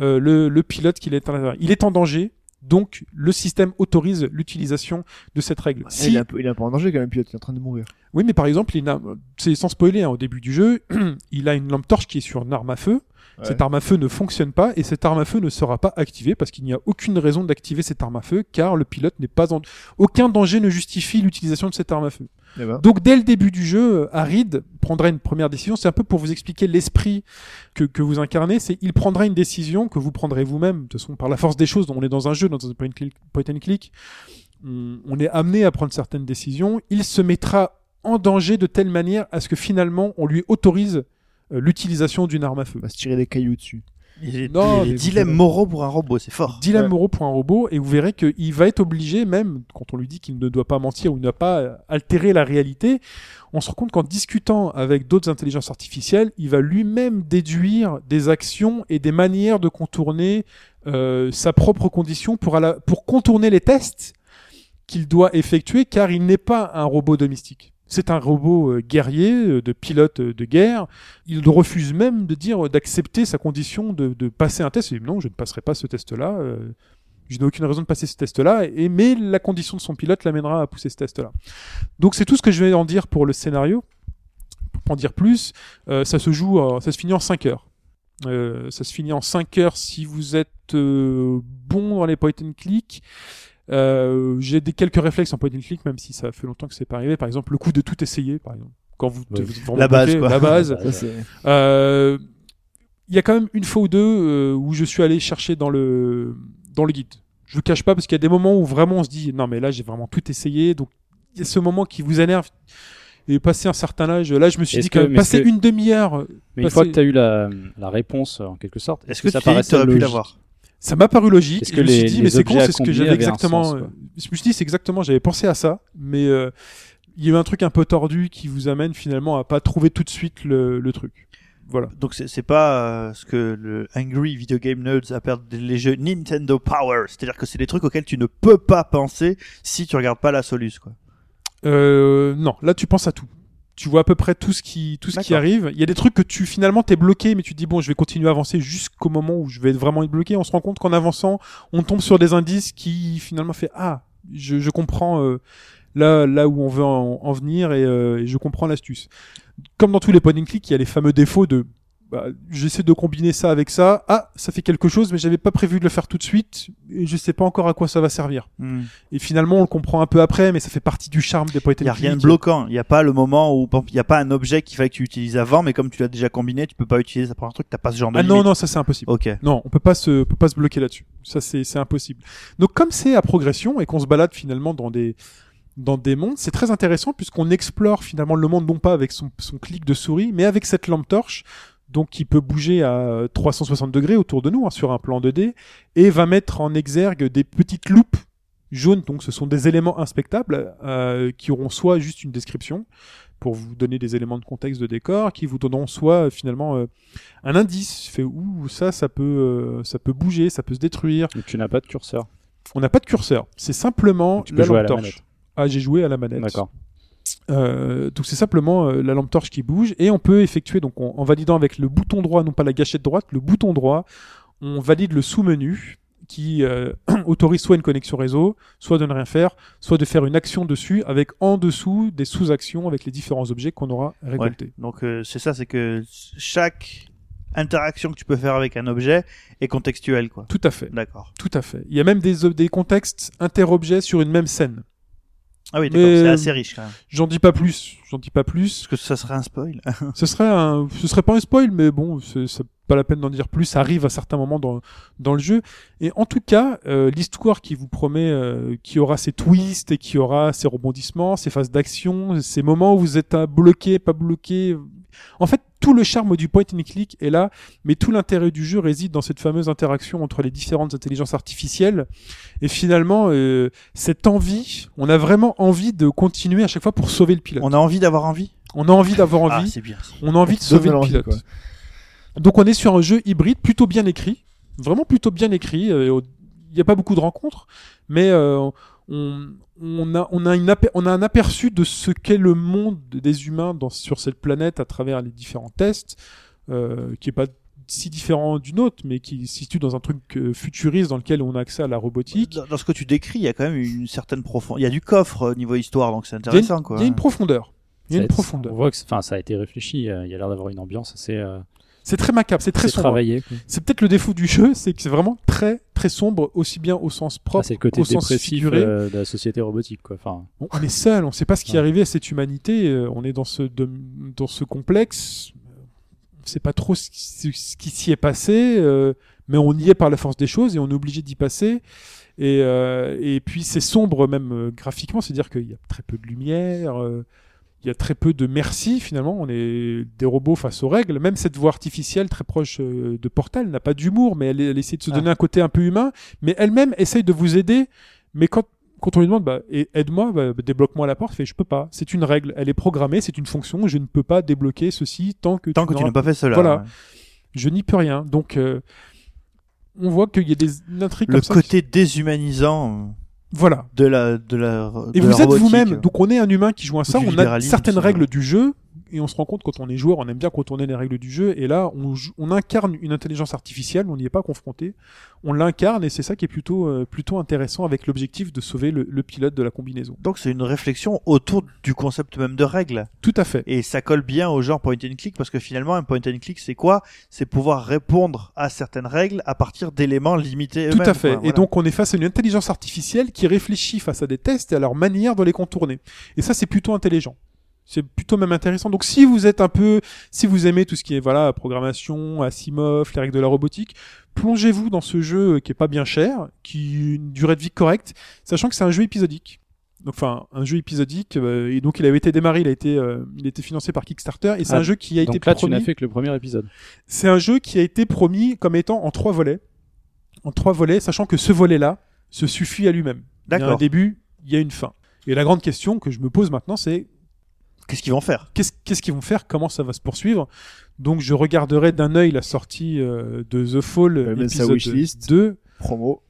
euh, le, le pilote qu'il est à l'intérieur. Il est en danger, donc le système autorise l'utilisation de cette règle. Ouais, Si- Il est un peu- il est un peu en danger quand même, pilote, il est en train de mourir. oui, mais par exemple, il a, c'est sans spoiler, hein, au début du jeu, il a une lampe torche qui est sur une arme à feu. Ouais. Cette arme à feu ne fonctionne pas et cette arme à feu ne sera pas activée parce qu'il n'y a aucune raison d'activer cette arme à feu car le pilote n'est pas en... Aucun danger ne justifie l'utilisation de cette arme à feu. Eh ben, D'accord. Donc dès le début du jeu, euh, Harid prendra une première décision. C'est un peu pour vous expliquer l'esprit que, que vous incarnez. C'est il prendra une décision que vous prendrez vous-même. De toute façon, par la force des choses, on est dans un jeu, dans un point and click. point and click. On, on est amené à prendre certaines décisions. Il se mettra en danger de telle manière à ce que finalement on lui autorise euh, l'utilisation d'une arme à feu. On va se tirer des cailloux dessus. Les, Non, les mais- dilemmes moraux pour un robot, c'est fort. Dylan Moreau pour un robot et vous verrez qu'il va être obligé même quand on lui dit qu'il ne doit pas mentir ou ne doit pas euh, altérer la réalité on se rend compte qu'en discutant avec d'autres intelligences artificielles il va lui-même déduire des actions et des manières de contourner euh, sa propre condition pour, alla- pour contourner les tests qu'il doit effectuer car il n'est pas un robot domestique c'est un robot euh, guerrier, euh, de pilote euh, de guerre. Il refuse même de dire, euh, d'accepter sa condition de, de passer un test. Il dit non, je ne passerai pas ce test-là. euh, je n'ai aucune raison de passer ce test-là. Et mais la condition de son pilote l'amènera à pousser ce test-là. Donc c'est tout ce que je vais en dire pour le scénario. Pour en dire plus, euh, ça se joue, en- ça se finit en 5 heures. Euh, ça se finit en 5 heures si vous êtes euh, bon dans les point and click. Euh, J'ai des quelques réflexes en point and click, même si ça fait longtemps que c'est pas arrivé. Par exemple, le coup de tout essayer, par exemple. Quand vous, Ouais. vous- vous La base, remontez, quoi. la base, Ça, c'est- euh, il y a quand même une fois ou deux euh, où je suis allé chercher dans le dans le guide. Je vous cache pas parce qu'il y a des moments où vraiment on se dit non mais là j'ai vraiment tout essayé donc il y a ce moment qui vous énerve et passé un certain âge là je me suis Est-ce dit quand que- même mais est-ce passer que- une demi-heure Mais une Parce fois que- que tu as eu la, la réponse, en quelque sorte, Est-ce que, ça tu paraissait aurais pu logique l'avoir ça m'a paru logique. Est-ce et que je me suis les- dit, les mais c'est con, objets à c'est ce que combiner j'avais avaient un exactement. euh, sens, quoi. je me suis dit, c'est exactement, j'avais pensé à ça, mais euh, il y a eu un truc un peu tordu qui vous amène finalement à pas trouver tout de suite le, le truc. Voilà. Donc c'est c'est pas euh, ce que le Angry Video Game Nerds appelle les jeux Nintendo Power, c'est-à-dire que c'est des trucs auxquels tu ne peux pas penser si tu regardes pas la soluce quoi. Euh, non, là tu penses à tout. Tu vois à peu près tout ce qui tout ce qui D'accord. arrive. Il y a des trucs que tu finalement t'es bloqué, mais tu te dis bon, je vais continuer à avancer jusqu'au moment où je vais vraiment être bloqué. On se rend compte qu'en avançant, on tombe sur des indices qui finalement fait ah, je, je comprends euh, là là où on veut en, en venir et, euh, et je comprends l'astuce. Comme dans tous les point and click, il y a les fameux défauts de bah, j'essaie de combiner ça avec ça. Ah, ça fait quelque chose, mais j'avais pas prévu de le faire tout de suite et je sais pas encore à quoi ça va servir. Et finalement, on le comprend un peu après, mais ça fait partie du charme des point and Il y a rien de click. bloquant, il y a pas le moment où par exemple, il y a pas un objet qu'il fallait que tu utilises avant, mais comme tu l'as déjà combiné, tu peux pas utiliser ça pour un truc, t'as pas ce genre de Ah non, limite. non, ça c'est impossible. Ok. Non, on peut pas se, peut pas se bloquer là-dessus. Ça c'est, c'est impossible. Donc comme c'est à progression et qu'on se balade finalement dans des, dans des mondes, c'est très intéressant puisqu'on explore finalement le monde non pas avec son, son clic de souris, mais avec cette lampe torche. Donc, qui peut bouger à 360 degrés autour de nous hein, sur un plan 2D et va mettre en exergue des petites loupes jaunes. Donc, ce sont des éléments inspectables euh, qui auront soit juste une description pour vous donner des éléments de contexte de décor, qui vous donneront soit euh, finalement euh, un indice fait ouh ça ça peut euh, ça peut bouger ça peut se détruire Donc, tu n'as pas de curseur. on n'a pas de curseur c'est simplement Tu peux la jouer à lampe la torche manette. ah j'ai joué à la manette D'accord. Euh, donc c'est simplement euh, la lampe torche qui bouge et on peut effectuer donc en, en validant avec le bouton droit non pas la gâchette droite le bouton droit on valide le sous-menu qui euh, autorise soit une connexion réseau, soit de ne rien faire, soit de faire une action dessus avec en dessous des sous-actions avec les différents objets qu'on aura récoltés. Donc euh, c'est ça, c'est que chaque interaction que tu peux faire avec un objet est contextuelle quoi. Tout à fait, D'accord. tout à fait. Il y a même des, ob- des contextes interobjets sur une même scène. Ah oui, d'accord, Mais- c'est assez riche quand même. J'en dis pas plus, j'en dis pas plus. Est-ce que ça serait un spoil Ce serait un, ce serait pas un spoil, mais bon, c'est c'est pas la peine d'en dire plus. Ça arrive à certains moments dans, dans le jeu. Et en tout cas, euh, l'histoire qui vous promet, euh, qui aura ses twists et qui aura ses rebondissements, ses phases d'action, ces moments où vous êtes euh, bloqué, pas bloqué. En fait, tout le charme du point and click est là, mais tout l'intérêt du jeu réside dans cette fameuse interaction entre les différentes intelligences artificielles. Et finalement, euh, cette envie, on a vraiment envie de continuer à chaque fois pour sauver le pilote. On a envie d'avoir envie On a envie d'avoir Ah, envie, c'est bien. ça. on a envie de Donne sauver le l'envie, pilote. quoi. Donc on est sur un jeu hybride plutôt bien écrit, vraiment plutôt bien écrit. euh, au- Il n'y a pas beaucoup de rencontres, mais euh, on, on a, on, a une apé- on a un aperçu de ce qu'est le monde des humains dans, sur cette planète à travers les différents tests, euh, qui est pas si différent d'une autre, mais qui se situe dans un truc euh, futuriste dans lequel on a accès à la robotique. Dans, dans ce que tu décris, il y a quand même une certaine profondeur. Il y a du coffre euh, niveau histoire, donc Il y c'est a une- intéressant quoi. Il y a une profondeur. Il y a Ça- une ça- profondeur. On voit que c'est- enfin, ça a été réfléchi. euh, Il y a l'air d'avoir une ambiance assez. euh, C'est très macabre, c'est très C'est sombre. travaillé. quoi. C'est peut-être le défaut du jeu, c'est que c'est vraiment très très sombre, aussi bien au sens Ah, propre c'est le côté qu'au sens dépressif figuré. euh, de la société robotique, quoi. Enfin, Bon, on est seul, on ne sait pas ce qui est Ouais. arrivé à cette humanité. euh, on est dans ce de- dans ce complexe. On ne sait pas trop ce qui, ce- ce qui s'y est passé, euh, mais on y est par la force des choses et on est obligé d'y passer. Et, euh, et puis c'est sombre même euh, graphiquement, c'est-à-dire qu'il y a très peu de lumière, euh, il y a très peu de merci finalement. On est des robots face aux règles. Même cette voix artificielle très proche euh, de Portal n'a pas d'humour, mais elle, elle essaie de se Ah. donner un côté un peu humain. Mais elle-même essaye de vous aider. Mais quand quand on lui demande bah, et- aide-moi, bah, bah, débloque-moi la porte, il fait je peux pas. C'est une règle, elle est programmée, c'est une fonction, je ne peux pas débloquer ceci tant que, Tant que tu n'auras- n'as pas fait cela. hein. Voilà. ouais. je n'y peux rien. Donc euh, on voit qu'il y a des une intrigue Le comme ça côté déshumanisant qui- Voilà. de la de la. Et de la vous êtes robotique. vous-même, donc on est un humain qui joue à ça, du on a libéralisme, certaines ça. règles du jeu, et on se rend compte quand on est joueur, on aime bien contourner les règles du jeu, et là on, jou- on incarne une intelligence artificielle, on n'y est pas confronté, on l'incarne, et c'est ça qui est plutôt, euh, plutôt intéressant avec l'objectif de sauver le- le pilote de la combinaison. Donc c'est une réflexion autour du concept même de règles. Tout à fait. Et ça colle bien au genre point and click parce que finalement un point and click c'est quoi C'est pouvoir répondre à certaines règles à partir d'éléments limités Tout eux-mêmes, à fait. euh, quoi, Et voilà. donc on est face à une intelligence artificielle qui réfléchit face à des tests et à leur manière de les contourner. Et ça c'est plutôt intelligent. C'est plutôt même intéressant. Donc si vous êtes un peu, si vous aimez tout ce qui est voilà programmation, Asimov, les règles de la robotique, plongez-vous dans ce jeu euh, qui est pas bien cher, qui a une durée de vie correcte, sachant que c'est un jeu épisodique. Donc, enfin, un jeu épisodique. euh, et donc il avait été démarré, il a été, euh, il a été financé par Kickstarter. Et c'est Ah, un jeu qui a été donc là, tu promis- Euh. n'as fait que le premier épisode. c'est un jeu qui a été promis comme étant en trois volets. En trois volets, sachant que ce volet-là se suffit à lui-même. Il y a un D'accord. début, il y a une fin. Et la grande question que je me pose maintenant, c'est Qu'est-ce qu'ils vont faire qu'est-ce qu'est-ce qu'ils vont faire Comment ça va se poursuivre Donc je regarderai d'un œil la sortie euh, de The Fall, Ouais, mais sa épisode wishlist. 2. Promo,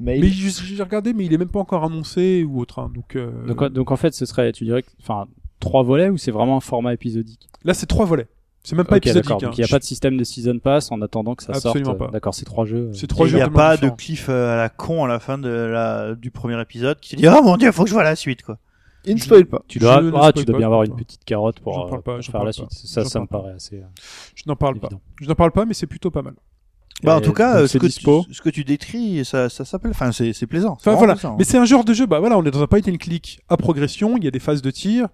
mail. Mais je- j'ai regardé, mais il est même pas encore annoncé ou autre. hein. Donc, euh, Donc, en- donc en fait, ce serait, tu dirais, que- enfin, trois volets ou c'est vraiment un format épisodique là, c'est trois volets. C'est même pas Ok, d'accord. épisodique. hein. Donc il n'y a pas de système de season pass en attendant que ça Absolument sorte. euh, pas. D'accord, c'est trois jeux. C'est euh, trois Et Il jeux n'y a totalement pas de différents. cliff euh, à la con à la fin de la, du premier épisode qui te dit oh mon dieu faut que je vois la suite quoi. Il ne spoil pas. Tu dois, Je ne ah, spoil tu pas, dois bien je avoir parle une pas. petite carotte J'en pour, euh, parle pas, pour j'en faire parle pas. la suite. Ça, J'en ça me parle paraît assez euh, Je n'en parle pas. évident. Je n'en parle pas, mais c'est plutôt pas mal. Bah, en Et tout cas donc, euh, ce c'est que, tu, dispo. ce que tu décris ça, ça s'appelle enfin c'est c'est plaisant. c'est Enfin vraiment voilà, plaisant. mais c'est un genre de jeu. Bah voilà, on est dans un point and click à progression. Il y a des phases de tir.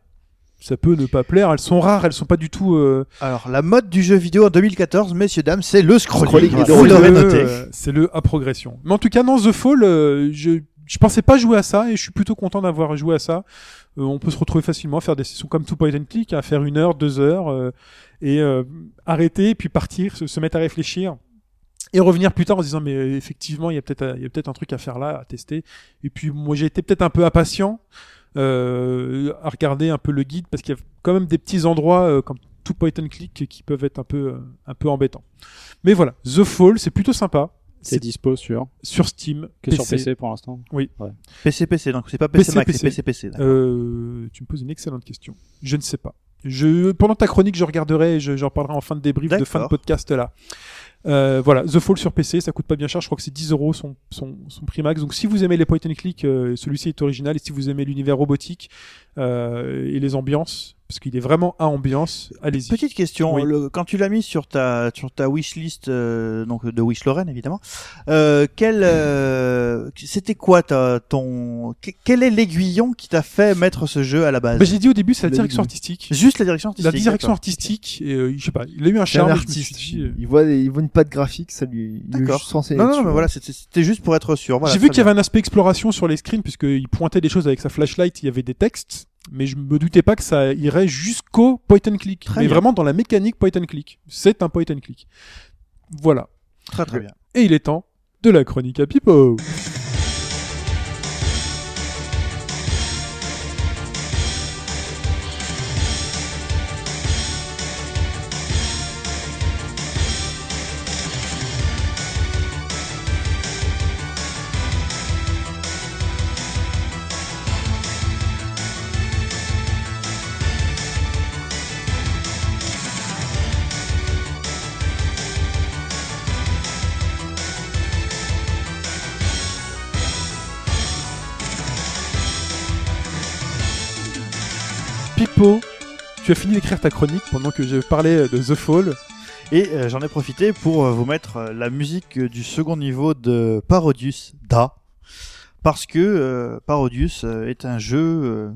Ça peut ne pas plaire. Elles sont rares. Elles sont pas du tout. euh, Alors la mode du jeu vidéo en 2014 messieurs dames c'est le scrolling. Scrolling, Vous et donc, l'aurez le- noté. euh, C'est le à progression. Mais en tout cas, dans The Fall, euh, je je pensais pas jouer à ça et je suis plutôt content d'avoir joué à ça. Euh, on peut se retrouver facilement, à faire des sessions comme tout point and click, à faire une heure, deux heures euh, et euh, arrêter, puis partir, se, se mettre à réfléchir et revenir plus tard en se disant mais euh, effectivement il y a peut-être il y a peut-être un truc à faire là, à tester. Et puis moi j'ai été peut-être un peu impatient euh, à regarder un peu le guide parce qu'il y a quand même des petits endroits euh, comme tout point and click qui peuvent être un peu euh, un peu embêtants. Mais voilà, The Fall c'est plutôt sympa. C'est dispo sur sur Steam, que sur PC pour l'instant. PC PC donc c'est pas PC, PC, Mac c'est PC. PC PC. d'accord. Euh, tu me poses une excellente question. Je ne sais pas. Je, pendant ta chronique, je regarderai et je- j'en parlerai en fin de débrief de D'accord. fin de podcast là. Euh, voilà, The Fall sur PC, ça coûte pas bien cher, je crois que c'est 10 euros son, son, son prix max. Donc si vous aimez les point and click, euh, celui-ci est original et si vous aimez l'univers robotique euh, et les ambiances, parce qu'il est vraiment à ambiance, allez-y. Petite question, Oui. le- quand tu l'as mis sur ta sur ta wishlist euh, donc de Wish Lorraine évidemment, euh, quel euh, c'était quoi ta, ton que- quel est l'aiguillon qui t'a fait mettre ce jeu à la base Bah, J'ai dit au début, c'est la La direction ligne. artistique. Juste la direction artistique. La direction d'accord. artistique, et, euh, je sais pas, il a eu un C'est un charme. et je me suis artiste. dit, euh, Il voit, des- il voit une patte graphique, ça lui. Il est D'accord. juste censé. Non non, non, mais voilà c'était- c'était juste pour être sûr. Voilà, J'ai vu très qu'il y avait un aspect exploration sur les screens, puisqu'il pointait des choses avec sa flashlight, il y avait des textes, mais je me doutais pas que ça irait jusqu'au point and click. Très mais bien. vraiment dans la mécanique point and click. C'est un point and click. Voilà. bien. très très bien. Et il est temps de la chronique à Pipo. Pipo, tu as fini d'écrire ta chronique pendant que je parlais de The Fall. Et euh, j'en ai profité pour euh, vous mettre euh, la musique euh, du second niveau de Parodius Da. Parce que euh, Parodius euh, est un jeu euh,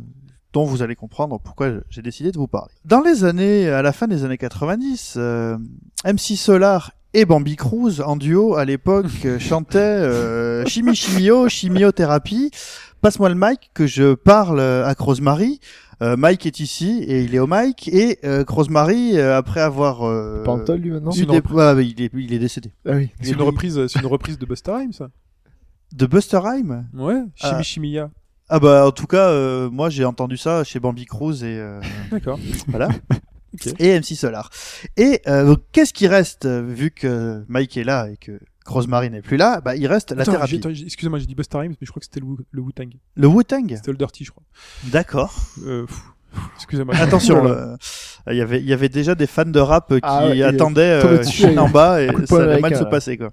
dont vous allez comprendre pourquoi j'ai décidé de vous parler. Dans les années, à la fin des années 90, euh, MC Solar et Bambi Cruz en duo à l'époque euh, chantaient euh, Chimie Chimio, Chimiothérapie. Passe-moi le mic que je parle euh, à Rosemary. Euh, Mike est ici et il est au mic et euh, Rosemary euh, après avoir euh, Pantol, lui, maintenant eu sinon- des- ouais, ouais, il, est, il est décédé. Ah oui. C'est une reprise, c'est une reprise de Busta Rhymes, ça. De Buster Rhyme Ouais. Ah. Chimi Chimia. Ah bah en tout cas, euh, moi j'ai entendu ça chez Bambi Cruz et, euh, D'accord. et MC Solar. Et euh, donc, qu'est-ce qui reste euh, vu que Mike est là et que Rosemary n'est plus là Bah il reste la Attends, j'ai- thérapie. attends, j'ai- Excusez-moi, j'ai dit Busta Rhymes, mais je crois que c'était le, Wu- le Wu-Tang. Le Wu-Tang C'était le Dirty, je crois. D'accord. Euh, pff, pff, excusez-moi. Attention, Oula. euh, il y avait il y avait déjà des fans de rap qui Ah ouais, et, euh, attendaient tomber euh, dessus Chine avec- en bas et coupe ça allait américain, mal se là. passer quoi.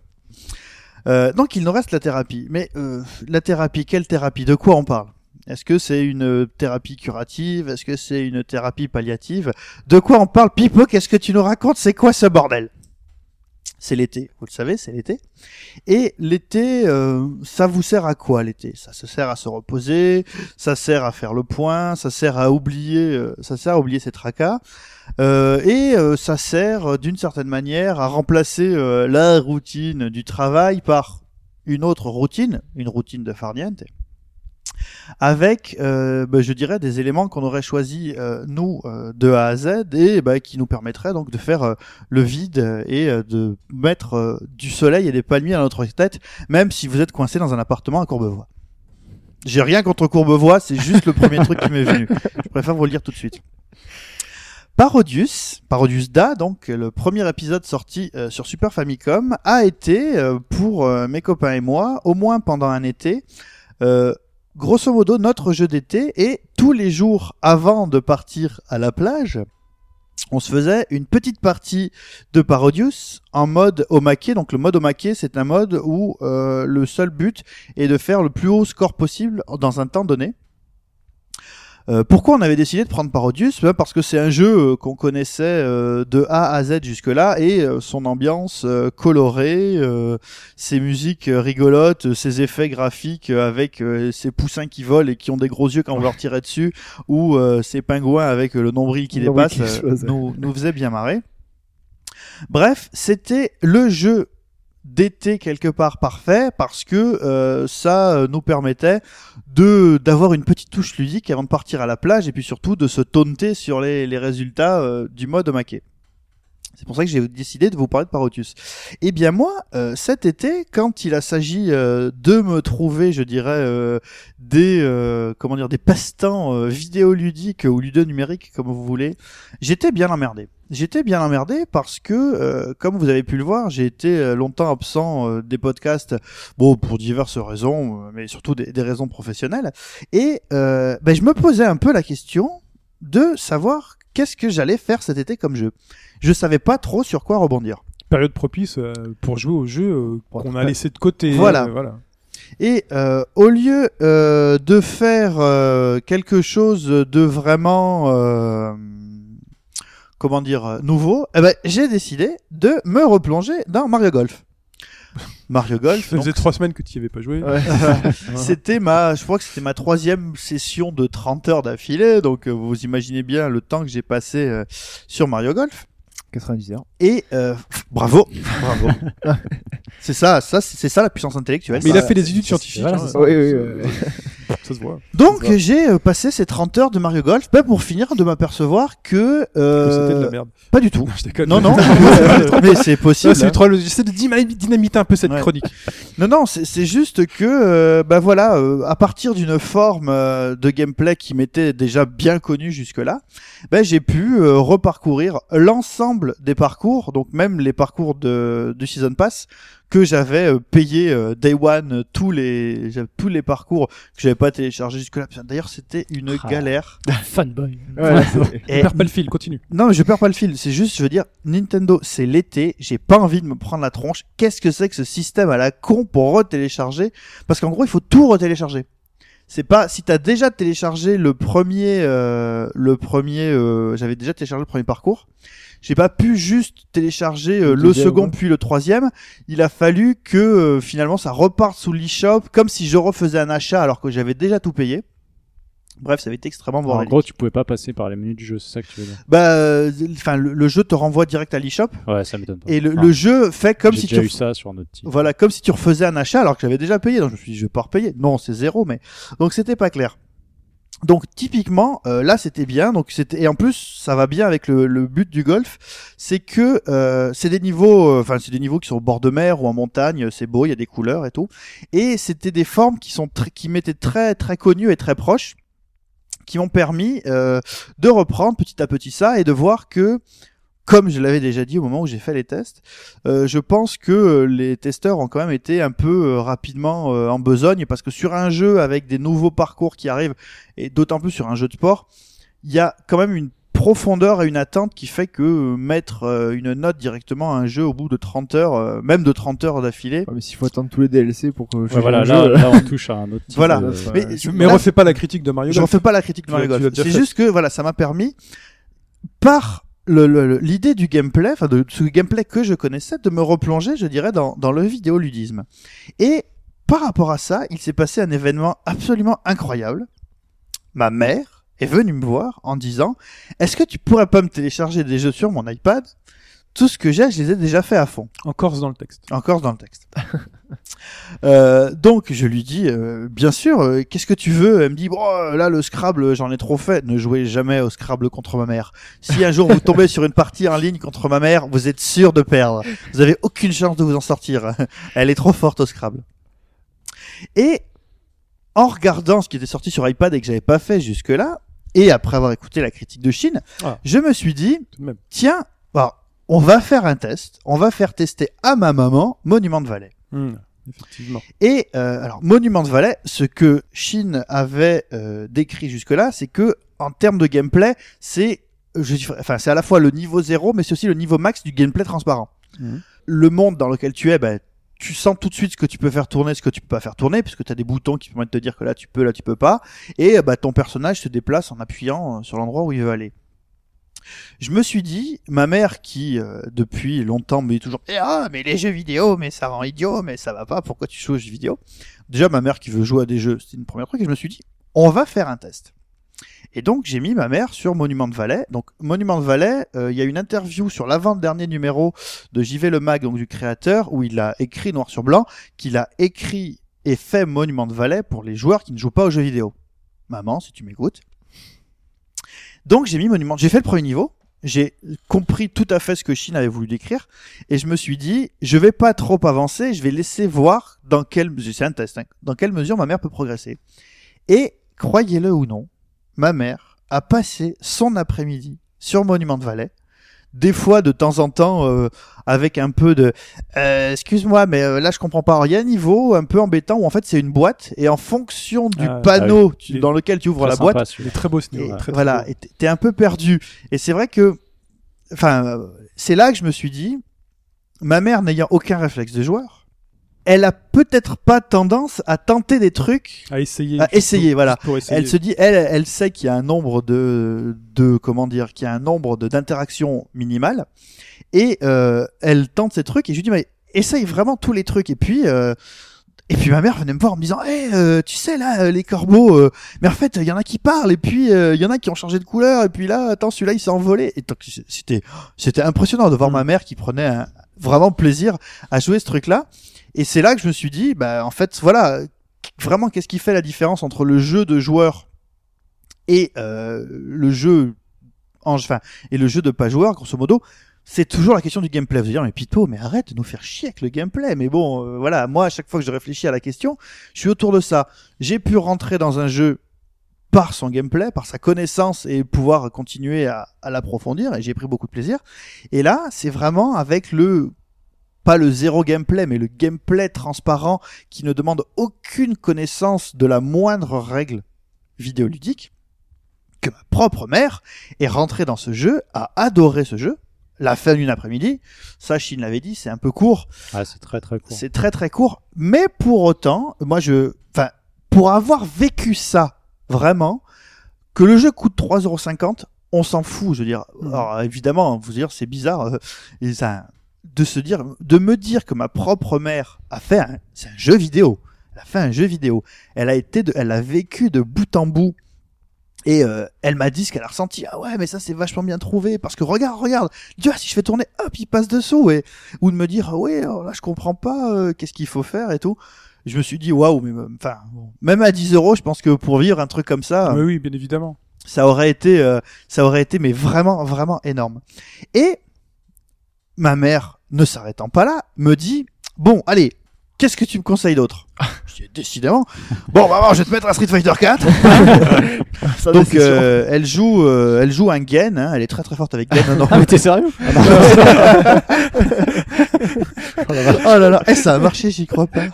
Euh, donc il nous reste la thérapie. Mais euh, la thérapie, quelle thérapie De quoi on parle Est-ce que c'est une euh, thérapie curative Est-ce que c'est une thérapie palliative De quoi on parle Pipo, qu'est-ce que tu nous racontes C'est quoi ce bordel C'est l'été, vous le savez, c'est l'été. Et l'été, euh, ça vous sert à quoi l'été Ça se sert à se reposer, ça sert à faire le point, ça sert à oublier, euh, ça sert à oublier ses tracas, Euh, et euh, ça sert euh, d'une certaine manière à remplacer euh, la routine du travail par une autre routine, une routine de farniente, avec, euh, bah, je dirais, des éléments qu'on aurait choisi euh, nous euh, de A à Z et bah, qui nous permettraient donc de faire euh, le vide euh, et euh, de mettre euh, du soleil et des palmiers dans notre tête, même si vous êtes coincé dans un appartement à Courbevoie. J'ai rien contre Courbevoie, c'est juste le premier truc qui m'est venu. Je préfère vous le dire tout de suite. Parodius, Parodius Da, donc euh, le premier épisode sorti euh, sur Super Famicom, a été euh, pour euh, mes copains et moi, au moins pendant un été, euh, grosso modo notre jeu d'été. Et tous les jours avant de partir à la plage, on se faisait une petite partie de Parodius en mode au maquet. Donc le mode au maquet, c'est un mode où euh, le seul but est de faire le plus haut score possible dans un temps donné. Euh, pourquoi on avait décidé de prendre Parodius Ben, Parce que c'est un jeu euh, qu'on connaissait euh, de A à Z jusque-là et euh, son ambiance euh, colorée, euh, ses musiques euh, rigolotes, euh, ses effets graphiques euh, avec euh, ses poussins qui volent et qui ont des gros yeux quand on leur tirait dessus ou euh, ses pingouins avec euh, le nombril qui Le nombril dépasse qui euh, explose. nous, nous faisait bien marrer. Bref, c'était le jeu d'été quelque part parfait parce que euh, ça euh, nous permettait de d'avoir une petite touche ludique avant de partir à la plage et puis surtout de se taunter sur les, les résultats euh, du mode au maquet. C'est pour ça que j'ai décidé de vous parler de Parotius. Eh bien moi, euh, cet été, quand il a s'agi euh, de me trouver, je dirais, euh, des euh, comment dire, des passe-temps euh, vidéoludiques ou ludonumériques, comme vous voulez, j'étais bien emmerdé. J'étais bien emmerdé parce que, euh, comme vous avez pu le voir, j'ai été euh, longtemps absent euh, des podcasts bon pour diverses raisons euh, mais surtout des, des raisons professionnelles et euh, ben, je me posais un peu la question de savoir qu'est-ce que j'allais faire cet été comme jeu je savais pas trop sur quoi rebondir Période propice euh, pour jouer au jeu euh, qu'on a laissé de côté. Voilà. Euh, voilà. et euh, au lieu euh, de faire euh, quelque chose de vraiment euh, comment dire euh, nouveau eh ben, j'ai décidé de me replonger dans Mario Golf Mario Golf Ça donc, faisait trois semaines que tu n'y avais pas joué. Ouais. Uh-huh. C'était ma, je crois que c'était ma troisième session de 30 heures d'affilée, donc euh, vous imaginez bien le temps que j'ai passé euh, sur Mario Golf. 90 heures. Et euh, bravo, bravo. c'est ça, ça, c'est ça la puissance intellectuelle. Mais il ça. a fait des études scientifiques. voilà, hein. c'est Oui, oui, oui. Ça se voit. Donc ça. j'ai euh, passé ces 30 heures de Mario Golf, pas pour finir de m'apercevoir que, Que euh, C'était de la merde. pas du tout. Non, je déconne. Non non, mais c'est possible. Ah, c'est hein. trop- J'essaie de dynam- dynamiter un peu cette Ouais. chronique. Non, non, c'est c'est juste que, euh, bah voilà, euh, à partir d'une forme euh, de gameplay qui m'était déjà bien connue jusque-là, bah, j'ai pu euh, reparcourir l'ensemble des parcours, donc même les parcours de, du Season Pass que j'avais euh, payé euh, Day One, euh, tous les j'avais- tous les parcours que j'avais pas téléchargé jusque-là. Putain, D'ailleurs, c'était une Ah. galère. Fanboy. Voilà, c'est- On Et- perd pas le fil, continue. non, mais je perds pas le fil. C'est juste, je veux dire, Nintendo, c'est l'été. J'ai pas envie de me prendre la tronche. Qu'est-ce que c'est que ce système à la con pour retélécharger Parce qu'en gros, il faut tout retélécharger. C'est pas si t'as déjà téléchargé le premier, euh, le premier. euh, J'avais déjà téléchargé le premier parcours. J'ai pas pu juste télécharger euh, Le le, deuxième, second ouais. puis le troisième. Il a fallu que euh, finalement ça reparte sous l'eShop comme si je refaisais un achat alors que j'avais déjà tout payé. Bref, ça avait été extrêmement En bordélique. gros, tu pouvais pas passer par les menus du jeu, c'est ça que tu veux dire. Bah, euh, enfin, le, le jeu te renvoie direct à l'eShop Ouais, ça m'étonne pas. et le, Enfin, le jeu fait comme Ah. j'ai si tu déjà eu ref- ça sur notre titre. voilà, comme si tu refaisais un achat alors que j'avais déjà payé. Donc je me suis dit, je vais pas repayer. Non, c'est zéro, mais donc c'était pas clair. Donc typiquement, euh, là c'était bien. Donc c'était et en plus ça va bien avec le, le but du golf, c'est que euh, c'est des niveaux, euh, enfin c'est des niveaux qui sont au bord de mer ou en montagne. C'est beau, il y a des couleurs et tout. Et c'était des formes qui sont tr- qui m'étaient très très connues et très proches, qui m'ont permis euh, de reprendre petit à petit ça et de voir que comme je l'avais déjà dit au moment où j'ai fait les tests, euh, je pense que euh, les testeurs ont quand même été un peu euh, rapidement euh, en besogne parce que sur un jeu avec des nouveaux parcours qui arrivent et d'autant plus sur un jeu de sport, il y a quand même une profondeur et une attente qui fait que euh, mettre euh, une note directement à un jeu au bout de 30 heures, euh, même de 30 heures d'affilée. Ouais, Ah, mais s'il faut attendre tous les DLC pour que je Ouais, voilà, là, là, on touche à un autre type euh, Voilà. de- Ouais. Mais, Mais là, refais pas la critique de Mario je Golf. refais pas la critique de Tu l'as- Mario tu Golf. l'as déjà C'est fait. juste que voilà, ça m'a permis par le- le- le- l'idée du gameplay, enfin de ce gameplay que je connaissais, de me replonger, je dirais, dans, dans le vidéoludisme. Et par rapport à ça, il s'est passé un événement absolument incroyable. Ma mère est venue me voir en disant Est-ce que tu pourrais pas me télécharger des jeux sur mon iPad Tout ce que j'ai, je les ai déjà fait à fond. En Corse dans le texte. En Corse dans le texte. Euh, donc je lui dis euh, bien sûr euh, qu'est-ce que tu veux elle me dit bon euh, là le Scrabble euh, j'en ai trop fait ne jouez jamais au Scrabble contre ma mère si un jour vous tombez sur une partie en ligne contre ma mère vous êtes sûr de perdre vous avez aucune chance de vous en sortir elle est trop forte au Scrabble et en regardant ce qui était sorti sur iPad et que j'avais pas fait jusque là et après avoir écouté la critique de Chine Ah. je me suis dit Tout de même. tiens, alors, on va faire un test. On va faire tester à ma maman Monument de Valais. Hmm, effectivement. Et euh, alors, Monument de Valais, ce que Shin avait euh, décrit jusque-là, c'est que en termes de gameplay, c'est je dirais- enfin c'est à la fois le niveau zéro, mais c'est aussi le niveau max du gameplay transparent. Mhm. Le monde dans lequel tu es, ben tu sens tout de suite ce que tu peux faire tourner, ce que tu peux pas faire tourner, puisque tu as des boutons qui permettent de te dire que là tu peux, là tu peux pas, et euh, bah, ton personnage se déplace en appuyant euh, sur l'endroit où il veut aller. Je me suis dit, ma mère qui euh, depuis longtemps me dit toujours, eh, ah mais les jeux vidéo, mais ça rend idiot, mais ça va pas, pourquoi tu joues aux jeux vidéo Déjà ma mère qui veut jouer à des jeux, c'était une première truc, et je me suis dit, on va faire un test. Et donc j'ai mis ma mère sur Monument de Valais. Donc Monument de Valais, euh, il y a une interview sur l'avant-dernier numéro de JV Le Mag, donc du créateur, où il a écrit noir sur blanc qu'il a écrit et fait Monument de Valais pour les joueurs qui ne jouent pas aux jeux vidéo. Maman, si tu m'écoutes. Donc j'ai mis Monument, j'ai fait le premier niveau, j'ai compris tout à fait ce que Shin avait voulu décrire, et je me suis dit, je vais pas trop avancer, je vais laisser voir dans quelle mesure, c'est un test, hein, dans quelle mesure ma mère peut progresser. Et croyez-le ou non, ma mère a passé son après-midi sur Monument de Valais, des fois de temps en temps euh, avec un peu de euh, excuse-moi mais euh, là je comprends pas. Alors, Il y a un niveau un peu embêtant où en fait c'est une boîte et en fonction du Ah, panneau tu- Il est dans lequel tu ouvres Très la sympa, boîte, Il est celui-là. très beau ce et niveau. Très, très voilà, beau. et t'es- t'es un peu perdu. Et c'est vrai que, enfin, euh, c'est là que je me suis dit, ma mère n'ayant aucun réflexe de joueur, elle a peut-être pas tendance à tenter des trucs. À essayer. À juste essayer, pour- voilà. juste Pour essayer. Elle se dit, elle, elle sait qu'il y a un nombre de, de comment dire, qu'il y a un nombre de d'interactions minimales, et euh, elle tente ces trucs. Et je lui dis, mais essaye vraiment tous les trucs. Et puis, euh, et puis ma mère venait me voir en me disant, Eh, euh, tu sais là, euh, les corbeaux, euh, mais en fait, il y en a qui parlent, et puis euh, il y en a qui ont changé de couleur, et puis là, attends, celui-là, il s'est envolé. Et donc, c'était, c'était impressionnant de voir Mm. ma mère qui prenait un- vraiment plaisir à jouer ce truc-là. Et c'est là que je me suis dit, bah, en fait, voilà, vraiment, qu'est-ce qui fait la différence entre le jeu de joueur et euh, le jeu, en- enfin, et le jeu de pas joueur, grosso modo? C'est toujours la question du gameplay. Vous allez dire, mais Pito, mais arrête de nous faire chier avec le gameplay. Mais bon, euh, voilà, moi, à chaque fois que je réfléchis à la question, je suis autour de ça. J'ai pu rentrer dans un jeu par son gameplay, par sa connaissance et pouvoir continuer à, à l'approfondir et j'ai pris beaucoup de plaisir. Et là, c'est vraiment avec le pas le zéro gameplay, mais le gameplay transparent qui ne demande aucune connaissance de la moindre règle vidéoludique que ma propre mère est rentrée dans ce jeu, a adoré ce jeu. La fin d'une après-midi, ça, Chine l'avait dit, c'est un peu court, Ah, c'est très très court. c'est très très court, mais pour autant, moi je, enfin, pour avoir vécu ça vraiment, que le jeu coûte 3,50€, on s'en fout. Je veux dire, alors évidemment, vous dire, c'est bizarre euh, et ça, de se dire, de me dire que ma propre mère a fait un, c'est un jeu vidéo. Elle a fait un jeu vidéo. Elle a été, de, elle a vécu de bout en bout. Et euh, elle m'a dit ce qu'elle a ressenti. Ah ouais, mais ça c'est vachement bien trouvé parce que regarde, regarde. Tu vois, si je fais tourner, hop, il passe dessous. Et ou de me dire, ah ouais, alors là je comprends pas, euh, qu'est-ce qu'il faut faire et tout. Je me suis dit, waouh, mais euh, enfin, bon, même à 10 euros, je pense que pour vivre un truc comme ça, Mais oui, bien évidemment. ça aurait été euh, ça aurait été mais vraiment vraiment énorme et ma mère ne s'arrêtant pas là me dit bon allez qu'est-ce que tu me conseilles d'autre je dis décidément bon bah, bon, je vais te mettre à Street Fighter 4 Ça, donc c'est sûr. euh, elle joue euh, elle joue un Gen hein, elle est très très forte avec Gen non, non. Ah, mais t'es sérieux oh là là eh, ça a marché j'y crois pas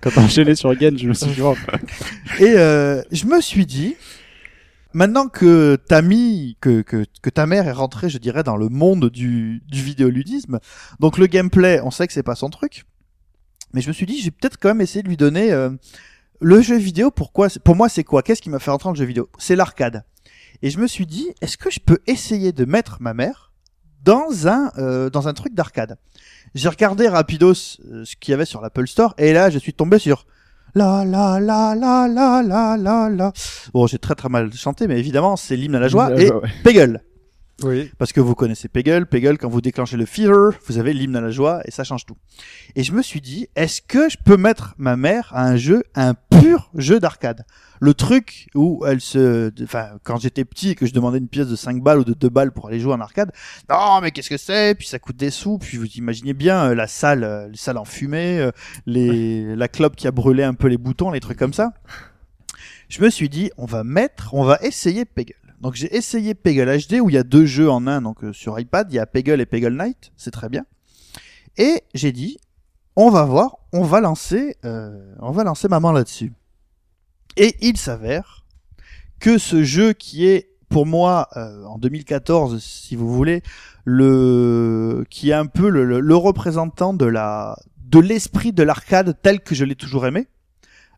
Quand t'as enchaîné sur Gain, je me suis dit, oh, Et euh, je me suis dit, maintenant que t'as mis, que, que, que ta mère est rentrée, je dirais, dans le monde du, du vidéoludisme, donc le gameplay, on sait que c'est pas son truc, mais je me suis dit, j'ai peut-être quand même essayé de lui donner euh, le jeu vidéo, pourquoi, c'est- pour moi c'est quoi Qu'est-ce qui m'a fait rentrer dans le jeu vidéo C'est l'arcade. Et je me suis dit, est-ce que je peux essayer de mettre ma mère dans un, euh, dans un truc d'arcade J'ai regardé rapidos euh, ce qu'il y avait sur l'Apple Store, et là je suis tombé sur la la la la la la la la. Bon, j'ai très très mal chanté, mais évidemment, c'est l'hymne à la joie Ah, et ouais, ouais. Peggle. Oui. Parce que vous connaissez Peggle. Peggle, quand vous déclenchez le Fever, vous avez l'hymne à la joie et ça change tout. Et je me suis dit, est-ce que je peux mettre ma mère à un jeu, à un pur jeu d'arcade Le truc où elle se. Enfin, quand j'étais petit et que je demandais une pièce de 5 balles ou de 2 balles pour aller jouer en arcade, non, mais qu'est-ce que c'est Puis ça coûte des sous. Puis vous imaginez bien euh, la salle, euh, les salles en fumée, euh, les, la clope qui a brûlé un peu les boutons, les trucs comme ça. Je me suis dit, on va mettre, on va essayer Peggle. Donc j'ai essayé Peggle HD où il y a deux jeux en un, donc euh, sur iPad, il y a Peggle et Peggle Night, c'est très bien. Et j'ai dit, on va voir, on va lancer, euh, on va lancer maman là-dessus. Et il s'avère que ce jeu qui est pour moi euh, en 2014, si vous voulez, le qui est un peu le, le- le représentant de la de l'esprit de l'arcade tel que je l'ai toujours aimé,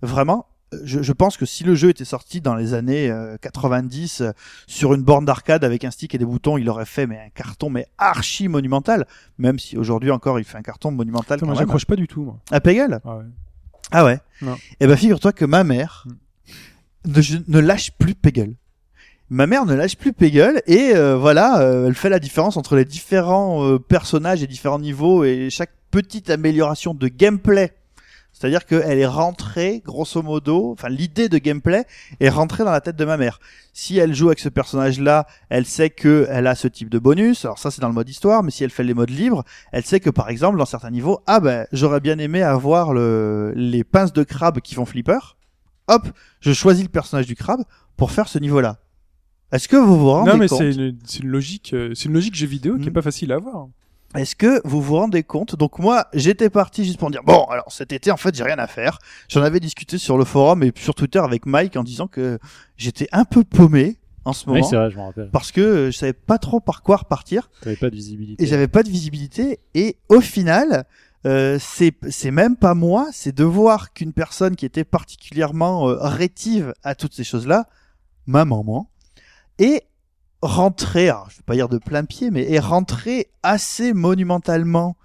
vraiment. euh, Je, je pense que si le jeu était sorti dans les années euh, 90 euh, sur une borne d'arcade avec un stick et des boutons, il aurait fait mais un carton mais archi monumental. Même si aujourd'hui encore il fait un carton monumental. Putain, moi, quand même. hein. j'accroche pas du tout, moi. À Peggle Ah ouais. ah ouais Non. Eh ben figure-toi que ma mère ne, je- ne lâche plus Peggle. Ma mère ne lâche plus Peggle et euh, voilà, euh, elle fait la différence entre les différents euh, personnages et différents niveaux et chaque petite amélioration de gameplay. C'est-à-dire qu'elle est rentrée, grosso modo, enfin l'idée de gameplay est rentrée dans la tête de ma mère. Si elle joue avec ce personnage-là, elle sait que elle a ce type de bonus. Alors ça c'est dans le mode histoire, mais si elle fait les modes libres, elle sait que par exemple dans certains niveaux ah ben j'aurais bien aimé avoir le, les pinces de crabe qui font flipper hop je choisis le personnage du crabe pour faire ce niveau là est-ce que vous vous rendez Non, mais compte c'est une, c'est une logique, euh, c'est une logique jeu vidéo qui est Mm. pas facile à avoir. Est-ce que vous vous rendez compte Donc moi, j'étais parti juste pour me dire bon, alors cet été en fait, j'ai rien à faire. J'en avais discuté sur le forum et sur Twitter avec Mike en disant que j'étais un peu paumé en ce oui, moment c'est vrai, je me rappelle. parce que euh, je savais pas trop par quoi repartir. T'avais pas de visibilité. et j'avais pas de visibilité et au final euh, c'est c'est même pas moi c'est de voir qu'une personne qui était particulièrement euh, rétive à toutes ces choses là ma maman est rentrée alors, je vais pas dire de plein pied mais est rentrée assez monumentalement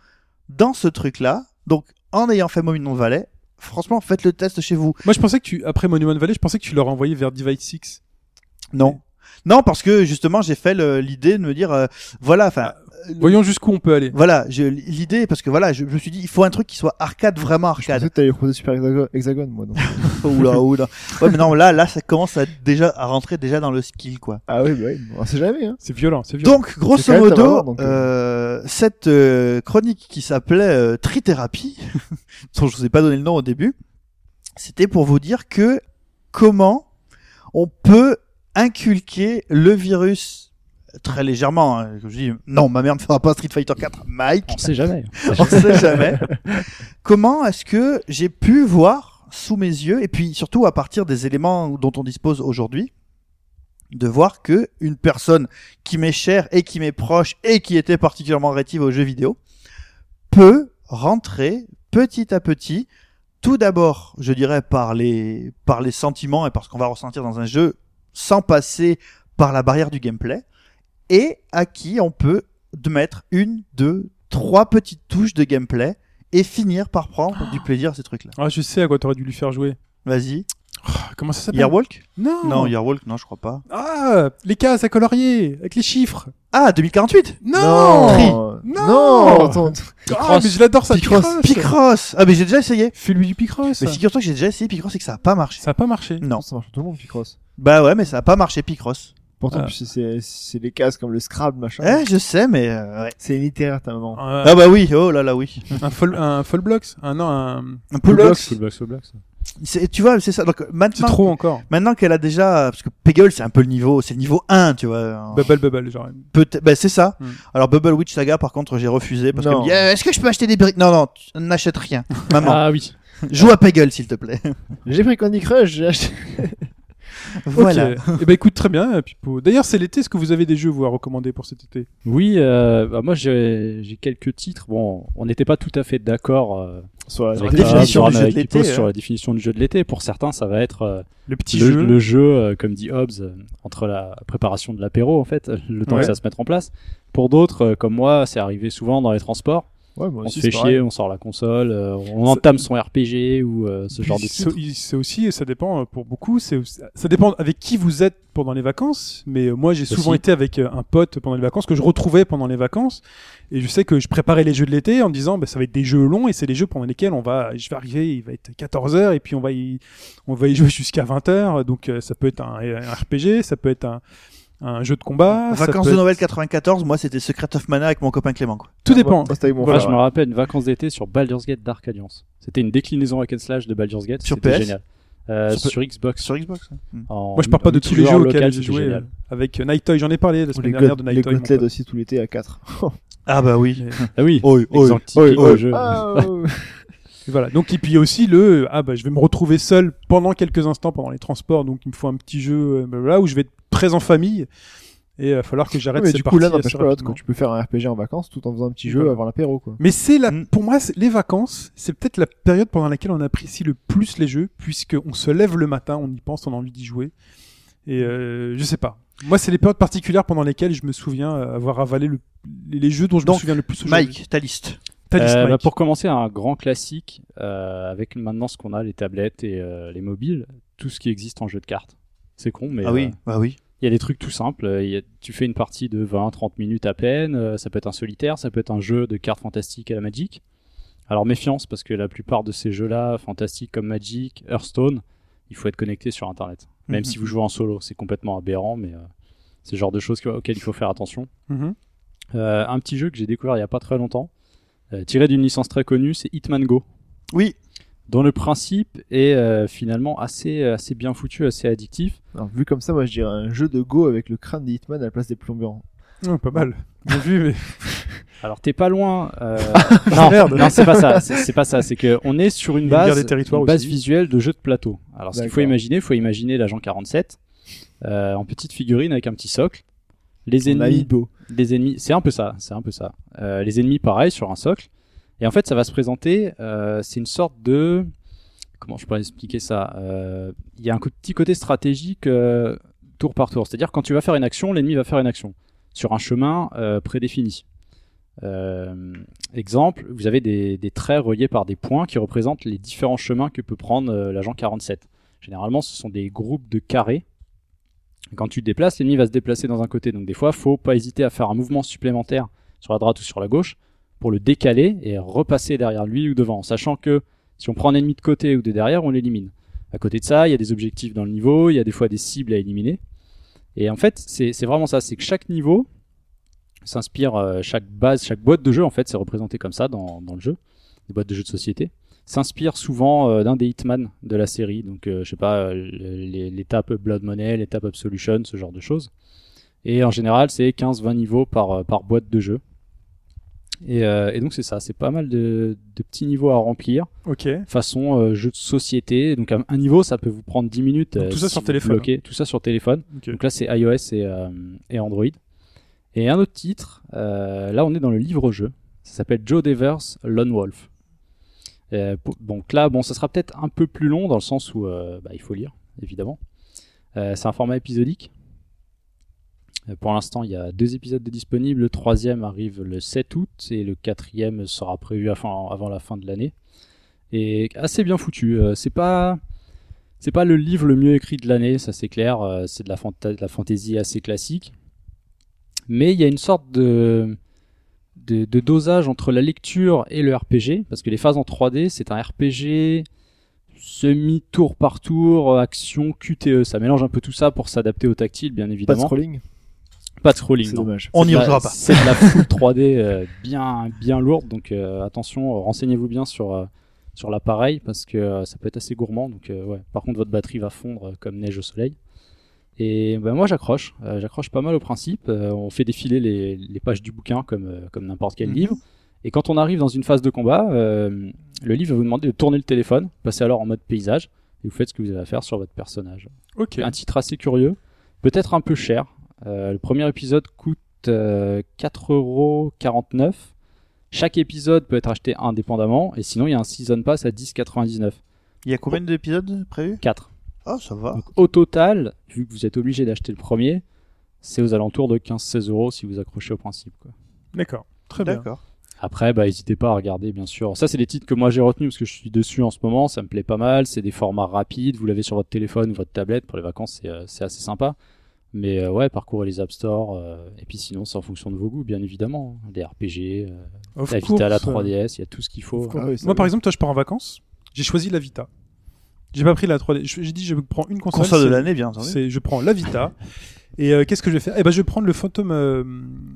dans ce truc là donc en ayant fait Monument Valley franchement faites le test chez vous Moi, je pensais que tu, après Monument Valley, je pensais que tu l'aurais envoyé vers Divide 6. non non parce que justement j'ai fait le- l'idée de me dire euh, voilà enfin Voyons jusqu'où on peut aller. Voilà, je- l'idée, parce que voilà, je, je me suis dit, il faut un truc qui soit arcade, vraiment Je pensais arcade. que t'allais proposer Super Hexagon, Hexagon, moi. Donc. oula, oula. Ouais, mais non, là, là, ça commence à déjà à rentrer déjà dans le skill, quoi. ah oui, bah oui, on sait jamais. Hein. C'est violent, c'est violent. Donc, grosso C'est quand même ta modo, maman, donc, euh, cette euh, chronique qui s'appelait euh, Trithérapie, dont je vous ai pas donné le nom au début, c'était pour vous dire que comment on peut inculquer le virus très légèrement. hein. Je dis, non, ma mère ne fera pas Street Fighter 4, Mike. On sait jamais. hein. on sait jamais. Comment est-ce que j'ai pu voir sous mes yeux, et puis surtout à partir des éléments dont on dispose aujourd'hui, de voir que une personne qui m'est chère et qui m'est proche et qui était particulièrement rétive aux jeux vidéo peut rentrer petit à petit, tout d'abord, je dirais par les par les sentiments et par ce qu'on va ressentir dans un jeu, sans passer par la barrière du gameplay, et à qui on peut de mettre une, deux, trois petites touches de gameplay et finir par prendre du plaisir à ces trucs-là. Ah, je sais à quoi t'aurais dû lui faire jouer. Vas-y. Ah, Comment ça s'appelle Yearwalk Non. Non, Yearwalk, non, je crois pas. Ah, les cases à colorier avec les chiffres. Ah, 2048 Non. Tri. Non. Non attends, Ah, mais je l'adore ça. Picross. Picross. Picross Ah, mais j'ai déjà essayé Fais-lui du Picross. Mais figure-toi que j'ai déjà essayé Picross et que ça a pas marché. Ça a pas marché. Non. Ça marche pour tout le monde, Picross. Bah ouais, mais ça a pas marché Picross. Pourtant, Ah. puis c'est- c'est c'est les cases comme le Scrabble, machin. Eh, je sais, mais euh, ouais. C'est littéraire, ta maman. Un- Ah bah oui, oh là là oui. un full, un full blocks. Un non, un. Un Pollux, Full Blocks, Full Blocks. c'est- tu vois, c'est ça. Donc C'est maintenant, trop encore. maintenant qu'elle a déjà, parce que Peggle c'est un peu le niveau, c'est le niveau 1, tu vois. Bubble bubble genre. Peut-être, bah c'est ça. Hmm. Alors Bubble Witch Saga, par contre, j'ai refusé parce qu'elle Non. me dit, Euh, est-ce que je peux acheter des briques Non, non, tu n'achète rien, maman. Ah oui. Joue à Peggle s'il te plaît. J'ai pris Candy Crush, j'ai acheté. voilà. Et ben écoute très bien. euh, Pipo. D'ailleurs c'est l'été. Est-ce que vous avez des jeux vous à recommander pour cet été Oui, euh, bah moi j'ai j'ai quelques titres. Bon, on n'était pas tout à fait d'accord euh, Sur la avec la Pab, définition Jordan, du jeu de avec l'été, Pipo ouais. sur la définition du jeu de l'été. Pour certains, ça va être euh, Le petit le, jeu. le jeu, euh, comme dit Hobbes, euh, entre la préparation de l'apéro, en fait, le temps Ouais. que ça se mette en place. Pour d'autres, euh, comme moi, c'est arrivé souvent dans les transports. Ouais, moi On se aussi, fait c'est chier, pareil. on sort la console, euh, on entame son RPG ou euh, ce Puis genre de c'est- titre. C'est aussi, et ça dépend euh, pour beaucoup, c'est aussi- ça dépend avec qui vous êtes pendant les vacances. Mais euh, moi, j'ai souvent Aussi. été avec euh, un pote pendant les vacances que je retrouvais pendant les vacances. Et je sais que je préparais les jeux de l'été en me disant, bah, ça va être des jeux longs et c'est des jeux pendant lesquels on va, je vais arriver, il va être 14 heures et puis on va y, on va y jouer jusqu'à 20 heures. Donc euh, ça peut être un, un RPG, ça peut être un, un jeu de combat. Ah, ça Vacances peut de être- Noël 94, moi c'était Secret of Mana avec mon copain Clément. Quoi. Tout dépend. Moi, c'était avec mon Voilà, je frère, me ouais. rappelle une vacance d'été sur Baldur's Gate Dark Alliance. C'était une déclinaison hack and slash de Baldur's Gate. Sur c'était PS? génial. Euh, Sur sur, Xbox. Sur Xbox. hein. Hmm. En- Moi, je parle pas en de tous les jeux multijoueur auxquels local, j'ai c'était joué. génial. Oh, euh, Avec euh, Night Toy, j'en ai parlé la Les semaine dernière Gauntlet- de les Night Toy. mon Gauntlet pote. aussi, tout l'été à 4. Ah bah oui. Ah oui. Ah. Oi, oi, Exemple typique euh, oh, de jeu. oh. Et Voilà. Donc et puis aussi le euh, ah bah je vais me retrouver seul pendant quelques instants pendant les transports donc il me faut un petit jeu là où je vais être très en famille et il va falloir que j'arrête mais cette du coup, là, partie n'empêche assez pas l'autre, rapidement. quoi. Tu peux faire un RPG en vacances tout en faisant un petit jeu Voilà. avant l'apéro, quoi. Mais c'est la Mm. pour moi c'est- les vacances, c'est peut-être la période pendant laquelle on apprécie le plus les jeux puisque on se lève le matin, on y pense, on a envie d'y jouer. Et euh, je sais pas. Moi, c'est les périodes particulières pendant lesquelles je me souviens euh, avoir avalé le- les jeux dont je Donc, me souviens le plus aujourd'hui. Mike, ta liste. Ta liste, Euh, bah, Mike. pour commencer, un grand classique, euh, avec maintenant ce qu'on a, les tablettes et euh, les mobiles, tout ce qui existe en jeu de cartes. C'est con, mais ah euh, oui, bah oui. il y a des trucs tout simples. euh, il y a- tu fais une partie de 20-30 minutes à peine. euh, ça peut être un solitaire, ça peut être un jeu de cartes fantastiques à la Magic. Alors méfiance, parce que la plupart de ces jeux-là, fantastiques comme Magic, Hearthstone, il faut être connecté sur Internet. Même Mhm. si vous jouez en solo, c'est complètement aberrant, mais euh, c'est le genre de choses que- auxquelles il faut faire attention. Mhm. Euh, un petit jeu que j'ai découvert il n'y a pas très longtemps, euh, tiré d'une licence très connue, c'est Hitman Go, Oui, dont le principe est euh, finalement assez, assez bien foutu, assez addictif. Alors, vu comme ça, moi, je dirais un jeu de Go avec le crâne de Hitman à la place des plombants. Ouais, Oh, pas mal. Bien vu, mais Alors t'es pas loin. euh, non, non, c'est pas ça. C'est c'est pas ça. C'est que on est sur une Il y a une guerre base, des territoires une base aussi. visuelle de jeu de plateau. Alors ce qu'il faut D'accord. imaginer, il faut imaginer l'agent 47 euh, en petite figurine avec un petit socle. Les On a ennemis, Amiibo. les ennemis, c'est un peu ça. C'est un peu ça. Euh, les ennemis, pareil, sur un socle. Et en fait, ça va se présenter. euh, c'est une sorte de comment je pourrais expliquer ça. Euh, Il y a un co- petit côté stratégique euh, tour par tour. C'est-à-dire quand tu vas faire une action, l'ennemi va faire une action sur un chemin euh, prédéfini. Euh, exemple, vous avez des, des traits reliés par des points qui représentent les différents chemins que peut prendre euh, l'agent 47. Généralement, ce sont des groupes de carrés. Quand tu te déplaces, l'ennemi va se déplacer dans un côté. Donc des fois, faut pas hésiter à faire un mouvement supplémentaire sur la droite ou sur la gauche pour le décaler et repasser derrière lui ou devant, en sachant que si on prend un ennemi de côté ou de derrière, on l'élimine. À côté de ça, il y a des objectifs dans le niveau, il y a des fois des cibles à éliminer. Et en fait, c'est c'est vraiment ça, c'est que chaque niveau s'inspire, euh, chaque base, chaque boîte de jeu, en fait, c'est représenté comme ça dans, dans le jeu, des boîtes de jeux de société, s'inspire souvent euh, d'un des Hitman de la série, donc euh, je sais pas, euh, les- l'étape Blood Money, l'étape Absolution, ce genre de choses. Et en général, c'est 15-20 niveaux par, euh, par boîte de jeu. Et, euh, et donc c'est ça, c'est pas mal de- de petits niveaux à remplir ok. façon euh, jeu de société. Donc un, un niveau, ça peut vous prendre 10 minutes. euh, Donc, tout ça sur vous téléphone, bloquez. tout ça sur téléphone. Ok. Donc là, c'est iOS et, euh, et Android. Et un autre titre, euh, là, on est dans le livre-jeu. Ça s'appelle Joe Devers Lone Wolf. Euh, pour- donc là, bon, ça sera peut-être un peu plus long dans le sens où euh, bah, il faut lire, évidemment. Euh, c'est un format épisodique. Euh, Pour l'instant, il y a deux épisodes de disponibles. Le troisième arrive le 7 août et le quatrième sera prévu à fin- avant la fin de l'année. Et assez bien foutu. Euh, C'est pas, c'est pas le livre le mieux écrit de l'année, ça c'est clair. Euh, C'est de la, fanta- de la fantaisie assez classique. Mais il y a une sorte de, de, de dosage entre la lecture et le RPG, parce que les phases en 3D, c'est un RPG semi-tour par tour, action, QTE. Ça mélange un peu tout ça pour s'adapter au tactile, bien Pas de évidemment. scrolling, Pas de scrolling, c'est non. dommage. On n'y C'est de la- reviendra pas. C'est de la full 3D euh, bien, bien lourde, donc euh, attention, euh, renseignez-vous bien sur, euh, sur l'appareil parce que euh, ça peut être assez gourmand. Donc, euh, ouais. Par contre, votre batterie va fondre euh, comme neige au soleil. Et ben, moi, j'accroche. Euh, j'accroche pas mal au principe. Euh, on fait défiler les, les pages du bouquin comme, euh, comme n'importe quel Mhm. livre. Et quand on arrive dans une phase de combat, euh, le livre va vous demander de tourner le téléphone, passer alors en mode paysage, et vous faites ce que vous avez à faire sur votre personnage. Ok. Un titre assez curieux, peut-être un peu cher. Euh, le premier épisode coûte euh, 4,49€. Chaque épisode peut être acheté indépendamment, et sinon il y a un season pass à 10,99€. Il y a combien d'épisodes prévus 4. Ah, ça va. Donc au total, vu que vous êtes obligé d'acheter le premier, c'est aux alentours de 15-16 euros si vous accrochez au principe. Quoi. D'accord. Très bien. D'accord. Après, bah, n'hésitez pas à regarder, bien sûr. Ça, c'est les titres que moi j'ai retenus parce que je suis dessus en ce moment. Ça me plaît pas mal. C'est des formats rapides. Vous l'avez sur votre téléphone ou votre tablette pour les vacances. C'est, euh, c'est assez sympa. Mais euh, ouais, parcourez les App Store. euh, et puis sinon, c'est en fonction de vos goûts, bien évidemment. hein. Les RPG, euh, Of la Vita, la course. 3DS, il y a tout ce qu'il faut. Ah oui, ça Moi, va. par exemple, toi, je pars en vacances. J'ai choisi la Vita. J'ai pas pris la 3D. Je- J'ai dit, je prends une console. Console de c'est- l'année, bien entendu. C'est, je prends la Vita. Et euh, qu'est-ce que je vais faire Eh ben, je vais prendre le Phantom, euh,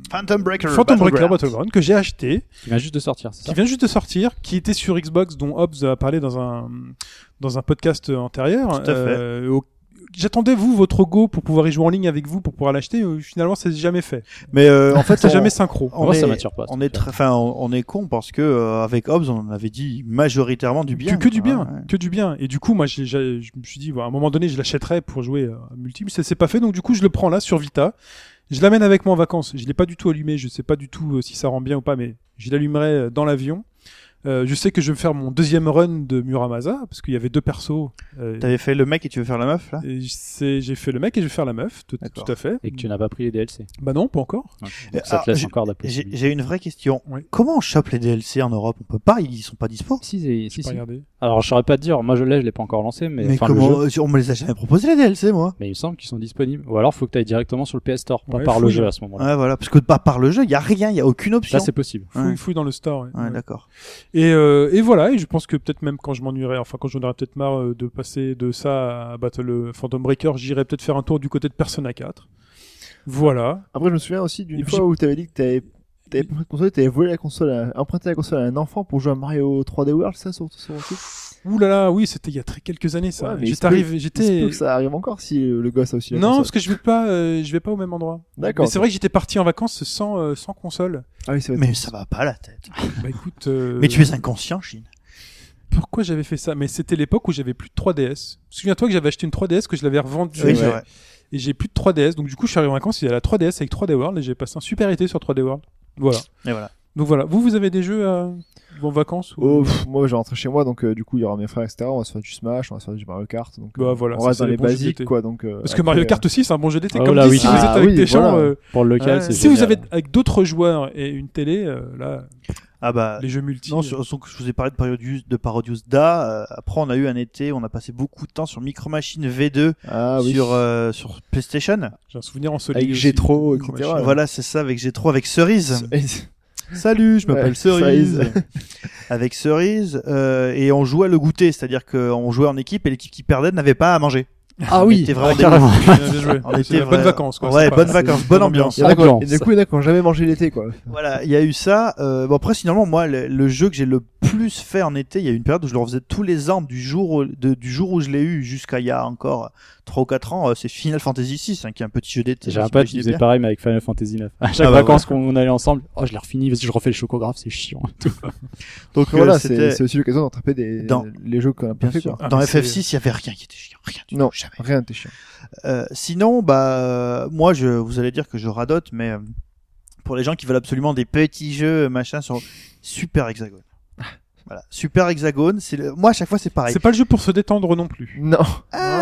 Phantom Breaker. Phantom Breaker Battleground. Battleground que j'ai acheté, Qui vient juste de sortir, c'est ça qui vient juste de sortir, qui était sur Xbox, dont Hobbs a parlé dans un dans un podcast antérieur. Tout à fait. Euh, au- J'attendais vous votre go pour pouvoir y jouer en ligne avec vous pour pouvoir l'acheter. euh, Finalement, c'est jamais fait. Mais euh, en fait, C'est on- jamais synchro. on Moi, ça est- m'attire pas. On ça. est, très, enfin, on, on est con parce que euh, avec Hobbes, on avait dit majoritairement du bien. Que, que du quoi, hein, bien, ouais. que du bien. Et du coup, moi, j'ai- j'ai- je me suis dit, voilà, à un moment donné, je l'achèterai pour jouer euh, à multi, mais ça s'est pas fait. Donc, du coup, je le prends là sur Vita. Je l'amène avec moi en vacances. Je l'ai pas du tout allumé. Je sais pas du tout euh, si ça rend bien ou pas, mais je l'allumerai euh, dans l'avion. Euh, je sais que je vais me faire mon deuxième run de Muramasa parce qu'il y avait deux persos. Euh, T'avais fait le mec et tu veux faire la meuf là et c'est- j'ai fait le mec et je vais faire la meuf, tout, D'accord. tout à fait. Et que tu n'as pas pris les DLC. Bah non, pas encore. Donc, Euh, ça te alors, laisse j'ai- encore la J'ai possibilité. j'ai une vraie question. Oui. Comment on chope les DLC en Europe On peut pas, ils sont pas dispo. Si, si, si, J'ai pas si. regardé. Alors, je saurais pas te dire. Moi, je l'ai, je l'ai pas encore lancé, mais, Mais, enfin, le jeu. comment euh On me les a jamais proposés les DLC, moi. Mais il me semble qu'ils sont disponibles. Ou alors, faut que tu ailles directement sur le PS Store, pas Ouais, par le fouille. jeu à ce moment-là. Ouais, voilà, parce que par, par le jeu, il y a rien, il y a aucune option. Ça, c'est possible. Fouille, Ouais. fouille dans le store. ouais. Ouais, Ouais. d'accord. Et, euh, et voilà, et je pense que peut-être même quand je m'ennuierai, enfin quand j'en aurai peut-être marre euh, de passer de ça à Battle euh, Phantom Breaker, j'irai peut-être faire un tour du côté de Persona 4. Voilà. Après, je me souviens aussi d'une Et puis fois où t'avais dit que t'avais t'avais pas pris de console, t'avais volé la console, à, emprunté la console à un enfant pour jouer à Mario 3D World, ça sur sur site. Ouh là là, oui, c'était il y a très quelques années ça. Ouais, mais il se j'étais peut- arrivé, Il se peut j'étais que ça arrive encore si le le gosse a aussi la non console. parce que je vais pas, euh, je vais pas au même endroit. D'accord. Mais c'est vrai que j'étais parti en vacances sans euh, sans console. Ah oui, c'est vrai. Mais ça va pas la tête. Bah écoute, euh, Mais tu es inconscient, Chine. pourquoi j'avais fait ça Mais c'était l'époque où j'avais plus de 3DS. Souviens-toi que j'avais acheté une 3DS que je l'avais revendue. Oui, c'est vrai. Et j'ai plus de 3DS, donc du coup je suis arrivé en vacances, il y a la 3DS avec 3D World et j'ai passé un super été sur 3D World. Voilà. Et voilà. Donc voilà, vous, vous avez des jeux euh, en vacances ou... Oh, pff, moi, je vais rentrer chez moi, donc euh, du coup, il y aura mes frères, etc. On va se faire du Smash, on va se faire du Mario Kart. Donc, Bah, euh, voilà, on ça, reste c'est dans les les bons jeux basiques, d'été. quoi. Donc, euh, Parce que après, Mario euh, Kart aussi, c'est un bon jeu d'été. Oh comme là, dit, oui. si vous Ah, êtes avec oui, des gens, voilà. euh, Pour le local, ouais, c'est si vous génial. avez avec d'autres joueurs et une télé, euh, là, Ah bah. les jeux multi. Non, euh, sur- sur- je vous ai parlé de Parodius, de Parodius Da. euh, après, on a eu un été, on a passé beaucoup de temps sur Micro Machine V2 Ah oui. sur euh, sur PlayStation. J'ai un souvenir en solide. Avec aussi. G-Tro, Micro etc. Machine. Voilà, c'est ça avec G3 avec Cerise. Salut, je m'appelle Ouais, Cerise. Cerise. avec Cerise euh, et on jouait le goûter, c'est-à-dire qu'on jouait en équipe et l'équipe qui perdait n'avait pas à manger. Ah on oui, était vraiment ah, des carrément. ouf. Bien, bien joué. On était C'est des vrais- bonnes vacances. Quoi, Ouais, sympa. bonnes vacances, bonne ambiance. Il y en a qui ont- Ambiance. et du coup, il y en a qui ont jamais mangé l'été, quoi. Voilà, il y a eu ça. Euh, bon après, finalement, moi, le, le jeu que j'ai le plus fait en été, il y a eu une période où je le refaisais tous les ans du jour au- de- du jour où je l'ai eu jusqu'à il y a encore 3 ou 4 ans. euh, c'est Final Fantasy VI, hein, qui est un petit jeu d'été. J'ai un vous pote qui imaginez faisait bien. pareil, mais avec Final Fantasy 9. À chaque Ah bah vacances qu'on allait ensemble, oh, je l'ai refini parce que je refais le chocographe, c'est chiant. Donc euh, Voilà, c'était c'est c'est aussi l'occasion d'attraper des Dans- les jeux qu'on a bien pas fait, sûr. quoi. Ah, Dans mais FF6, il y avait rien qui était chiant, rien du Non, tout, jamais. rien, t'es chiant. Euh, sinon, bah, euh, moi, je, vous allez dire que je radote, mais euh, pour les gens qui veulent absolument des petits jeux, machin, sur Super Hexagon. Voilà. Super Hexagone, c'est le... moi à chaque fois c'est pareil. C'est pas le jeu pour se détendre non plus. Non.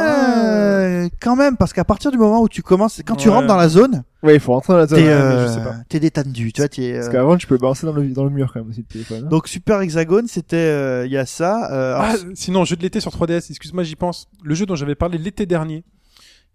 Euh, quand même, parce qu'à partir du moment où tu commences, quand tu Ouais. rentres dans la zone, Ouais, il faut rentrer dans la zone. t'es hein, euh, mais je sais pas. t'es détendu, tu vois, t'es. Parce euh, qu'avant, tu peux balancer dans le, dans le mur quand même aussi le téléphone. hein. Donc Super Hexagone, c'était euh, il y a ça. euh, alors, Ah, sinon, jeu de l'été sur 3DS, excuse-moi, j'y pense. Le jeu dont j'avais parlé l'été dernier,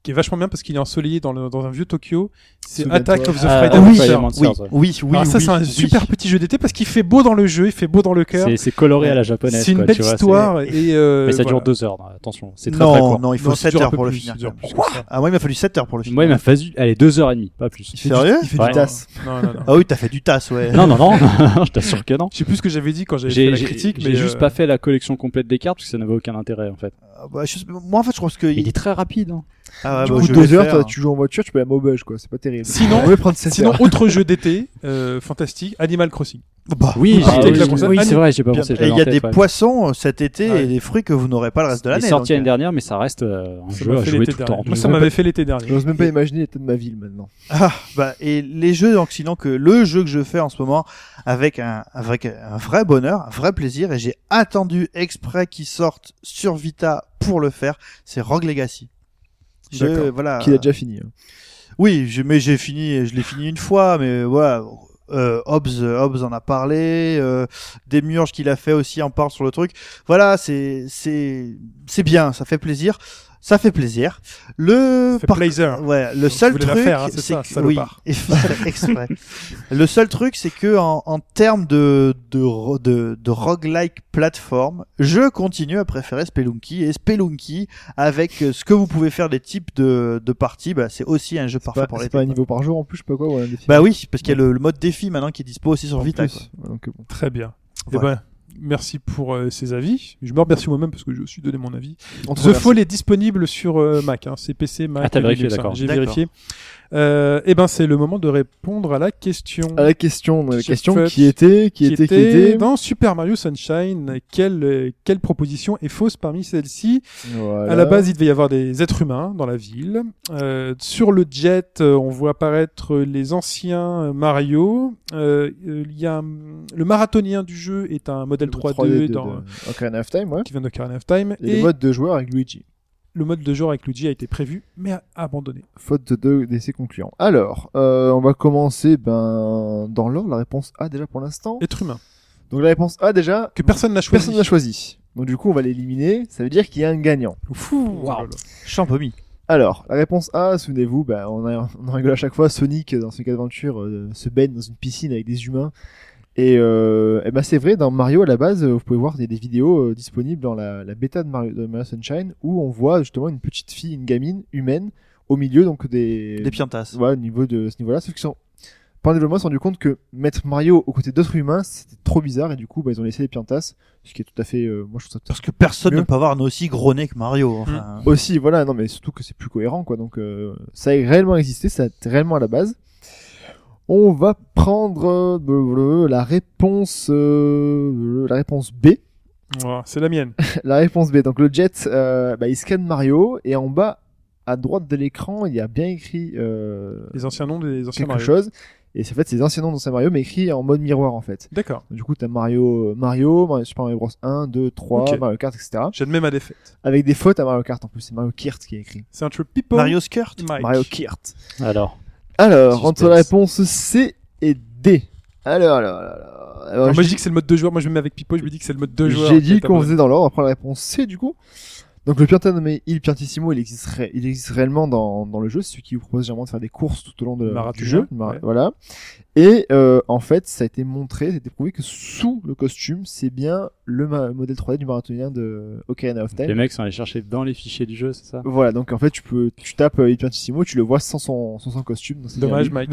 qui est vachement bien parce qu'il est ensoleillé dans, le- dans un vieux Tokyo, c'est Souviens-toi. Attack of the Ah, Friday oui, Monster. Friday Monster. oui, ouais. oui, oui, Alors ça, oui, c'est un oui. super petit jeu d'été parce qu'il fait beau dans le jeu, il fait beau dans le cœur. C'est- C'est coloré à la japonaise. C'est une quoi, belle tu vois, histoire. Et, c'est- euh, Mais ça dure voilà. deux heures. hein, Attention, c'est très non, très court. non, il faut Non, ça 7 dure un heures peu pour le plus, finir. ça dure quand même. plus que ça. Ah moi il m'a fallu 7 heures pour le finir. Moi, il m'a fallu, allez, deux heures et demie, pas plus. Sérieux Il fait Ouais. du tasse. Non, non, non. Ah oui, t'as fait du tasse, ouais. Non, non, non, je t'assure que non. Je sais plus ce que j'avais dit quand j'avais fait J'ai la j'ai- critique, mais j'ai juste euh, pas fait la collection complète des cartes parce que ça n'avait aucun intérêt en fait. Ah, bah, je sais- Moi en fait je pense que Il est très rapide. hein. Ah, ouais, du bah, coup, je vais deux heures, faire. toi, tu joues en voiture, tu peux la maubeuge, quoi. C'est pas terrible. Sinon- on veut prendre 7 Sinon, heures. autre jeu d'été euh, fantastique, Animal Crossing. Bah, Oui, Ah, j'ai- oui, oui, oui, oui. c'est vrai, j'ai pas bien. pensé. je Et l'avais il y a en tête, des ouais. poissons euh, cet été Ouais. et des fruits que vous n'aurez pas le reste de Il l'année. est sorti l'année donc, euh, dernière, mais ça reste euh, un Ça jeu m'a à fait jouer l'été tout le dernier. temps. Moi, ça m'avait fait l'été dernier. J'ose même pas imaginer l'état de ma ville maintenant. Ah, bah, et les jeux, donc, sinon, que le jeu que je fais en ce moment, avec un, avec un vrai bonheur, un vrai plaisir, et j'ai attendu exprès qu'il sorte sur Vita pour le faire, c'est Rogue Legacy. Je- D'accord. voilà. Qu'il a déjà fini. hein. Oui, je- mais j'ai fini, je l'ai fini une fois, mais voilà. Euh, Hobbs, euh, Hobbs en a parlé, euh, Demiurge qu'il a fait aussi en parle sur le truc. Voilà, c'est c'est c'est bien, ça fait plaisir, ça fait plaisir. Le Fait par- plaisir. ouais, le Tu seul voulais la truc, faire, hein, c'est ça, que- oui, salopard. exprès. le seul truc, c'est que en, en termes de de ro- de, de roguelike plateforme, je continue à préférer Spelunky et Spelunky avec euh, ce que vous pouvez faire des types de de parties, bah, c'est aussi un jeu parfait Pas- pour les. C'est pas un niveau par jour en plus, je sais pas quoi. ou un défi. Bah oui, parce qu'il y a le, le mode défi maintenant qui est dispo aussi sur En Vita. plus. quoi. Ouais, donc, bon. Très bien. Eh Voilà. ben, merci pour euh, ces avis. Je me remercie moi-même parce que je suis donné mon avis. On The traverse. Fall est disponible sur euh, Mac, hein, c'est PC, Mac. Ah, t'as et vérifié, Linux, hein. d'accord. J'ai D'accord. vérifié. Euh, eh ben, c'est le moment de répondre à la question. à la question, la Chef question Fuck. qui était, qui était, qui était. dans Super Mario Sunshine. Quelle, euh, quelle proposition est fausse parmi celles-ci Voilà. À la base, il devait y avoir des êtres humains dans la ville. Euh, sur le jet, euh, on voit apparaître les anciens euh, Mario. Euh, euh, il y a hum, le marathonien du jeu est un modèle 3D, de- dans- de Ocarina of Time, ouais. qui vient d'Ocarina of Time. Et, le mode de joueur avec Luigi. le mode de genre avec Luigi a été prévu, mais a- abandonné. Faute de d'essai concluant. Alors, euh, on va commencer ben dans l'ordre. La réponse A déjà pour l'instant. Être humain. Donc la réponse A déjà, Que personne n'a choisi. personne n'a choisi. Donc du coup, on va l'éliminer. Ça veut dire qu'il y a un gagnant. Fou. Oh Waouh. Champomy. Alors, la réponse A, souvenez-vous, bah, on, a- on en rigole à chaque fois, Sonic, dans Sonic Adventure, euh, se baigne dans une piscine avec des humains. Et, euh, eh ben, c'est vrai, dans Mario, à la base, euh, vous pouvez voir des, des vidéos euh, disponibles dans la, la bêta de Mario, de Mario Sunshine, où on voit justement une petite fille, une gamine humaine, au milieu donc des, Des piantas. voilà, au niveau de ce niveau-là, sauf qu'ils sont par le développement, ils se sont rendu compte que mettre Mario aux côtés d'autres humains, c'était trop bizarre, et du coup, bah, ils ont laissé les Piantas, ce qui est tout à fait, euh, moi je trouve ça tout à Parce que personne Mieux. ne peut avoir un aussi gros nez que Mario. Enfin, aussi voilà non mais surtout que c'est plus cohérent quoi donc euh, ça a réellement existé ça a été réellement à la base on va prendre euh, blablabla, la réponse euh, la réponse B Ouah, C'est la mienne. la réponse B donc le jet euh, bah, il scanne Mario et en bas à droite de l'écran il y a bien écrit euh, Les anciens noms des anciens quelque Mario. chose et c'est en fait c'est les anciens noms d'anciens Mario mais écrit en mode miroir en fait D'accord. du coup t'as Mario euh, Mario Mario- Super Mario Bros 1 2 3 Ok. Mario Kart etc J'admets ma défaite. avec des fautes à Mario Kart en plus c'est Mario Kirt qui est écrit C'est un trip people. Mario Skirt. Mike. Mario Kirt Alors, Alors, Suspense. entre la réponse C et D. Alors, alors, alors, alors. Alors, Non, moi, j'ai- je dis que c'est le mode de joueur. Moi, je me mets avec Pipo. Je me dis que c'est le mode de joueur. Euh, j'ai qui est dit qu'on abandonné. faisait dans l'ordre. Après la réponse C, du coup. Donc, le piantin nommé Il Piantissimo, il existe, ré- il existe réellement dans, dans le jeu. C'est celui qui vous propose généralement de faire des courses tout au long de, Marathonien, du jeu. Mar- ouais. Voilà. Et, euh, en fait, ça a été montré, ça a été prouvé que sous le costume, c'est bien le ma- modèle 3D du marathonien de Ocarina of Time. les mecs sont allés chercher dans les fichiers du jeu, c'est ça Voilà, donc en fait, tu peux, tu tapes euh, Il Piantissimo, tu le vois sans son, sans son costume. donc c'est bien Dommage, lui. Mike.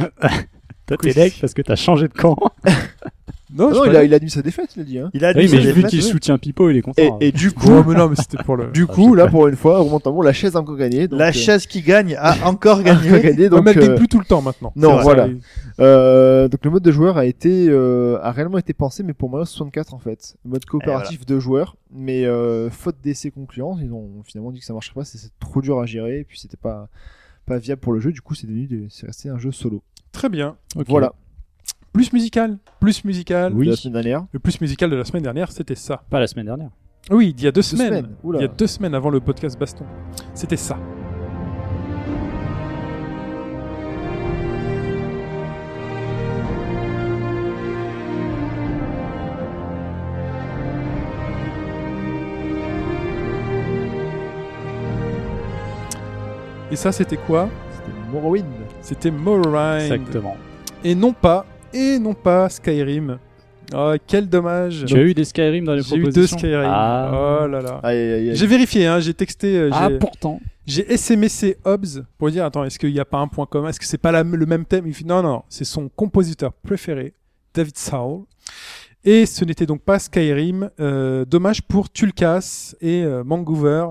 Toi, t'es deck parce que t'as changé de camp. Non, Ah je non, suis il pas a, il a admis sa défaite, il a dit, hein. Ah, Il a Oui, dit mais ça, vu des qu'il fêtes. soutient Pipo, il est content. Et, hein. et du coup, d'accord. Ouais, mais non, mais c'était pour le. Du Ah, coup, je sais là, pas. pour une fois, on monte en haut, la chaise a encore gagné. Donc, La euh, chaise qui gagne a encore a encore gagné. gagné. Non, Donc, mais elle gagne euh, plus tout le temps maintenant. non, C'est vrai, voilà. ça, elle- euh, donc le mode de joueur a été euh, a réellement été pensé, mais pour Mario 64 en fait, mode coopératif de joueurs. Mais euh, faute d'essais concluants, ils ont finalement dit que ça marcherait pas, c'est c'est trop dur à gérer, et puis c'était pas pas viable pour le jeu. Du coup, c'est devenu des- c'est resté un jeu solo. Très bien. Ok. Voilà. Plus musical, plus musical. de la semaine dernière. Le plus musical de la semaine dernière, c'était ça. Pas la semaine dernière. Oui, il y a Deux deux, semaines. semaines, oula. Il y a deux semaines avant le podcast Baston. C'était ça. Et ça, c'était quoi C'était Morrowind. C'était Morrowind. Exactement. Et non pas, et non pas Skyrim. Ah, quel dommage. Tu as eu des Skyrim dans les J'ai eu propositions deux Skyrim. Ah, Oh là là. Aïe, aïe, aïe, aïe. J'ai vérifié, hein, j'ai texté, euh, Ah, j'ai- pourtant. j'ai SMSé Hobbes pour lui dire attends, est-ce qu'il n'y a pas un point commun Est-ce que c'est pas la- le même thème Il fait non, non, non, c'est son compositeur préféré, David Sowell. Et ce n'était donc pas Skyrim. euh, dommage pour Tulkas et euh, Mangover.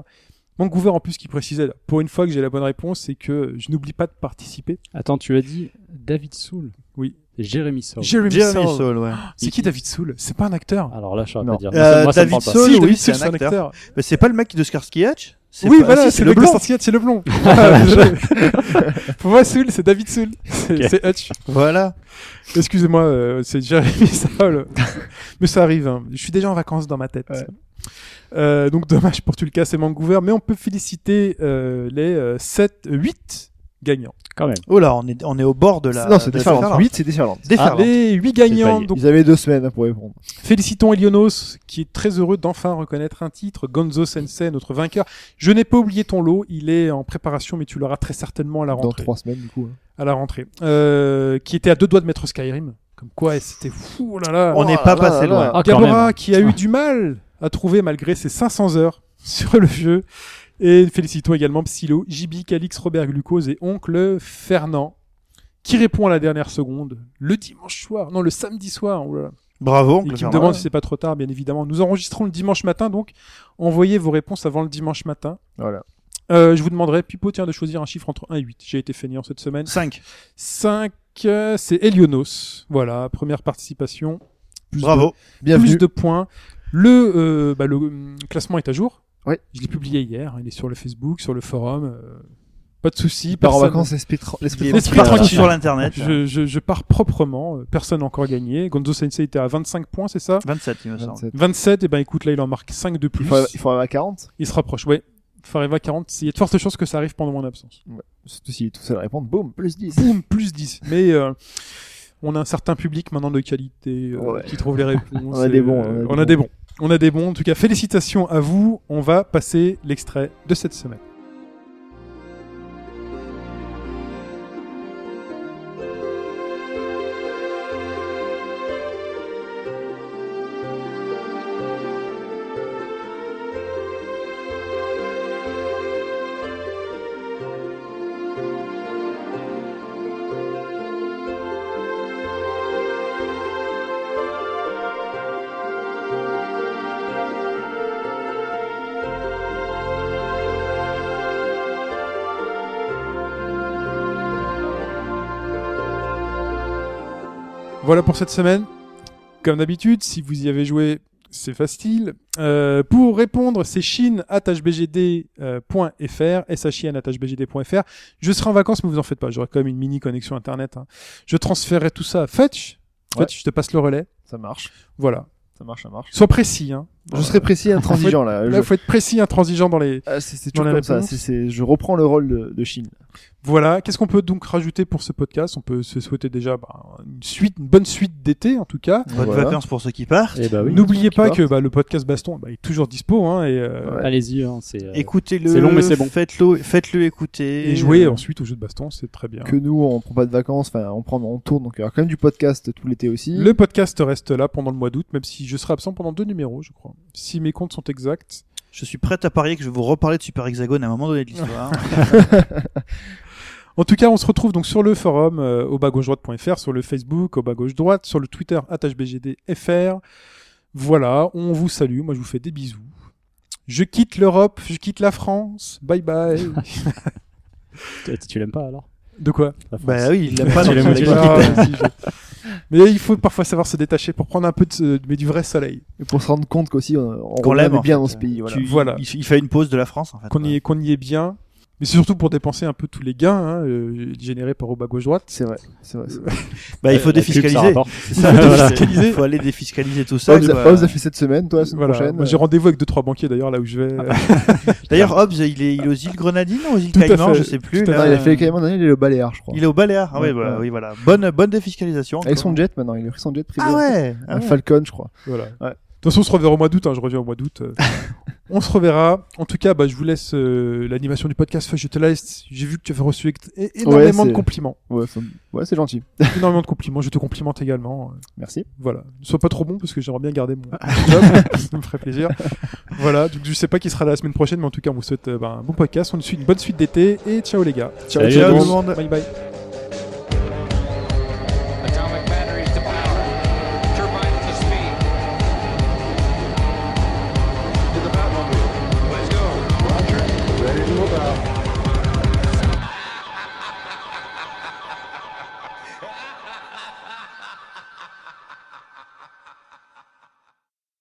Mangover en plus qui précisait, pour une fois que j'ai la bonne réponse, c'est que je n'oublie pas de participer. Attends, tu as dit David Soul. Oui. Jérémy Soul. Jeremy, Jeremy Saul. Saul, ouais. C'est qui David Soul C'est pas un acteur Alors là, je saurais Non. pas dire. Euh, Moi, ça- moi, ça David me parle pas. Saul, Si, oui, David c'est Soul, un acteur. Mais c'est pas le mec de Skarsky Hatch C'est Oui, pas- voilà, si, c'est le mec de Starsky Hutch, c'est le blond. Ah, je- Pour moi, Soul, c'est David Soul. C'est Ok. c'est Hutch. Voilà. Excusez-moi, euh, c'est Jeremy Saul. mais ça arrive, hein. je suis déjà en vacances dans ma tête. Ouais. Euh, donc dommage pour Tulkas et Vancouver, mais on peut féliciter euh, les 7, 8 gagnants. Quand même. Oh là, on est, on est au bord de la. Non, c'est de la déferlante. déferlante. 8, c'est déferlante. Déferlante. Ah, les 8 gagnants, donc Ils avaient deux semaines hein, pour répondre. Félicitons Elionos, qui est très heureux d'enfin reconnaître un titre. Gonzo Sensei, notre vainqueur. Je n'ai pas oublié ton lot, il est en préparation, mais tu l'auras très certainement à la Dans rentrée. trois semaines, du coup. hein. À la rentrée. Euh, qui était à deux doigts de mettre Skyrim. Comme quoi, et c'était fou, oh là là. On n'est Oh pas là passé là loin. là. Ah, quand Gabora, même. qui a eu du mal à trouver malgré ses 500 heures sur le jeu. Et félicitons également Psylo, Jibi, Calix, Robert Glucose et Oncle Fernand, qui répond à la dernière seconde le dimanche soir, non, le samedi soir. oh là là. Bravo, Et oncle qui me Fernand. demande si c'est pas trop tard, bien évidemment. Nous enregistrons le dimanche matin, donc envoyez vos réponses avant le dimanche matin. Voilà. Euh, je vous demanderai, Pipo, tiens, de choisir un chiffre entre 1 et 8. J'ai été fainéant cette semaine. 5. 5, c'est Elionos. Voilà, première participation. Plus Bravo. de- Bienvenue. plus de points. Le, euh, bah, le hum, classement est à jour. Ouais. Je l'ai publié hier. Il est sur le Facebook, sur le forum. euh, pas de souci. Il part en personne- vacances, l'esprit tra- l'esprit L'esprit tranquille. tranquille. sur l'internet. Je, je- je pars proprement. euh, Personne n'a encore gagné. Gonzo Sensei était à 25 points, c'est ça 27, il me semble. 27. 27, et ben écoute, là il en marque 5 de plus. Il faut, il faut arriver à 40. Il se rapproche, ouais. Fareva 40, il y a de fortes chances que ça arrive pendant mon absence. Surtout s'il est tout seul à répondre, boum, plus 10. Boum, plus 10. Mais euh, on a un certain public maintenant de qualité euh, Ouais. qui trouve les réponses. On a et, des bons, euh, on on a des bons. On a des bons. En tout cas, félicitations à vous. On va passer l'extrait de cette semaine. Voilà pour cette semaine. Comme d'habitude, si vous y avez joué, c'est facile. Euh, pour répondre, c'est euh, chine.hbgd.fr, shin.hbgd.fr. Je serai en vacances, mais vous en faites pas. J'aurai quand même une mini connexion internet. hein. Je transférerai tout ça à Fetch. Fetch, je te passe le relais. Ça marche. Voilà. Ça marche, ça marche. Sois précis. Hein. Je serai précis et intransigeant là. Là, Euh, Je- faut être précis, intransigeant dans les. Ah, C'est c'est Dans toujours les comme ça. réponses. C'est- c'est- Je reprends le rôle de, de Chine. Voilà. Qu'est-ce qu'on peut donc rajouter pour ce podcast On peut se souhaiter déjà bah, une suite, une bonne suite d'été en tout cas. Bonnes Voilà. vacances pour ceux qui partent. Ah Eh bah oui. N'oubliez qui pas partent. que bah, le podcast Baston bah, est toujours dispo hein, et, euh, Ouais. Allez-y, hein, c'est. euh, Écoutez-le. C'est long, mais c'est bon. Faites-le, faites-le écouter. et jouer ensuite au jeu de baston, c'est très bien. Que nous, on prend pas de vacances. Enfin, on prend, on tourne. Donc il y aura quand même du podcast tout l'été aussi. Le podcast reste là pendant le mois d'août, même si je serai absent pendant deux numéros, je crois. Si mes comptes sont exacts. Je suis prêt à parier que je vais vous reparler de Super Hexagone à un moment donné de l'histoire. En tout cas, on se retrouve donc sur le forum euh, au bas gauche droite.fr, sur le Facebook au bas gauche droite, sur le Twitter @bgdfr. Voilà, on vous salue. Moi, je vous fais des bisous. Je quitte l'Europe, je quitte la France. Bye bye. tu- Tu l'aimes pas alors De quoi La France. bah oui, il l'a pas dans Tu l'as son motivé. équipe. Ah, si, je- Mais il faut parfois savoir se détacher pour prendre un peu de ce- mais du vrai soleil. Et pour se rendre compte qu'aussi, on, on Qu'on remet l'aime, en bien fait. dans ce pays. Voilà. Tu- Voilà. Il, il fait une pause de la France en fait. Qu'on y, est- qu'on y est bien. Mais c'est surtout pour dépenser un peu tous les gains hein, euh, générés par au bas gauche droite. C'est vrai, c'est vrai. c'est vrai. Bah, il Euh, La faut pub, ça défiscaliser. rapporte. C'est ça, Il faut voilà. défiscaliser. Il faut aller défiscaliser tout ça. bah- Hobbs, quoi. Hobbs a fait cette semaine, toi la semaine Voilà. prochaine. euh. Ah, Moi, j'ai rendez-vous avec deux trois banquiers d'ailleurs là où je vais. D'ailleurs, Hobbs, il est, il est aux îles Grenadines ou aux îles Tout à Caïmans, fait. je sais plus. Tout à Non, là. Euh, il a fait quand même un il est au Baléares, je crois. Il est au Baléares. Ah ouais, bah, Ouais. oui, voilà. Bonne, bonne défiscalisation. Avec encore. son jet maintenant, il a pris son jet privé. Ah ouais. ah Un ouais. Falcon, je crois. Voilà. Ouais. De toute façon, on se reverra au mois d'août. hein, je reviens au mois d'août. euh. on se reverra. En tout cas, bah, je vous laisse euh, l'animation du podcast. Enfin, je te laisse. J'ai vu que tu avais reçu ex- é- énormément Ouais, de c'est- compliments. Ouais, enfin, ouais, c'est gentil. énormément de compliments. Je te complimente également. euh. Merci. Voilà. Ne sois pas trop bon parce que j'aimerais bien garder mon job. Ça me ferait plaisir. Voilà. Donc, je sais pas qui sera là la semaine prochaine, mais en tout cas, on vous souhaite euh, bah, un bon podcast. On vous suit une bonne suite d'été et ciao les gars. Ciao, Salut ciao à tout le tous. monde. Bye bye.